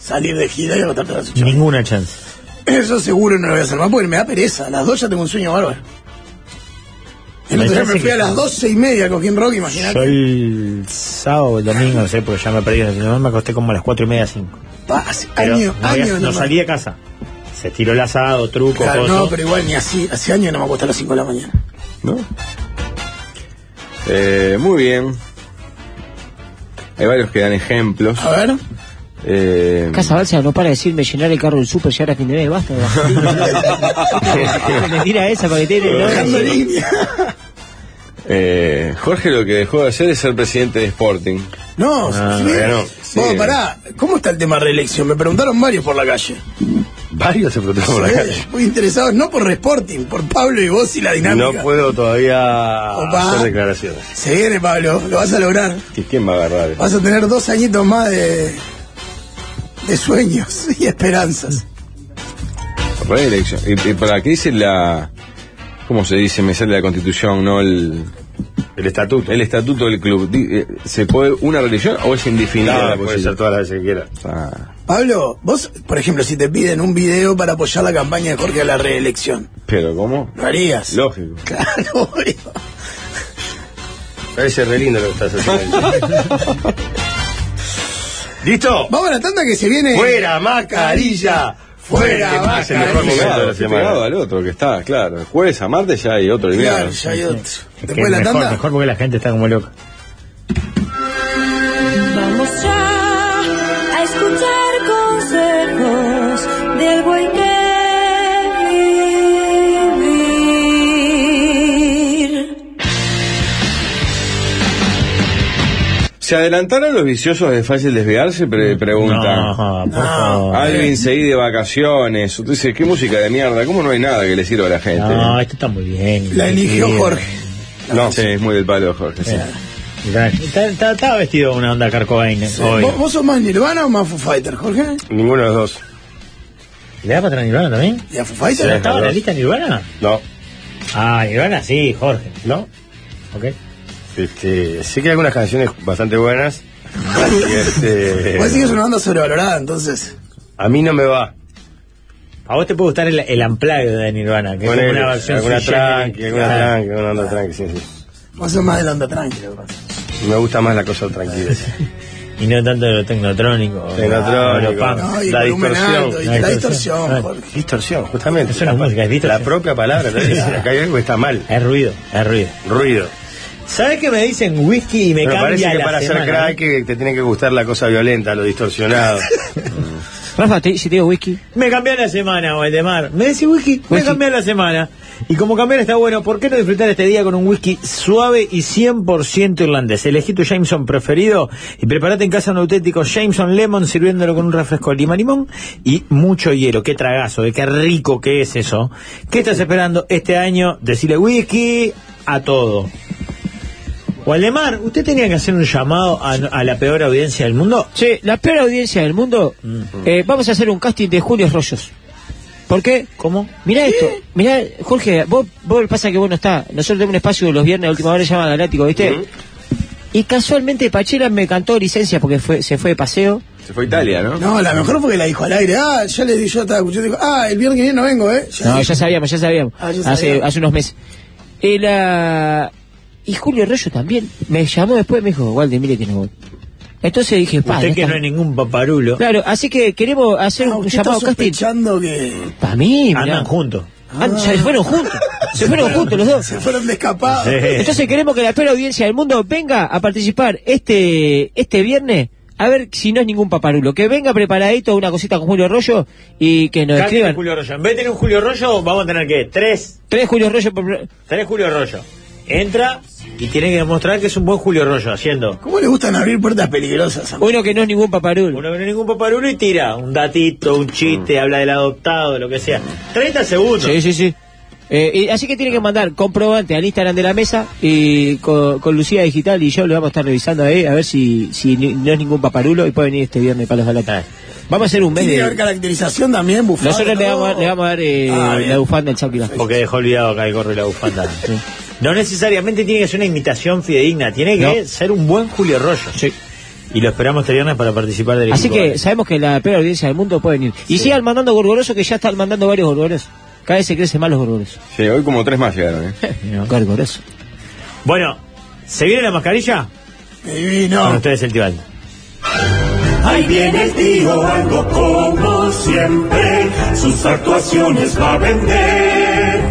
[SPEAKER 7] Salir de gira y acostarte a las 8. de la mañana.
[SPEAKER 5] Ninguna chance.
[SPEAKER 7] Eso seguro no lo voy a hacer más porque me da pereza. A las 2 ya tengo un sueño bárbaro. El
[SPEAKER 5] Me
[SPEAKER 7] otro día
[SPEAKER 5] parece
[SPEAKER 7] me fui
[SPEAKER 5] que-
[SPEAKER 7] a las 12 y media con Jim Rock,
[SPEAKER 6] Ah,
[SPEAKER 7] imagínate.
[SPEAKER 5] Yo el sábado o el domingo, no sé, porque ya me perdí. Si no, me acosté como a las cuatro y media, cinco.
[SPEAKER 7] Pa, hace
[SPEAKER 5] Pero
[SPEAKER 7] años,
[SPEAKER 5] no, había-
[SPEAKER 7] años
[SPEAKER 5] no
[SPEAKER 7] me-
[SPEAKER 5] salí de casa. Se tiró el asado, truco,
[SPEAKER 7] Claro,
[SPEAKER 5] coso.
[SPEAKER 7] no, pero igual ni así. Hace años no me acuesto a las 5 de la mañana.
[SPEAKER 6] ¿no? Eh, muy bien. Hay varios que dan ejemplos.
[SPEAKER 7] A ver.
[SPEAKER 6] Eh,
[SPEAKER 8] Casa Balsa no para de decirme llenar el carro del súper, llegar a fin de mes, basta. Me tira esa para que te tire, ¿no?
[SPEAKER 7] Dejando línea.
[SPEAKER 6] eh, Jorge lo que dejó de hacer es ser presidente de Sporting.
[SPEAKER 7] No,
[SPEAKER 5] Ah,
[SPEAKER 7] sí.
[SPEAKER 6] bueno,
[SPEAKER 7] Vos,
[SPEAKER 6] sí.
[SPEAKER 7] pará, ¿cómo está el tema reelección? Me preguntaron varios por la calle.
[SPEAKER 4] Varios se protestaron por
[SPEAKER 7] Sí,
[SPEAKER 4] la calle.
[SPEAKER 7] Muy interesados, no por Resporting, por Pablo y vos y la dinámica.
[SPEAKER 4] No puedo todavía
[SPEAKER 7] Opa.
[SPEAKER 4] hacer declaraciones.
[SPEAKER 7] Se viene, Pablo, lo vas a lograr.
[SPEAKER 6] ¿Y quién va a agarrar?
[SPEAKER 7] Vas a tener dos añitos más de, de sueños y esperanzas.
[SPEAKER 6] Reelección. ¿Y, y para qué dice la. ¿Cómo se dice? Me sale la constitución, ¿no? El,
[SPEAKER 4] El estatuto.
[SPEAKER 6] el estatuto del club. Di- eh, ¿Se puede una religión o es indefinida?
[SPEAKER 4] Nada,
[SPEAKER 6] la
[SPEAKER 4] puede ser
[SPEAKER 6] posibilidad?
[SPEAKER 4] todas las veces que quiera.
[SPEAKER 6] Ah,
[SPEAKER 7] Pablo, vos, por ejemplo, si te piden un video para apoyar la campaña de Jorge a la reelección,
[SPEAKER 6] ¿Pero cómo?
[SPEAKER 7] ¿lo harías?
[SPEAKER 6] Lógico.
[SPEAKER 7] Claro, obvio.
[SPEAKER 4] Parece re lindo lo que estás haciendo. ¿Listo?
[SPEAKER 7] Vamos a la tanda que se viene.
[SPEAKER 4] ¡Fuera, mascarilla!
[SPEAKER 7] Fuera,
[SPEAKER 4] Que Es el
[SPEAKER 7] mascarilla.
[SPEAKER 4] mejor momento de
[SPEAKER 6] Pegado,
[SPEAKER 4] la
[SPEAKER 6] pegado
[SPEAKER 4] semana.
[SPEAKER 6] al otro que está, claro. Jueves a martes ya hay otro el
[SPEAKER 7] Claro,
[SPEAKER 6] viernes.
[SPEAKER 7] ya hay otro.
[SPEAKER 5] Es que
[SPEAKER 7] Después de la
[SPEAKER 5] mejor,
[SPEAKER 7] tanda.
[SPEAKER 5] mejor porque la gente está como loca.
[SPEAKER 10] Vamos ya a escuchar consejos del buen que vivir.
[SPEAKER 6] ¿Se adelantaron los viciosos de fácil desviarse? Pre- pregunta.
[SPEAKER 5] No, por favor.
[SPEAKER 6] Alvin seguí de vacaciones. Usted dice, qué música de mierda. ¿Cómo no hay nada que le sirva a la gente?
[SPEAKER 5] No, esto está muy bien.
[SPEAKER 7] La eligió
[SPEAKER 5] Sí.
[SPEAKER 7] Jorge.
[SPEAKER 6] No, Eh. sí, es muy del palo, Jorge. sí.
[SPEAKER 5] Mirá, está- está- Estaba vestido una onda carcobain hoy.
[SPEAKER 7] ¿Vos, vos sos más Nirvana o más Foo Fighter, Jorge?
[SPEAKER 4] Ninguno de los dos.
[SPEAKER 5] ¿Le da para atrás Nirvana también?
[SPEAKER 7] ¿Y a Foo Fighter?
[SPEAKER 5] ¿Estaba en la lista Nirvana?
[SPEAKER 4] No.
[SPEAKER 5] Ah, Nirvana sí, Jorge. ¿No? Ok.
[SPEAKER 4] Este, sé que hay algunas canciones bastante buenas. Y, este,
[SPEAKER 7] Vos decís que es una banda sobrevalorada, entonces.
[SPEAKER 4] a mí no me va.
[SPEAKER 5] A vos te puede gustar el, el Unplugged de Nirvana, que
[SPEAKER 4] Ponele
[SPEAKER 5] es como una versión Ah,
[SPEAKER 4] alguna
[SPEAKER 5] sui generis.
[SPEAKER 4] tranqui, alguna
[SPEAKER 5] Claro.
[SPEAKER 4] tranqui, alguna onda tranqui, sí, sí.
[SPEAKER 7] Vos sos más de la onda tranquila.
[SPEAKER 4] Me gusta más la cosa tranquila. sí.
[SPEAKER 5] Y no tanto lo tecnotrónico. ah,
[SPEAKER 4] Tecnotrónico.
[SPEAKER 5] lo punk.
[SPEAKER 7] No, y
[SPEAKER 4] La
[SPEAKER 7] el volumen
[SPEAKER 4] distorsión,
[SPEAKER 7] alto, y
[SPEAKER 5] la
[SPEAKER 7] la
[SPEAKER 5] distorsión.
[SPEAKER 7] distorsión,
[SPEAKER 5] Ah.
[SPEAKER 7] Jorge.
[SPEAKER 4] Distorsión, justamente.
[SPEAKER 5] Es una música, es
[SPEAKER 4] La
[SPEAKER 5] distorsión.
[SPEAKER 4] propia palabra te dice. Acá hay algo que está mal.
[SPEAKER 5] Es ruido, es ruido.
[SPEAKER 4] Ruido.
[SPEAKER 5] ¿Sabes que me dicen whisky y me
[SPEAKER 4] Pero
[SPEAKER 5] cambia
[SPEAKER 4] parece que
[SPEAKER 5] la
[SPEAKER 4] para ser
[SPEAKER 5] semana?
[SPEAKER 4] crack eh, te tiene que gustar la cosa violenta, lo distorsionado.
[SPEAKER 8] Rafa, te- si te digo whisky,
[SPEAKER 5] Me cambió la semana, Waldemar. Me decís whisky, me
[SPEAKER 8] Whisky.
[SPEAKER 5] cambió la semana. Y como cambiar está bueno, ¿por qué no disfrutar este día con un whisky suave y 100% irlandés? Elegí tu Jameson preferido y prepárate en casa un auténtico Jameson Lemon sirviéndolo con un refresco de lima limón y mucho hielo. Qué tragazo, de qué rico que es eso. ¿Qué estás esperando este año? Decirle whisky a todo. Waldemar, usted tenía que hacer un llamado a, a la peor audiencia del mundo.
[SPEAKER 8] Che, la peor audiencia del mundo, eh, vamos a hacer un casting de Julio Rollos. ¿Por qué?
[SPEAKER 5] ¿Cómo?
[SPEAKER 8] Mirá esto, mirá, Jorge, vos, vos pasa que vos no estás. Nosotros tenemos un espacio los viernes a última hora llamada Galáctico, ¿viste? Y casualmente Pachela me cantó licencia porque fue, se fue de paseo.
[SPEAKER 6] Se fue a Italia, ¿no?
[SPEAKER 7] No, la mejor porque la dijo al aire. Ah, ya le di yo estaba escuchando. Dijo, ah, el viernes que viene no vengo, ¿eh? Ya
[SPEAKER 8] No,
[SPEAKER 7] dije,
[SPEAKER 8] ya sabíamos, ya sabíamos.
[SPEAKER 7] Ah, ya
[SPEAKER 8] hace,
[SPEAKER 7] sabíamos.
[SPEAKER 8] hace unos meses. El, ah, y Julio Rollo también me llamó después y me dijo, Walde, mire que no voy. Entonces dije, pa,
[SPEAKER 5] Usted
[SPEAKER 8] Ah, no
[SPEAKER 5] que
[SPEAKER 8] está-
[SPEAKER 5] no es ningún paparulo.
[SPEAKER 8] Claro, así que queremos hacer
[SPEAKER 7] ah,
[SPEAKER 8] un
[SPEAKER 7] usted está
[SPEAKER 8] llamado casting.
[SPEAKER 7] sospechando que
[SPEAKER 8] Para mí, mirá.
[SPEAKER 5] Andan juntos.
[SPEAKER 8] Ah, se fueron juntos. Se fueron juntos los dos.
[SPEAKER 7] se fueron de escapada.
[SPEAKER 8] Entonces queremos que la peor audiencia del mundo venga a participar este, este viernes. A ver si no es ningún paparulo. Que venga preparadito una cosita con Julio Rollo y que nos
[SPEAKER 5] Casi
[SPEAKER 8] escriban.
[SPEAKER 5] Julio Rollo. En vez de tener un Julio Rollo, vamos a tener que tres
[SPEAKER 8] Tres Julio Rollo por...
[SPEAKER 5] Tenés Julio Rollo. Entra y tiene que demostrar que es un buen Julio Rollo haciendo.
[SPEAKER 7] ¿Cómo le gustan abrir puertas peligrosas? a-
[SPEAKER 8] Uno que no es ningún paparulo.
[SPEAKER 5] Uno que no es ningún paparulo y tira un datito, un chiste, habla del adoptado, lo que sea. 30 segundos.
[SPEAKER 8] Mm. Sí, sí, sí. Eh, y así que tiene que mandar comprobante al Instagram de la mesa y con, con Lucía Digital y yo lo vamos a estar revisando ahí a ver si, si ni- no es ningún paparulo y puede venir este viernes para los Galatasaray. Vamos a hacer un mes
[SPEAKER 7] Tiene que haber
[SPEAKER 8] de...
[SPEAKER 7] caracterización también, bufado.
[SPEAKER 8] Nosotros le
[SPEAKER 7] ¿no?
[SPEAKER 8] vamos, a- le vamos a dar eh,
[SPEAKER 7] Ah, bien.
[SPEAKER 8] la bufanda al Chapila.
[SPEAKER 5] Porque dejó olvidado acá el gorro y la bufanda. No necesariamente tiene que ser una imitación fidedigna, tiene que
[SPEAKER 8] No.
[SPEAKER 5] ser un buen Julio Rollo.
[SPEAKER 8] Sí.
[SPEAKER 5] Y lo esperamos este viernes para participar del
[SPEAKER 8] Así
[SPEAKER 5] equipo.
[SPEAKER 8] que sabemos que la peor audiencia del mundo puede venir. Y sigan mandando gorgorosos que ya están mandando varios gorgorosos. Cada vez se crecen más los gorgorosos.
[SPEAKER 6] Sí, hoy como tres más llegaron, ¿eh?
[SPEAKER 8] Gorgoroso.
[SPEAKER 5] Bueno, ¿se viene la mascarilla? Con
[SPEAKER 7] Divino.
[SPEAKER 5] ustedes el Tibal.
[SPEAKER 2] Ahí viene el tío, algo como siempre, sus actuaciones va a vender.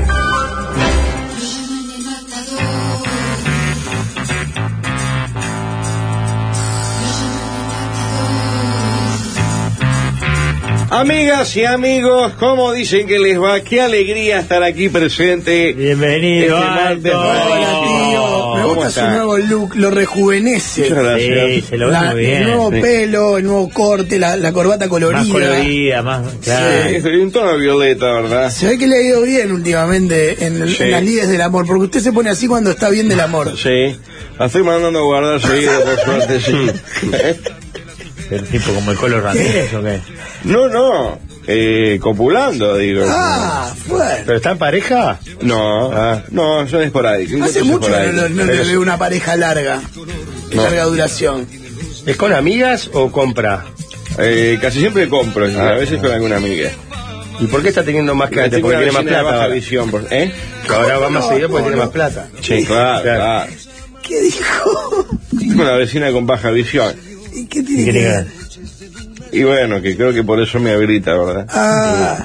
[SPEAKER 6] Amigas y amigos, ¿cómo dicen que les va? Qué alegría estar aquí presente.
[SPEAKER 5] Bienvenido,
[SPEAKER 6] Este martes,
[SPEAKER 5] Aldo.
[SPEAKER 6] hola,
[SPEAKER 7] Tío, me
[SPEAKER 6] ¿Cómo
[SPEAKER 7] gusta
[SPEAKER 6] está?
[SPEAKER 7] su nuevo look, lo rejuvenece.
[SPEAKER 6] Muchas gracias.
[SPEAKER 5] Sí, se lo ve
[SPEAKER 7] La-
[SPEAKER 5] muy bien.
[SPEAKER 7] el nuevo
[SPEAKER 6] sí.
[SPEAKER 7] pelo, el nuevo corte, la, la corbata colorida.
[SPEAKER 5] Más colorida, más. Claro.
[SPEAKER 6] Sí, estoy un tono violeta, ¿verdad?
[SPEAKER 7] Se ve que le ha ido bien últimamente en, el-
[SPEAKER 6] Sí.
[SPEAKER 7] en las líderes del amor, porque usted se pone así cuando está bien del amor.
[SPEAKER 6] Sí. La estoy mandando a guardar seguido, por suerte, sí.
[SPEAKER 5] El tipo como el color Ramírez o qué.
[SPEAKER 6] No, no. Eh, copulando, digo.
[SPEAKER 7] Ah, bueno.
[SPEAKER 5] ¿Pero está en pareja?
[SPEAKER 6] No, ah, no, son esporádicos.
[SPEAKER 7] Hace mucho que no, no le veo una pareja larga, de
[SPEAKER 6] No.
[SPEAKER 7] larga duración.
[SPEAKER 4] ¿Es con amigas o compra?
[SPEAKER 6] Eh, casi siempre compro, a veces con alguna amiga.
[SPEAKER 4] ¿Y por qué está teniendo más
[SPEAKER 6] Porque
[SPEAKER 4] gente? Porque tiene más plata.
[SPEAKER 6] baja
[SPEAKER 4] ahora.
[SPEAKER 6] visión. por- ¿Eh?
[SPEAKER 4] Ahora va más
[SPEAKER 7] No,
[SPEAKER 4] seguido porque
[SPEAKER 7] no,
[SPEAKER 4] tiene
[SPEAKER 7] no.
[SPEAKER 4] más plata.
[SPEAKER 6] Sí, claro,
[SPEAKER 4] Claro.
[SPEAKER 6] claro.
[SPEAKER 7] ¿Qué dijo?
[SPEAKER 6] Estoy con la vecina con baja visión.
[SPEAKER 7] ¿Y qué tiene que ver?
[SPEAKER 6] Y bueno, que creo que por eso me habilita, ¿verdad?
[SPEAKER 7] Ah, eh.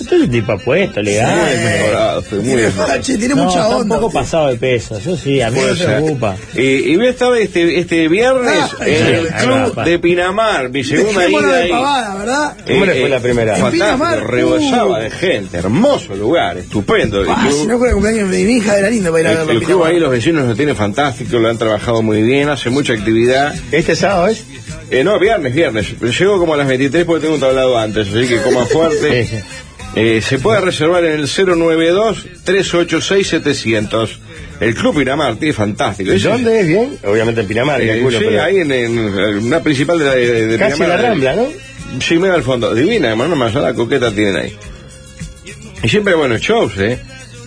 [SPEAKER 5] Esto es un tipo apuesto, legal.
[SPEAKER 6] Muy mejorado, estoy muy
[SPEAKER 7] tiene,
[SPEAKER 6] mejorado.
[SPEAKER 7] fache, tiene
[SPEAKER 5] No,
[SPEAKER 7] mucha
[SPEAKER 5] está un
[SPEAKER 7] onda.
[SPEAKER 5] poco
[SPEAKER 7] usted.
[SPEAKER 5] pasado de peso. Yo sí, a mí no
[SPEAKER 6] Puede
[SPEAKER 5] me
[SPEAKER 6] ser.
[SPEAKER 5] preocupa.
[SPEAKER 6] Y, y voy a estar este, este viernes
[SPEAKER 7] Ah,
[SPEAKER 6] en
[SPEAKER 7] sí,
[SPEAKER 6] el
[SPEAKER 5] ahí
[SPEAKER 6] club
[SPEAKER 5] va, pa.
[SPEAKER 6] de Pinamar, mi segunda
[SPEAKER 7] Dejémonos
[SPEAKER 6] ida
[SPEAKER 7] de
[SPEAKER 6] ahí.
[SPEAKER 7] pavada, ¿verdad?
[SPEAKER 4] ¿Cómo le fue la primera?
[SPEAKER 7] En Pinamar,
[SPEAKER 6] Fantástico,
[SPEAKER 4] uh.
[SPEAKER 6] rebosaba de gente, hermoso lugar, estupendo. El
[SPEAKER 7] Ah,
[SPEAKER 6] club-
[SPEAKER 7] si no fuera el cumpleaños de mi hija, era lindo para ir a
[SPEAKER 6] El,
[SPEAKER 7] verlo.
[SPEAKER 6] el club ahí los vecinos lo tienen fantástico, lo han trabajado muy bien, hace mucha actividad.
[SPEAKER 4] ¿Este sábado es?
[SPEAKER 6] Eh, no, viernes, viernes. Llego como a las 23 porque tengo un tablado antes, así que coma fuerte.
[SPEAKER 5] Sí, sí.
[SPEAKER 6] Eh, se puede reservar en el 092-386-700. El Club Pinamar, tío, es fantástico.
[SPEAKER 4] ¿Y
[SPEAKER 6] Ese-
[SPEAKER 4] ¿Dónde es bien? Obviamente en Pinamar,
[SPEAKER 6] Eh,
[SPEAKER 4] calculo,
[SPEAKER 6] sí,
[SPEAKER 4] pero-
[SPEAKER 6] ahí en, en- en una principal de, la- de- de
[SPEAKER 4] Casi la
[SPEAKER 6] Pinamar.
[SPEAKER 4] Rambla, ¿no?
[SPEAKER 6] Sí, mira al fondo. Divina, hermano, más allá la coqueta tienen ahí. Y siempre buenos shows, ¿eh?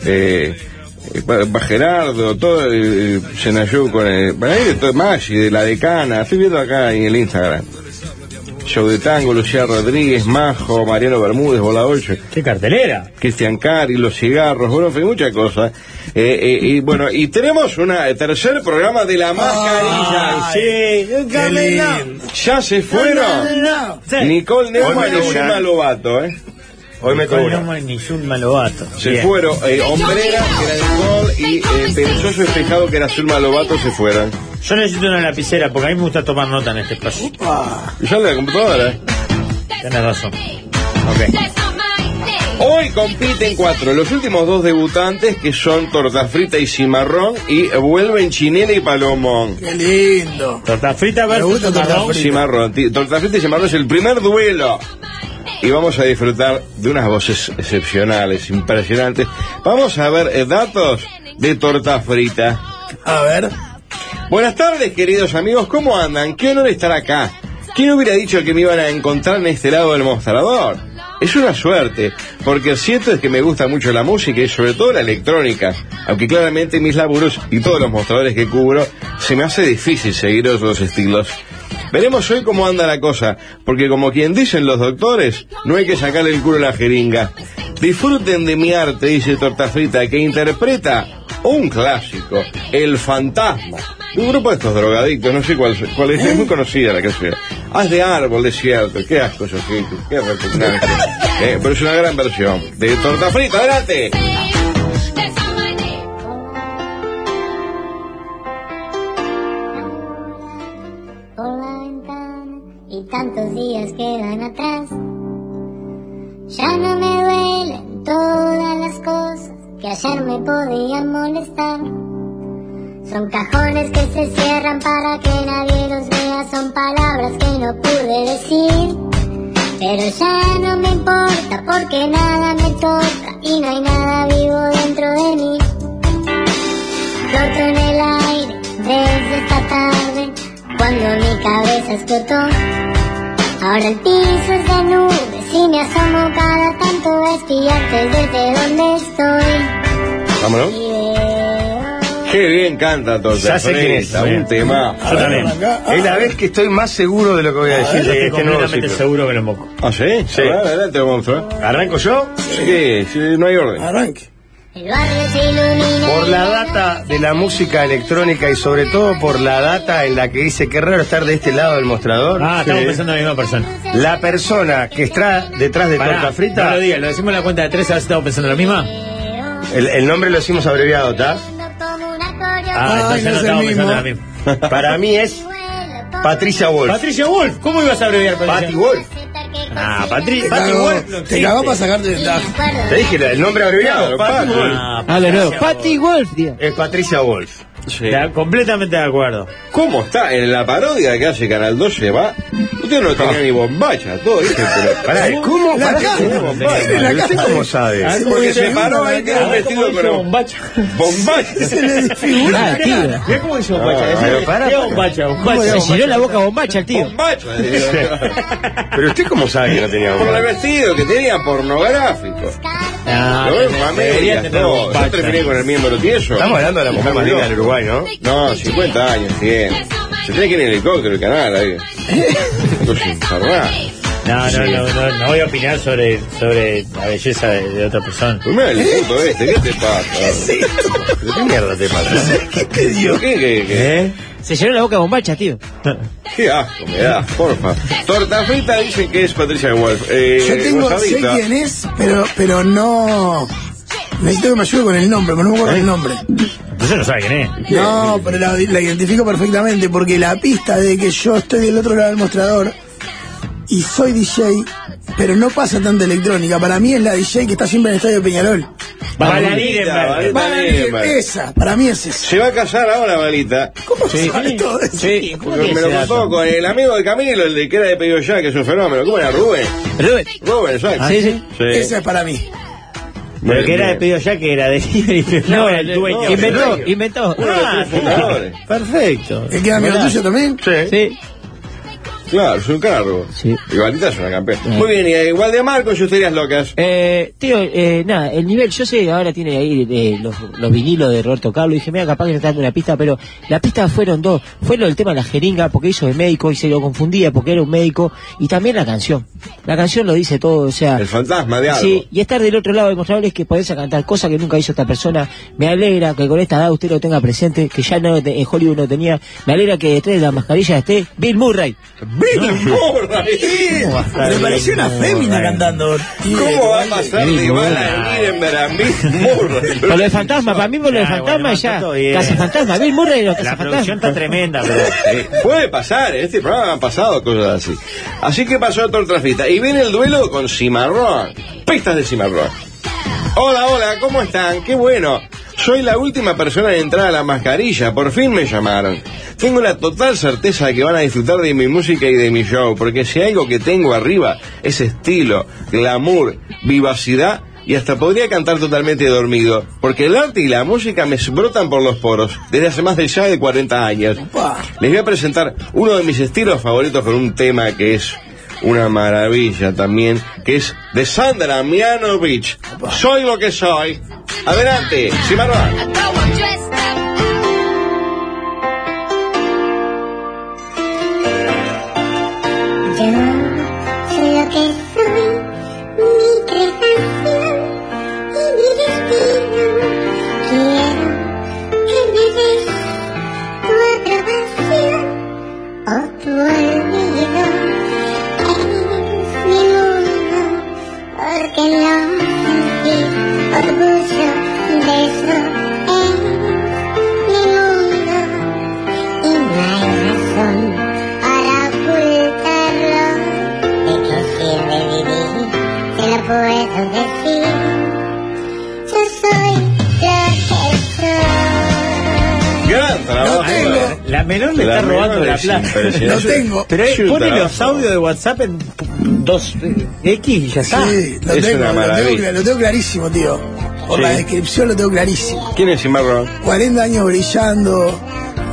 [SPEAKER 6] Eh, eh, va- va Gerardo, todo, eh, eh, se nació con el, para ahí de todo, Maggi, de la decana, estoy viendo acá en el Instagram. Show de tango, Lucía Rodríguez, Majo, Mariano Bermúdez, Bola Dolce.
[SPEAKER 5] Qué cartelera.
[SPEAKER 6] Cristian Cari, los cigarros, bueno, en fin, muchas cosas. Eh, eh, y bueno, y tenemos una el tercer programa de la mascarilla.
[SPEAKER 5] sí,
[SPEAKER 7] Qué
[SPEAKER 5] nunca me la-
[SPEAKER 7] lindo.
[SPEAKER 6] Ya se fueron.
[SPEAKER 7] No,
[SPEAKER 5] Sí.
[SPEAKER 6] Nicole Neumann
[SPEAKER 4] Hoy
[SPEAKER 6] y
[SPEAKER 4] me
[SPEAKER 6] Zulma
[SPEAKER 4] una.
[SPEAKER 6] Lobato, ¿eh?
[SPEAKER 4] Hoy me
[SPEAKER 5] Con
[SPEAKER 4] cobra.
[SPEAKER 5] Neumann y Zulma Lobato.
[SPEAKER 6] Se
[SPEAKER 5] Bien.
[SPEAKER 6] fueron eh, Hombrera, que era Nicole, y eh, Perezoso y Fijado, que era Zulma Lobato, se fueron.
[SPEAKER 5] Yo necesito una lapicera porque a mí me gusta tomar nota en este espacio.
[SPEAKER 6] Y sale la computadora, ¿eh?
[SPEAKER 5] Tienes razón.
[SPEAKER 6] Hoy compiten cuatro, los últimos dos debutantes, que son Torta Frita y Cimarrón, y eh, vuelven Chinela y Palomón.
[SPEAKER 7] Qué lindo.
[SPEAKER 5] Torta frita
[SPEAKER 7] Me
[SPEAKER 5] versus
[SPEAKER 7] gusta torta
[SPEAKER 5] marrón.
[SPEAKER 7] frita.
[SPEAKER 6] Cimarrón, ti- Torta Frita y Cimarrón es el primer duelo. Y vamos a disfrutar de unas voces excepcionales, impresionantes. Vamos a ver eh, datos de Torta Frita.
[SPEAKER 7] A ver.
[SPEAKER 6] Buenas tardes, queridos amigos, ¿cómo andan? Qué honor estar acá. ¿Quién hubiera dicho que me iban a encontrar en este lado del mostrador? Es una suerte, porque siento es que me gusta mucho la música y sobre todo la electrónica, aunque claramente mis laburos y todos los mostradores que cubro se me hace difícil seguir otros estilos. Veremos hoy cómo anda la cosa, porque como quien dicen los doctores, no hay que sacarle el culo a la jeringa. Disfruten de mi arte, dice Torta Frita, que interpreta un clásico, El Fantasma. de Un grupo de estos drogadictos, no sé cuál, cuál es, es muy conocida la canción. Haz de árbol, desierto, qué asco, Sofito, qué repugnante. Eh, pero es una gran versión. De Torta Frita, adelante.
[SPEAKER 11] por la ventana y tantos días quedan atrás. Ya no me duelen todas las cosas que ayer me podían molestar. Son cajones que se cierran para que nadie los vea, son palabras que no pude decir. Pero ya no me importa porque nada me toca y no hay nada vivo dentro de mí. Floto en el aire desde esta tarde cuando mi cabeza explotó. Ahora el piso es de nubes y me asomo cada tanto a espiarte desde donde estoy.
[SPEAKER 6] Vámonos. Qué bien canta Torta
[SPEAKER 4] Ya sé quién es,
[SPEAKER 6] Frita,
[SPEAKER 4] bien.
[SPEAKER 6] un tema.
[SPEAKER 5] Yo también.
[SPEAKER 4] Es la vez que estoy más seguro de lo que voy a decir. de
[SPEAKER 5] Estoy
[SPEAKER 4] este nuevo
[SPEAKER 5] completamente
[SPEAKER 4] ciclo.
[SPEAKER 5] seguro que lo moco.
[SPEAKER 6] Ah, sí,
[SPEAKER 4] Sí.
[SPEAKER 6] A ver, adelante, vamos a ver.
[SPEAKER 4] ¿Arranco yo?
[SPEAKER 6] Sí, sí, no hay orden.
[SPEAKER 7] Arranque.
[SPEAKER 11] El barrio se ilumina.
[SPEAKER 4] Por la data de la música electrónica y sobre todo por la data en la que dice que raro estar de este lado del mostrador.
[SPEAKER 5] Ah, estamos
[SPEAKER 4] Sí.
[SPEAKER 5] pensando en la misma persona.
[SPEAKER 4] La persona que está detrás de
[SPEAKER 5] Pará,
[SPEAKER 4] torta frita,
[SPEAKER 5] No lo digas, lo decimos en la cuenta de tres, a ver si estamos pensando en la misma.
[SPEAKER 4] el, el nombre lo hicimos abreviado, ¿tá?
[SPEAKER 11] Como una coreo-
[SPEAKER 5] Ah,
[SPEAKER 7] Ay,
[SPEAKER 5] entonces
[SPEAKER 7] no
[SPEAKER 5] no
[SPEAKER 7] es el
[SPEAKER 5] estamos pensando en la
[SPEAKER 7] mismo.
[SPEAKER 5] misma.
[SPEAKER 4] Para mí es
[SPEAKER 11] Vuela por
[SPEAKER 4] Patricia Wolf.
[SPEAKER 5] Patricia Wolf, ¿cómo ibas a abreviar
[SPEAKER 4] Patty
[SPEAKER 5] Patricia?
[SPEAKER 4] Wolf.
[SPEAKER 11] aceptar que
[SPEAKER 5] Ah, Patri
[SPEAKER 7] Te
[SPEAKER 5] Patty
[SPEAKER 7] cagó,
[SPEAKER 5] Wolf. no
[SPEAKER 7] te cagó
[SPEAKER 5] existe.
[SPEAKER 7] para sacarte ventaja.
[SPEAKER 11] recuerdo
[SPEAKER 4] Te dije la- el nombre abreviado,
[SPEAKER 6] Claro, Patty
[SPEAKER 4] Patty Wolf.
[SPEAKER 5] Ah,
[SPEAKER 8] Ah, de nuevo.
[SPEAKER 5] Patricia
[SPEAKER 8] Patty Wolf, tío.
[SPEAKER 4] Es Patricia Wolf.
[SPEAKER 6] Sí.
[SPEAKER 5] Wolf. Ya, Completamente de acuerdo.
[SPEAKER 6] ¿Cómo está? En la parodia que hace Canal 12 va. Usted no tenía ni bombacha, todo dice, pero.
[SPEAKER 4] Ah. Pará, ¿cómo?
[SPEAKER 7] La
[SPEAKER 4] Pará,
[SPEAKER 7] Ah, cara.
[SPEAKER 4] ¿cómo? Pará, ¿usted cómo sabe?
[SPEAKER 5] Ah,
[SPEAKER 6] Porque se
[SPEAKER 7] Segunda,
[SPEAKER 6] paró eh, ahí
[SPEAKER 7] la
[SPEAKER 6] quedó
[SPEAKER 7] cara.
[SPEAKER 6] vestido
[SPEAKER 5] dice
[SPEAKER 6] con
[SPEAKER 5] bombacha?
[SPEAKER 7] Se
[SPEAKER 6] bombacha.
[SPEAKER 7] le
[SPEAKER 8] Ah,
[SPEAKER 7] desfigura.
[SPEAKER 8] tío.
[SPEAKER 5] Mirá cómo dice
[SPEAKER 6] Ah,
[SPEAKER 5] bombacha? Ese-
[SPEAKER 4] pero pará,
[SPEAKER 5] ¿Qué
[SPEAKER 4] pará.
[SPEAKER 5] bombacha?
[SPEAKER 8] Se
[SPEAKER 5] Bombacha.
[SPEAKER 8] llenó la boca bombacha el tío.
[SPEAKER 6] Bombacha.
[SPEAKER 4] Pero usted cómo sabe que no tenía
[SPEAKER 6] Por el
[SPEAKER 4] bombacha?
[SPEAKER 6] vestido que tenía pornográfico.
[SPEAKER 5] Ah,
[SPEAKER 6] Lo ves,
[SPEAKER 5] tenés-
[SPEAKER 6] familia,
[SPEAKER 5] deberías tener
[SPEAKER 6] todo.
[SPEAKER 5] bombacha.
[SPEAKER 6] Yo terminé con el miembro tieso.
[SPEAKER 4] Estamos hablando de la mujer
[SPEAKER 6] Estamos
[SPEAKER 4] más linda del
[SPEAKER 6] locos.
[SPEAKER 4] Uruguay, ¿no?
[SPEAKER 6] No, 50 años tiene. Se tiene que ir en helicóptero el canal, ahí. Esto es infernal.
[SPEAKER 5] No, no, no, no, no voy a opinar sobre, sobre la belleza de, de otra persona.
[SPEAKER 6] Primero el
[SPEAKER 4] ¿Eh?
[SPEAKER 6] puto este, ¿qué te pasa?
[SPEAKER 4] ¿Pero ¿Qué mierda te pasa?
[SPEAKER 7] ¿Qué te dio?
[SPEAKER 6] ¿Qué, qué, qué?
[SPEAKER 5] ¿Eh?
[SPEAKER 8] Se llenó la boca bombacha, tío.
[SPEAKER 6] Qué asco me da, porfa. Torta frita dicen que es Patricia Wolf. Eh,
[SPEAKER 7] Yo tengo, sé
[SPEAKER 6] Gonzalita.
[SPEAKER 7] quién es, pero, pero no. Necesito que me ayude con el nombre, pero no me acuerdo el nombre.
[SPEAKER 5] Entonces no sabe quién es.
[SPEAKER 7] No, pero la, la identifico perfectamente porque la pista de que yo estoy del otro lado del mostrador y soy DJ, pero no pasa tanta electrónica. Para mí es la DJ que está siempre en el estadio Peñarol.
[SPEAKER 5] Bailarín en verde.
[SPEAKER 6] Está
[SPEAKER 7] Para mí
[SPEAKER 6] bien,
[SPEAKER 7] es
[SPEAKER 6] vale.
[SPEAKER 7] esa, para mí es esa.
[SPEAKER 6] Se va a casar ahora, Balita.
[SPEAKER 7] ¿Cómo se sabe todo eso?
[SPEAKER 8] Sí. ¿Cómo
[SPEAKER 6] Porque me
[SPEAKER 8] tiene
[SPEAKER 6] lo
[SPEAKER 8] ese
[SPEAKER 6] contó
[SPEAKER 8] dato?
[SPEAKER 6] con el amigo de Camilo, el de que era de Pedro ya, que es un fenómeno. ¿Cómo era? Rubén.
[SPEAKER 8] Rubén.
[SPEAKER 6] Rubén, ¿sabes?
[SPEAKER 8] Ah, sí, sí.
[SPEAKER 7] Esa es para mí.
[SPEAKER 5] Pero que era de pedido ya que era de No, era el dueño. Ah,
[SPEAKER 6] no,
[SPEAKER 8] Inventó, inventó.
[SPEAKER 6] Uno de los fundadores.
[SPEAKER 5] Perfecto.
[SPEAKER 7] ¿Te queda amigo tuyo también?
[SPEAKER 8] Sí.
[SPEAKER 6] Claro, es un cargo.
[SPEAKER 8] Sí.
[SPEAKER 6] Y Balita es una campeona. Muy bien, y a igual de Marcos y ustedes locas.
[SPEAKER 8] Eh, tío, eh, nada, el nivel, yo sé, ahora tiene ahí eh, los, los vinilos de Roberto Carlos, dije, mira, capaz que no está dando una pista, pero la pista fueron dos, fue lo del tema de la jeringa, porque hizo de médico y se lo confundía porque era un médico, y también la canción, la canción lo dice todo, o sea,
[SPEAKER 6] El fantasma de algo.
[SPEAKER 8] Sí, y estar del otro lado del mostrador es que podés cantar cosas que nunca hizo esta persona. Me alegra que con esta edad usted lo tenga presente, que ya no te- en Hollywood no tenía. Me alegra que detrás de la mascarilla esté Bill Murray.
[SPEAKER 6] ¡Bill Murray!
[SPEAKER 7] Me pareció una fémina cantando.
[SPEAKER 6] ¿Cómo va a pasar de Balta a Bill Murray?
[SPEAKER 8] Con lo de fantasma, para mí con lo de
[SPEAKER 5] Ah, bueno,
[SPEAKER 8] fantasma
[SPEAKER 5] está todo
[SPEAKER 8] ya.
[SPEAKER 5] bien.
[SPEAKER 8] Casa fantasma, Bill Murray lo
[SPEAKER 5] La
[SPEAKER 8] casa
[SPEAKER 5] producción
[SPEAKER 8] fantasma.
[SPEAKER 5] está tremenda, pero.
[SPEAKER 6] Eh, puede pasar, en este programa han pasado cosas así. Así que pasó Torta Frita. Y viene el duelo con Cimarrón. Pistas de Cimarrón. Hola, hola, ¿cómo están? Qué bueno. Soy la última persona en entrar a la mascarilla. Por fin me llamaron. Tengo la total certeza de que van a disfrutar de mi música y de mi show. Porque si hay algo que tengo arriba es estilo, glamour, vivacidad. Y hasta podría cantar totalmente dormido, porque el arte y la música me brotan por los poros desde hace más de ya de 40 años.
[SPEAKER 7] Opa.
[SPEAKER 6] Les voy a presentar uno de mis estilos favoritos con un tema que es una maravilla también, que es de Sandra Mianovich. Soy lo que soy. Adelante, Cimarrón.
[SPEAKER 11] Yo soy Ya lo que soy, mi creación y mi destino. Quiero que me des tu aprobación o tu olvido. Eres mi mundo, porque lo sentí, orgullo de eso. Eres mi mundo. Y no hay razón para ocultarlo. ¿De qué sirve vivir? Te lo puedo decir. Yo soy lo que soy.
[SPEAKER 6] Gran trabajo.
[SPEAKER 7] tengo.
[SPEAKER 5] La menor le está
[SPEAKER 6] menor
[SPEAKER 5] robando la
[SPEAKER 6] es
[SPEAKER 5] plata.
[SPEAKER 6] impresionante.
[SPEAKER 7] No tengo.
[SPEAKER 5] Pero eh,
[SPEAKER 6] Es un
[SPEAKER 5] pone
[SPEAKER 6] trabajo.
[SPEAKER 5] los audios de WhatsApp en 2X y ya está.
[SPEAKER 7] Sí, lo
[SPEAKER 6] Es
[SPEAKER 7] tengo, lo tengo,
[SPEAKER 6] una maravilla.
[SPEAKER 7] lo tengo clarísimo, tío. Por
[SPEAKER 6] Sí.
[SPEAKER 7] la descripción lo tengo clarísimo.
[SPEAKER 6] ¿Quién es Cimarrón?
[SPEAKER 7] 40 años brillando,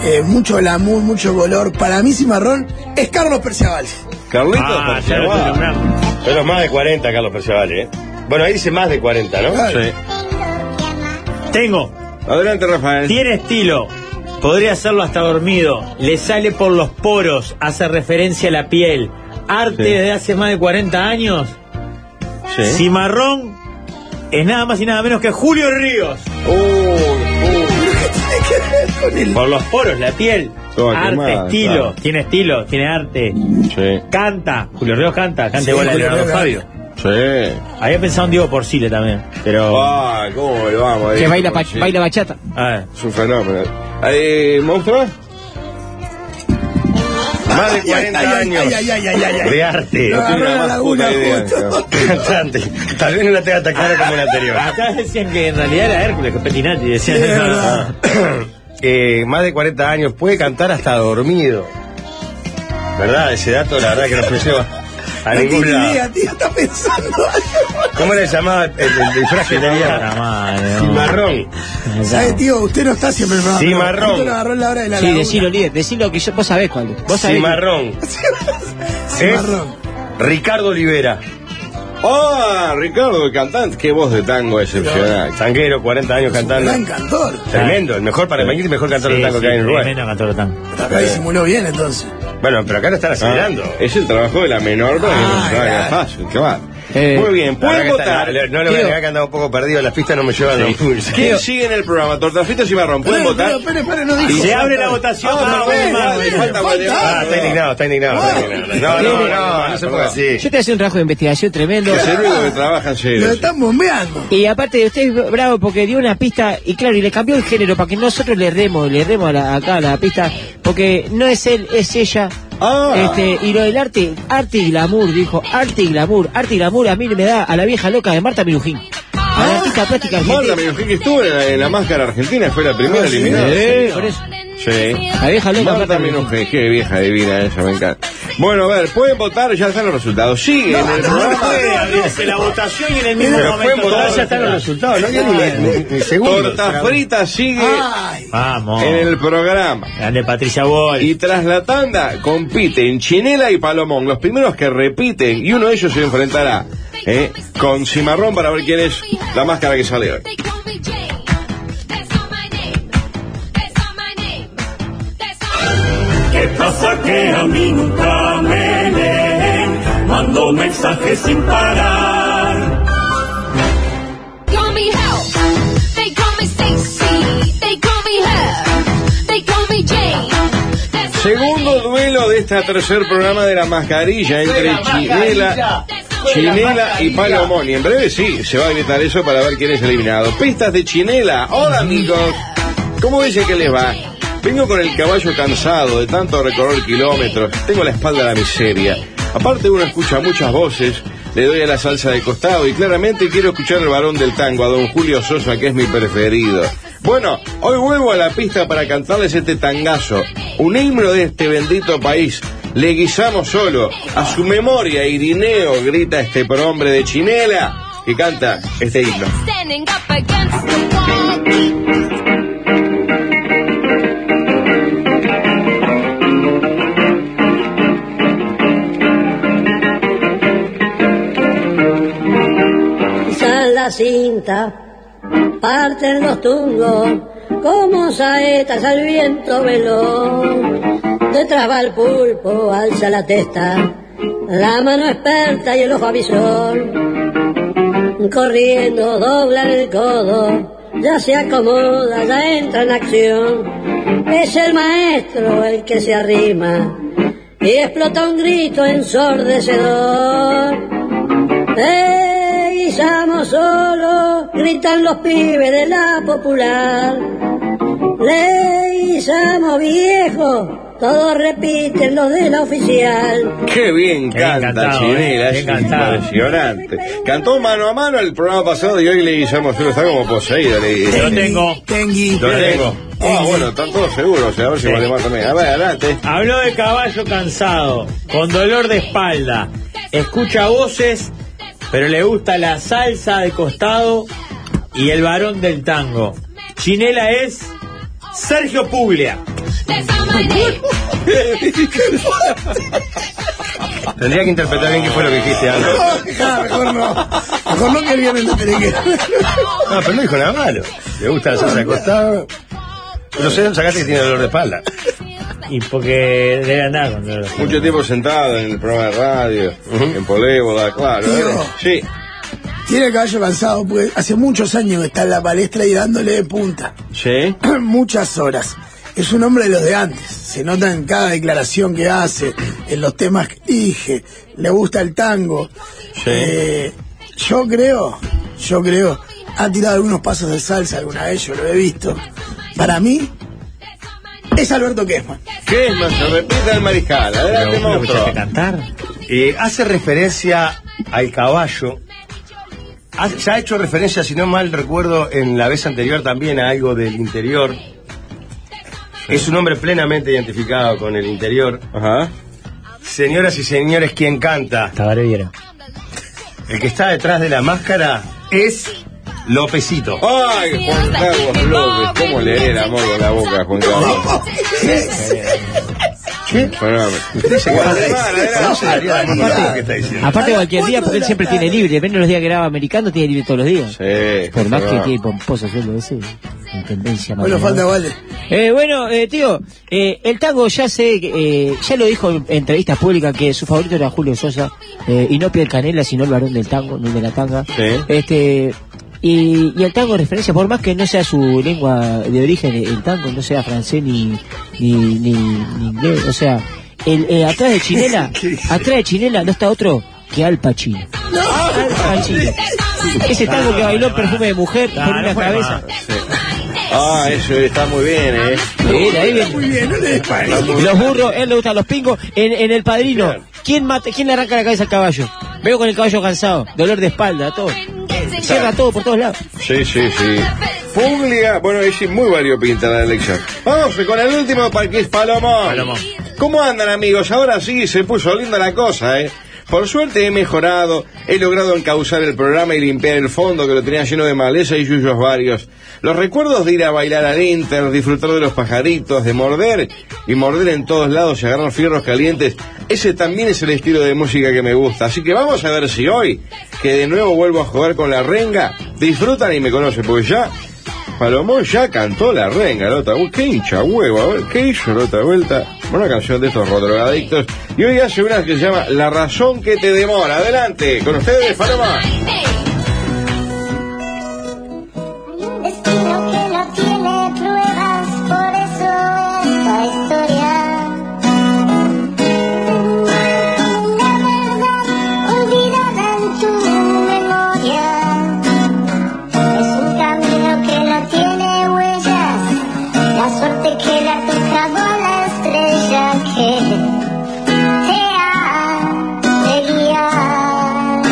[SPEAKER 7] eh, mucho glamour, mucho color. Para mí, Cimarrón es Carlos Perciabal.
[SPEAKER 6] Carlitos.
[SPEAKER 5] Ah,
[SPEAKER 6] por
[SPEAKER 5] ya lo
[SPEAKER 6] favor.
[SPEAKER 5] estoy nombrando.
[SPEAKER 4] Pero es más de 40, Carlos Percival, ¿eh? Bueno, ahí dice más de 40, ¿no?
[SPEAKER 7] Claro.
[SPEAKER 6] Sí.
[SPEAKER 11] Tengo que amar.
[SPEAKER 5] Tengo.
[SPEAKER 6] Adelante, Rafael.
[SPEAKER 5] Tiene estilo. Podría hacerlo hasta dormido. Le sale por los poros. Hace referencia a la piel. Arte
[SPEAKER 6] Sí.
[SPEAKER 5] desde hace más de 40 años.
[SPEAKER 6] Sí.
[SPEAKER 5] Cimarrón es nada más y nada menos que Julio Ríos. Por los poros, la piel.
[SPEAKER 6] Todo
[SPEAKER 5] arte,
[SPEAKER 6] quemado,
[SPEAKER 5] estilo.
[SPEAKER 6] claro.
[SPEAKER 5] Tiene estilo, tiene arte.
[SPEAKER 6] Sí.
[SPEAKER 5] Canta. Julio Ríos canta. Canta
[SPEAKER 7] Sí,
[SPEAKER 5] igual a
[SPEAKER 7] Julio
[SPEAKER 5] Leonardo
[SPEAKER 7] Ríos
[SPEAKER 5] Fabio.
[SPEAKER 6] Sí.
[SPEAKER 5] Había pensado en Diego Porcile también. Pero.
[SPEAKER 6] Ah, cómo lo vamos. ahí.
[SPEAKER 8] Que baila, pa-
[SPEAKER 6] Sí.
[SPEAKER 8] baila bachata.
[SPEAKER 5] A ver.
[SPEAKER 6] Es un fenómeno. Eh, ¿Monstruo?
[SPEAKER 4] Más de 40
[SPEAKER 7] Ay, ay,
[SPEAKER 4] años
[SPEAKER 7] ay, ay, ay, ay, ay, ay.
[SPEAKER 4] de arte.
[SPEAKER 7] No,
[SPEAKER 6] tiene
[SPEAKER 7] no,
[SPEAKER 6] la más
[SPEAKER 7] alguna
[SPEAKER 6] puta idea,
[SPEAKER 7] foto.
[SPEAKER 4] Cantante. Tal vez no la tenga tan clara como la anterior.
[SPEAKER 5] Acá decían que en realidad era Hércules, que Petinati. Decían
[SPEAKER 7] Sí, es
[SPEAKER 5] eso.
[SPEAKER 7] verdad.
[SPEAKER 4] Eh, "Ah, más de 40 años, puede cantar hasta dormido. ¿Verdad? Ese dato, la verdad que no me lleva a
[SPEAKER 7] No
[SPEAKER 4] ningún
[SPEAKER 7] tiene
[SPEAKER 4] lado.
[SPEAKER 7] idea, tío, está pensando.
[SPEAKER 4] ¿Cómo le llamaba el, el disfraz que
[SPEAKER 5] Puta
[SPEAKER 4] tenía?
[SPEAKER 5] madre, no.
[SPEAKER 4] Cimarrón.
[SPEAKER 7] ¿Sabes, tío? Usted no está siempre en el programa.
[SPEAKER 4] Cimarrón.
[SPEAKER 7] Usted lo agarró en la hora de la
[SPEAKER 8] Sí,
[SPEAKER 7] laguna.
[SPEAKER 8] decilo, líder. Decilo que yo, vos sabés cuál. es. Vos sabés.
[SPEAKER 4] Cimarrón.
[SPEAKER 7] Cimarrón.
[SPEAKER 4] Ricardo Olivera.
[SPEAKER 6] ¡Oh! Ricardo, el cantante. Qué voz de tango excepcional.
[SPEAKER 4] Sanguero, 40 años cantando.
[SPEAKER 7] Gran cantor.
[SPEAKER 4] Tremendo, el mejor para mí, el mejor cantor de
[SPEAKER 5] Sí,
[SPEAKER 4] tango
[SPEAKER 5] sí,
[SPEAKER 4] que hay en Uruguay.
[SPEAKER 5] tremendo cantor de tango.
[SPEAKER 7] Acá disimuló bien entonces.
[SPEAKER 4] Bueno, pero acá lo están
[SPEAKER 6] Ah,
[SPEAKER 4] asimilando.
[SPEAKER 6] es el trabajo de la menor para que no
[SPEAKER 7] Ah,
[SPEAKER 6] se haga
[SPEAKER 7] claro.
[SPEAKER 6] fácil. ¿Qué va?
[SPEAKER 8] Eh,
[SPEAKER 6] Muy
[SPEAKER 4] La
[SPEAKER 6] bien,
[SPEAKER 4] verdad
[SPEAKER 6] pueden
[SPEAKER 4] que está-
[SPEAKER 6] votar.
[SPEAKER 4] no le voy a
[SPEAKER 8] Tío.
[SPEAKER 4] negar que andaba un poco perdido, las pistas no me llevan a un
[SPEAKER 6] ¿Quién sigue en el programa? Tortafitas y Marrón. ¿Pueden
[SPEAKER 7] Pero,
[SPEAKER 6] votar?
[SPEAKER 7] pero, pero, pero, no dijo.
[SPEAKER 5] Y se abre la votación.
[SPEAKER 6] Ah,
[SPEAKER 5] por
[SPEAKER 6] no,
[SPEAKER 5] favor,
[SPEAKER 6] no,
[SPEAKER 5] hermano.
[SPEAKER 6] no, falta Ah, Guardián.
[SPEAKER 4] Ah, está indignado, está indignado. está indignado. No, no, no, no se ponga así.
[SPEAKER 8] Yo te hacía un trabajo de investigación tremendo.
[SPEAKER 6] Que se ruido que trabajan
[SPEAKER 7] Lo
[SPEAKER 6] serios.
[SPEAKER 7] están bombeando.
[SPEAKER 8] Y aparte de usted es bravo porque dio una pista y claro, y le cambió el género para que nosotros le demos, le demos acá a la pista, porque no es él, es ella.
[SPEAKER 6] Ah.
[SPEAKER 8] Este, y lo del arte, arte y glamour, dijo, arte y glamour, arte y glamour a mí me da a la vieja loca de Marta Minujín. A
[SPEAKER 5] Ah.
[SPEAKER 8] la artista plástica
[SPEAKER 6] Marta
[SPEAKER 8] argentina.
[SPEAKER 6] Minujín que estuvo en la, en la máscara argentina, fue la primera eliminada.
[SPEAKER 8] Sí, por eso.
[SPEAKER 6] Sí.
[SPEAKER 8] La vieja loca
[SPEAKER 6] Marta
[SPEAKER 8] Marta
[SPEAKER 6] Minujín,
[SPEAKER 8] Minujín.
[SPEAKER 6] qué vieja divina ella, me encanta. Bueno, a ver, pueden votar, ya están los resultados. Sigue en el programa.
[SPEAKER 5] Puede abrirse la votación y en el mismo
[SPEAKER 6] Pero
[SPEAKER 5] momento
[SPEAKER 6] fue
[SPEAKER 5] todos
[SPEAKER 6] votar.
[SPEAKER 5] ya están los
[SPEAKER 4] resultados,
[SPEAKER 5] resultados.
[SPEAKER 4] no dio ni- Ah. ni- ni segundos.
[SPEAKER 6] Torta frita sigue
[SPEAKER 7] Ay.
[SPEAKER 5] Vamos.
[SPEAKER 6] en el programa.
[SPEAKER 5] Grande Patricia Boy.
[SPEAKER 6] Eh, Y tras la tanda compiten Chinela y Palomón, los primeros que repiten, y uno de ellos se enfrentará eh, con Cimarrón para ver quién es la máscara que sale hoy.
[SPEAKER 2] ¿Qué pasa que a mí nunca me leen? Mando mensajes sin parar.
[SPEAKER 6] Segundo duelo de este tercer programa de la mascarilla entre Chinela, Chinela y Palomón. Y en breve sí, se va a gritar eso para ver quién es eliminado. Pistas de Chinela. Hola amigos. ¿Cómo dice que les va? Vengo con el caballo cansado de tanto recorrer kilómetros. Tengo la espalda a la miseria. Aparte uno escucha muchas voces. Le doy a la salsa de costado y claramente quiero escuchar al varón del tango, a don Julio Sosa, que es mi preferido. Bueno, hoy vuelvo a la pista para cantarles este tangazo, un himno de este bendito país. Le guisamos solo, a su memoria Irineo grita este prohombre de Chinela que canta este himno.
[SPEAKER 12] cinta, parten los tungos como saetas al viento veloz. Detrás va el pulpo, alza la testa, la mano experta y el ojo avisón. Corriendo doblan el codo, ya se acomoda, ya entra en acción. Es el maestro el que se arrima y explota un grito ensordecedor. ¡Eh, guisamos solo! gritan los pibes de la popular. ¡Le guisamos viejo! Todos repiten lo de la oficial.
[SPEAKER 6] Qué bien canta
[SPEAKER 5] encantado,
[SPEAKER 6] Chinela,
[SPEAKER 5] eh, qué
[SPEAKER 6] es
[SPEAKER 5] encantado.
[SPEAKER 6] impresionante. Cantó mano a mano el programa pasado y hoy le Guillermo Filo está como poseído. Le
[SPEAKER 5] Lo tengo.
[SPEAKER 7] Tengui.
[SPEAKER 6] Lo tengo. Ah, bueno, están todos seguros, a ver si
[SPEAKER 5] Sí.
[SPEAKER 6] vale más también. A ver, adelante.
[SPEAKER 5] Habló de caballo cansado, con dolor de espalda, escucha voces, pero le gusta la salsa de costado y el varón del tango. Chinela es Sergio Puglia.
[SPEAKER 4] Tendría que interpretar bien qué fue lo que dijiste Aldo.
[SPEAKER 7] Ah, mejor no. Mejor no que el viernes no tiene que.
[SPEAKER 4] No, pero no dijo nada malo. Le gusta la salsa de costado. No sé dónde sacaste que tiene dolor de espalda.
[SPEAKER 5] Y porque debe andar con dolor.
[SPEAKER 6] Mucho tiempo sentado en el programa de radio, en Polévola, claro.
[SPEAKER 7] Tío.
[SPEAKER 6] ¿eh? Sí.
[SPEAKER 7] Tiene el caballo cansado, porque hace muchos años que está en la palestra y dándole de punta.
[SPEAKER 6] Sí.
[SPEAKER 7] muchas horas. Es un hombre de los de antes. Se nota en cada declaración que hace, en los temas que dije. Le gusta el tango. Eh, yo creo, yo creo, ha tirado algunos pasos de salsa alguna vez, yo lo he visto. Para mí, es Alberto Kessman.
[SPEAKER 6] ¿Qué es más? Se repite el mariscal. Adelante,
[SPEAKER 5] ¿Lo
[SPEAKER 6] monstruo.
[SPEAKER 5] escuchaste cantar?
[SPEAKER 4] Eh, hace referencia al caballo. Ha- ya ha hecho referencia, si no mal recuerdo, en la vez anterior también a algo del interior. Es un hombre plenamente identificado con el interior.
[SPEAKER 6] Ajá.
[SPEAKER 4] Señoras y señores, quien canta,
[SPEAKER 5] Tabaré Viera.
[SPEAKER 4] el que está detrás de la máscara es Lópezito.
[SPEAKER 6] Oh. Ay, Juan Carlos López, ¿cómo le era amor con la boca, Juan Carlos?
[SPEAKER 4] ¿Qué?
[SPEAKER 6] Fenómeno.
[SPEAKER 4] Usted se queda-
[SPEAKER 6] Bueno,
[SPEAKER 4] se daría la mano por lo que está diciendo.
[SPEAKER 8] Aparte cualquier día,
[SPEAKER 7] cuatro
[SPEAKER 8] porque él
[SPEAKER 7] de la
[SPEAKER 8] siempre tiene
[SPEAKER 7] tarde.
[SPEAKER 8] libre. Menos los días que graba americano, tiene libre todos los días.
[SPEAKER 6] Sí.
[SPEAKER 8] Por más que
[SPEAKER 6] fenómeno.
[SPEAKER 8] tiene pomposo hacerlo ese. Intendencia
[SPEAKER 7] Bueno, falta
[SPEAKER 8] mañana.
[SPEAKER 7] Vale.
[SPEAKER 8] Eh, bueno, eh, tío, eh, el tango ya se, eh, ya lo dijo en entrevistas públicas que su favorito era Julio Sosa, eh, y no Piel Canela, sino el varón del tango, no el de la tanga.
[SPEAKER 6] Sí.
[SPEAKER 8] Este, y, y el tango es referencia, por más que no sea su lengua de origen, el, el tango no sea francés ni, ni, ni, ni inglés, o sea, el, eh, atrás de Chinela, atrás de Chinela no está otro que Al Pacino. Al Pacino. Ese tango que bailó perfume de mujer
[SPEAKER 5] Ah,
[SPEAKER 8] por
[SPEAKER 5] no
[SPEAKER 8] una
[SPEAKER 5] fue
[SPEAKER 8] cabeza.
[SPEAKER 6] Ah, eso está muy bien, ¿eh?
[SPEAKER 8] Mira, ahí viene.
[SPEAKER 7] Muy bien, no le des palo.
[SPEAKER 8] Los burros, él le gustan los pingos. En, en el padrino, ¿quién, mata, ¿quién le arranca la cabeza al caballo? Veo con el caballo cansado, dolor de espalda,
[SPEAKER 6] Oh.
[SPEAKER 8] todo. Cierra todo por todos lados.
[SPEAKER 6] Sí, sí, sí. Puglia, bueno, es muy variopinta la elección. Vamos con el último parque es Palomón.
[SPEAKER 5] Palomón.
[SPEAKER 6] ¿Cómo andan amigos? Ahora sí se puso linda la cosa, ¿eh? Por suerte he mejorado, he logrado encauzar el programa y limpiar el fondo que lo tenía lleno de maleza y yuyos varios. Los recuerdos de ir a bailar al Inter, disfrutar de los pajaritos, de morder y morder en todos lados y agarrar fierros calientes, ese también es el estilo de música que me gusta. Así que vamos a ver si hoy, que de nuevo vuelvo a jugar con la renga, disfrutan y me conocen, porque ya Palomón ya cantó la renga la otra vu- Qué hincha huevo, a ver, ¿qué hizo la otra vuelta? Una canción de estos drogadictos. Y hoy hace una que se llama La razón que te demora. Adelante, con ustedes, Paloma.
[SPEAKER 11] Hay un destino que no tiene pruebas, por eso esta historia. Una verdad olvidada en tu memoria. Es un camino que no tiene huellas, la suerte que la toca con la estrella que te ha de guiar.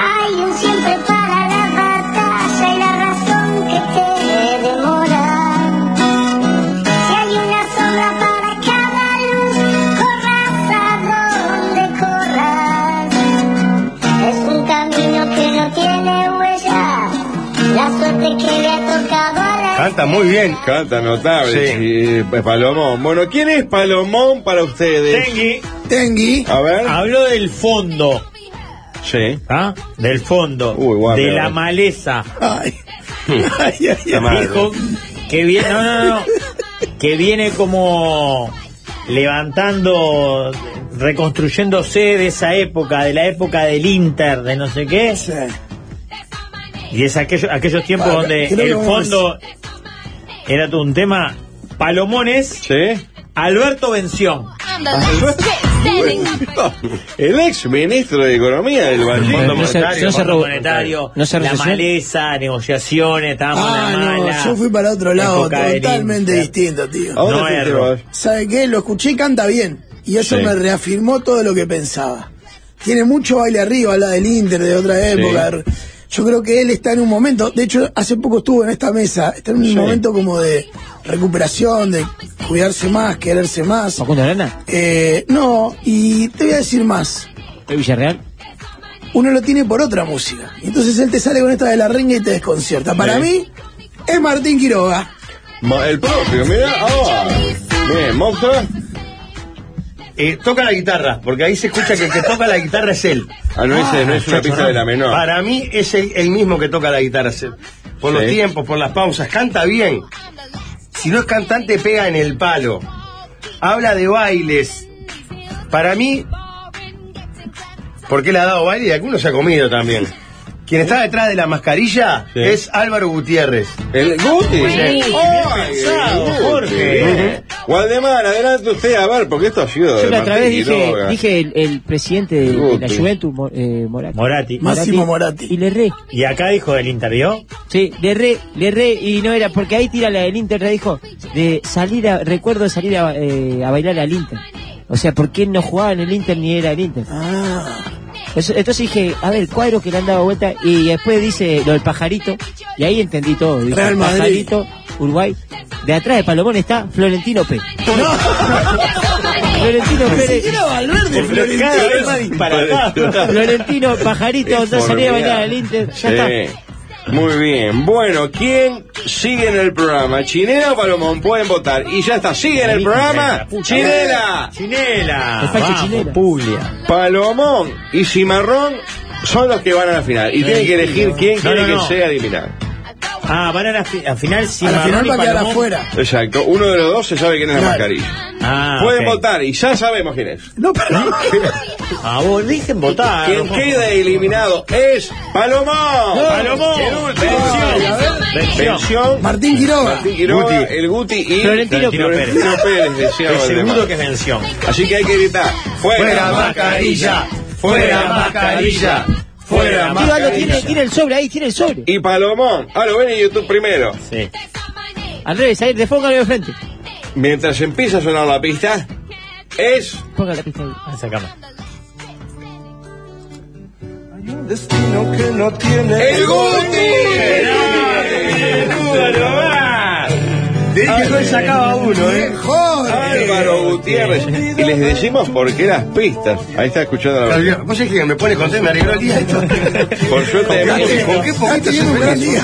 [SPEAKER 11] Hay un siempre para la batalla y la razón que te demora. Si hay una sombra para cada luz, corras a donde corras. Es un camino que no tiene huella, la suerte que le ha tocado a la
[SPEAKER 4] Canta muy bien.
[SPEAKER 6] Canta notable. Sí. pues, Palomón. Bueno, ¿quién es Palomón para ustedes?
[SPEAKER 5] Tengui Ah.
[SPEAKER 7] Tengui.
[SPEAKER 6] A ver.
[SPEAKER 5] habló del fondo.
[SPEAKER 6] Sí.
[SPEAKER 5] ¿Ah? Del fondo, de
[SPEAKER 6] pero-
[SPEAKER 5] la maleza.
[SPEAKER 6] La madre.
[SPEAKER 5] Dijo que viene, no, no, no, que viene como levantando, reconstruyéndose de esa época, de la época del Inter, de no sé qué. Y es aquello- aquellos tiempos
[SPEAKER 6] Vale,
[SPEAKER 5] donde
[SPEAKER 6] creo que
[SPEAKER 5] el
[SPEAKER 6] vamos-
[SPEAKER 5] fondo era todo un tema Palomones, Alberto Bención.
[SPEAKER 6] El ex ministro de Economía del Ban- Fondo
[SPEAKER 5] Eh, No se-
[SPEAKER 6] Monetario.
[SPEAKER 5] no se robó-
[SPEAKER 6] Monetario.
[SPEAKER 5] no se la maleza, negociaciones, estábamos
[SPEAKER 7] Ah,
[SPEAKER 5] en la mala.
[SPEAKER 7] no, yo fui para otro lado,
[SPEAKER 5] Época del
[SPEAKER 7] totalmente
[SPEAKER 5] Inter.
[SPEAKER 7] distinto, tío.
[SPEAKER 5] ¿A dónde No fuiste erro. vos?
[SPEAKER 7] ¿Sabe qué? Lo escuché y canta bien. Y eso
[SPEAKER 5] Sí.
[SPEAKER 7] me reafirmó todo lo que pensaba. Tiene mucho baile arriba, habla del Inter, de otra época. Yo creo que él está en un momento, de hecho, hace poco estuvo en esta mesa, está en un momento como de recuperación, de cuidarse más, quererse más.
[SPEAKER 8] ¿Facundo Arana?
[SPEAKER 7] Eh, no, y te voy a decir más.
[SPEAKER 8] ¿De Villarreal?
[SPEAKER 7] Uno lo tiene por otra música. Y Entonces él te sale con esta de la renga y te desconcierta. Para
[SPEAKER 6] Sí.
[SPEAKER 7] mí, es Martín Quiroga.
[SPEAKER 6] Ma- El propio, mira. Ah, Bien, Mocta.
[SPEAKER 4] Eh, toca la guitarra, porque ahí se escucha que el que toca la guitarra es él.
[SPEAKER 6] Ah, no es- no es una
[SPEAKER 4] muchacho,
[SPEAKER 6] pista
[SPEAKER 4] no.
[SPEAKER 6] de la menor.
[SPEAKER 4] Para mí es el, el mismo que toca la guitarra. se- Por los
[SPEAKER 6] Sí.
[SPEAKER 4] tiempos, por las pausas, canta bien. Si no es cantante, pega en el palo. Habla de bailes. Para mí, porque le ha dado baile y algunos se ha comido también. Quien está detrás de la mascarilla
[SPEAKER 6] Sí.
[SPEAKER 4] es Álvaro Gutiérrez.
[SPEAKER 6] El Guti.
[SPEAKER 4] Sí.
[SPEAKER 6] Ay,
[SPEAKER 4] pensado,
[SPEAKER 6] Guti.
[SPEAKER 4] Jorge.
[SPEAKER 6] Waldemar, adelante usted, a ver, porque esto ha sido.
[SPEAKER 8] Yo
[SPEAKER 6] de
[SPEAKER 8] la otra vez
[SPEAKER 6] Martín
[SPEAKER 8] dije,
[SPEAKER 6] Quiroga.
[SPEAKER 8] dije el, el presidente de, de la
[SPEAKER 6] Guti.
[SPEAKER 8] Juventus, Mo- eh, Morati.
[SPEAKER 5] Morati.
[SPEAKER 8] Morati. Y le erré.
[SPEAKER 5] Y acá dijo del Inter, ¿vio?
[SPEAKER 8] Sí, le erré, le erré, y no era, porque ahí tira la del Inter, le dijo, de salir a, recuerdo salir a, eh, a bailar al Inter. O sea, ¿por qué no jugaba en el Inter ni era el Inter?
[SPEAKER 7] Ah.
[SPEAKER 5] Ah.
[SPEAKER 8] Eso- Entonces dije, a ver, cuadro que le han dado vuelta, y después dice lo del pajarito, y ahí entendí todo. Dijo,
[SPEAKER 7] Real Madrid.
[SPEAKER 8] Pajarito, Uruguay. De atrás de Palomón está Florentino P. Florentino
[SPEAKER 7] Ni
[SPEAKER 8] Pérez.
[SPEAKER 7] siquiera Valverde, Florentino.
[SPEAKER 8] Cada vez más disparatado. Florentino, pajarito, no salía a bailar al Inter. Ya está.
[SPEAKER 6] Sí. Muy bien. Bueno, ¿quién sigue en el programa? ¿Chinela o Palomón? Pueden votar. Y ya está, sigue en el
[SPEAKER 5] eh,
[SPEAKER 6] programa. ¡Chinela!
[SPEAKER 5] ¡Chinela! ¡Chinela!
[SPEAKER 6] Palomón y Cimarrón son los que van a la final. Y tienen que elegir quién
[SPEAKER 5] No,
[SPEAKER 6] quiere
[SPEAKER 5] no, no.
[SPEAKER 6] que sea adivinar.
[SPEAKER 5] Ah, van a la fi- a final si
[SPEAKER 7] A la final va a quedar afuera.
[SPEAKER 6] Exacto. Uno de los dos se sabe quién es la mascarilla.
[SPEAKER 5] Ah,
[SPEAKER 6] Pueden
[SPEAKER 5] ok.
[SPEAKER 6] votar y ya sabemos quién es.
[SPEAKER 7] No, pero
[SPEAKER 5] Ah, vos dejen votar.
[SPEAKER 6] Quien
[SPEAKER 5] no,
[SPEAKER 6] queda eliminado es Palomón.
[SPEAKER 5] Palomón.
[SPEAKER 6] El último.
[SPEAKER 5] Ay, a ver. Bención.
[SPEAKER 6] Bención.
[SPEAKER 7] Martín Quiroga.
[SPEAKER 6] Martín Quiroga,
[SPEAKER 4] Guti.
[SPEAKER 6] el Guti y
[SPEAKER 5] Florentino Pérez.
[SPEAKER 6] Florentino Pérez, decía
[SPEAKER 5] Estoy
[SPEAKER 6] Valdemar.
[SPEAKER 5] seguro que es mención.
[SPEAKER 6] Así que hay que gritar, fuera,
[SPEAKER 4] Fuera mascarilla, fuera mascarilla, fuera
[SPEAKER 8] Tío, algo tiene,
[SPEAKER 4] mascarilla.
[SPEAKER 8] tiene el sobre ahí, tiene el sobre.
[SPEAKER 6] Y Palomón, ahora lo ven en YouTube primero.
[SPEAKER 5] Sí.
[SPEAKER 8] Al revés, ahí, de fondo de frente.
[SPEAKER 6] Mientras empieza a sonar la pista, es
[SPEAKER 8] Ponga la pista ahí.
[SPEAKER 5] Ah, sacame.
[SPEAKER 6] el ¿eh? Guti.
[SPEAKER 4] De que no le sacaba uno, ¿eh?
[SPEAKER 6] Álvaro Gutiérrez. Y les decimos por qué las pistas. Ahí está escuchando la verdad.
[SPEAKER 4] Vos es que me pone contento, me alegró el día esto.
[SPEAKER 6] Por suerte de
[SPEAKER 4] ¿Con qué poquito se feliz?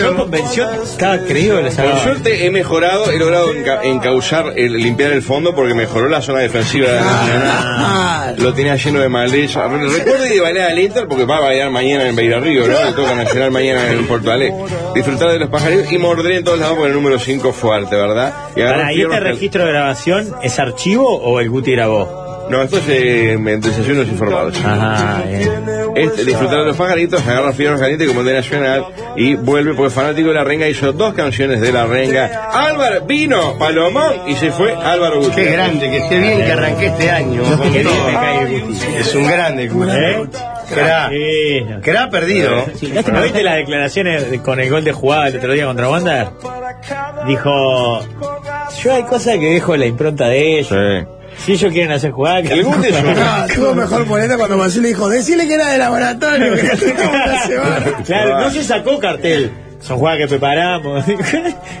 [SPEAKER 5] Yo con Bención estaba creído que le
[SPEAKER 6] Por
[SPEAKER 5] sacaba.
[SPEAKER 6] suerte he mejorado, he logrado enca- encauzar, el, limpiar el fondo porque mejoró la zona defensiva de la Nacional. Lo tenía lleno de maleza. Re- Recuerden de bailar al Inter porque va a bailar mañana en Beira Río, ¿no? Le toca Nacional mañana en Porto Alegre. Disfrutar de los pajaritos y morder en todos lados por el número 5 fuerte, ¿verdad? Y agarrar
[SPEAKER 5] Para, ¿y este
[SPEAKER 6] piernas que-
[SPEAKER 5] registro de grabación es archivo o el Guti grabó?
[SPEAKER 6] No, esto es eh, en desayunos informados.
[SPEAKER 5] Ajá, bien.
[SPEAKER 6] Este, disfrutar de los pajaritos, agarra fierros calientes como de Nacional y vuelve porque fanático de la renga hizo dos canciones de la renga. Álvaro vino Palomón y se fue Álvaro
[SPEAKER 4] Qué
[SPEAKER 6] Gutiérrez.
[SPEAKER 4] grande, que esté bien que arranqué este año. con
[SPEAKER 5] Qué bien
[SPEAKER 4] todo.
[SPEAKER 5] me cae el Guti.
[SPEAKER 4] Es un grande,
[SPEAKER 5] ¿Eh?
[SPEAKER 4] Cra.
[SPEAKER 5] Sí.
[SPEAKER 4] Cra perdido.
[SPEAKER 8] Sí,
[SPEAKER 6] ¿Eh?
[SPEAKER 5] ¿No
[SPEAKER 8] lástima.
[SPEAKER 5] viste las declaraciones de- con el gol de jugada el otro día contra Wanda? Dijo, yo hay cosas que dejo la impronta de ellos. Si ellos quieren hacer jugada, que
[SPEAKER 6] El Guti es un-
[SPEAKER 7] No, tuvo Ah, mejor polenta cuando Marcelo le dijo, decile que era de laboratorio, que la quitamos la semana.
[SPEAKER 5] Claro, no se sacó cartel. Son jugadas que preparamos.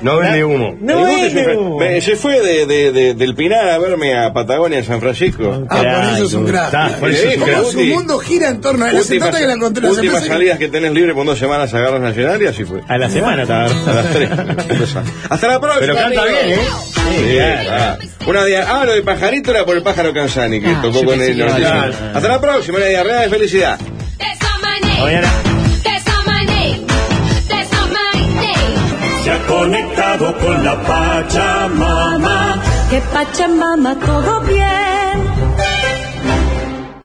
[SPEAKER 4] No vende humo.
[SPEAKER 5] No
[SPEAKER 6] El Guti se
[SPEAKER 5] vende
[SPEAKER 6] fue,
[SPEAKER 5] humo.
[SPEAKER 6] Ve, se fue de, de- de- del Pinar a verme a Patagonia, en San Francisco.
[SPEAKER 7] Ah, por eso es un
[SPEAKER 5] Crack,
[SPEAKER 7] crack.
[SPEAKER 4] por eso es un
[SPEAKER 7] Como
[SPEAKER 6] crack.
[SPEAKER 7] su mundo gira en torno a él. Hace
[SPEAKER 6] Últimas,
[SPEAKER 7] tanto que la encontré. hace
[SPEAKER 6] últimas
[SPEAKER 7] meses que-
[SPEAKER 6] salidas que tenés libre por dos semanas agarras Nacional y así fue.
[SPEAKER 5] A la semana,
[SPEAKER 6] A
[SPEAKER 5] estaba.
[SPEAKER 6] las tres. Hasta la próxima.
[SPEAKER 4] Pero canta
[SPEAKER 6] amigos.
[SPEAKER 4] bien, ¿eh?
[SPEAKER 6] Sí, claro. Una diarrea. Ah, lo del pajarito era por el pájaro Canzani que
[SPEAKER 2] Ah,
[SPEAKER 6] tocó
[SPEAKER 2] yo
[SPEAKER 6] con
[SPEAKER 2] pensé
[SPEAKER 6] el.
[SPEAKER 2] que iba a
[SPEAKER 6] Claro.
[SPEAKER 2] decir.
[SPEAKER 6] Hasta la próxima, una diarrea de felicidad.
[SPEAKER 2] Se ha conectado con la Pachamama.
[SPEAKER 1] Que Pachamama todo bien.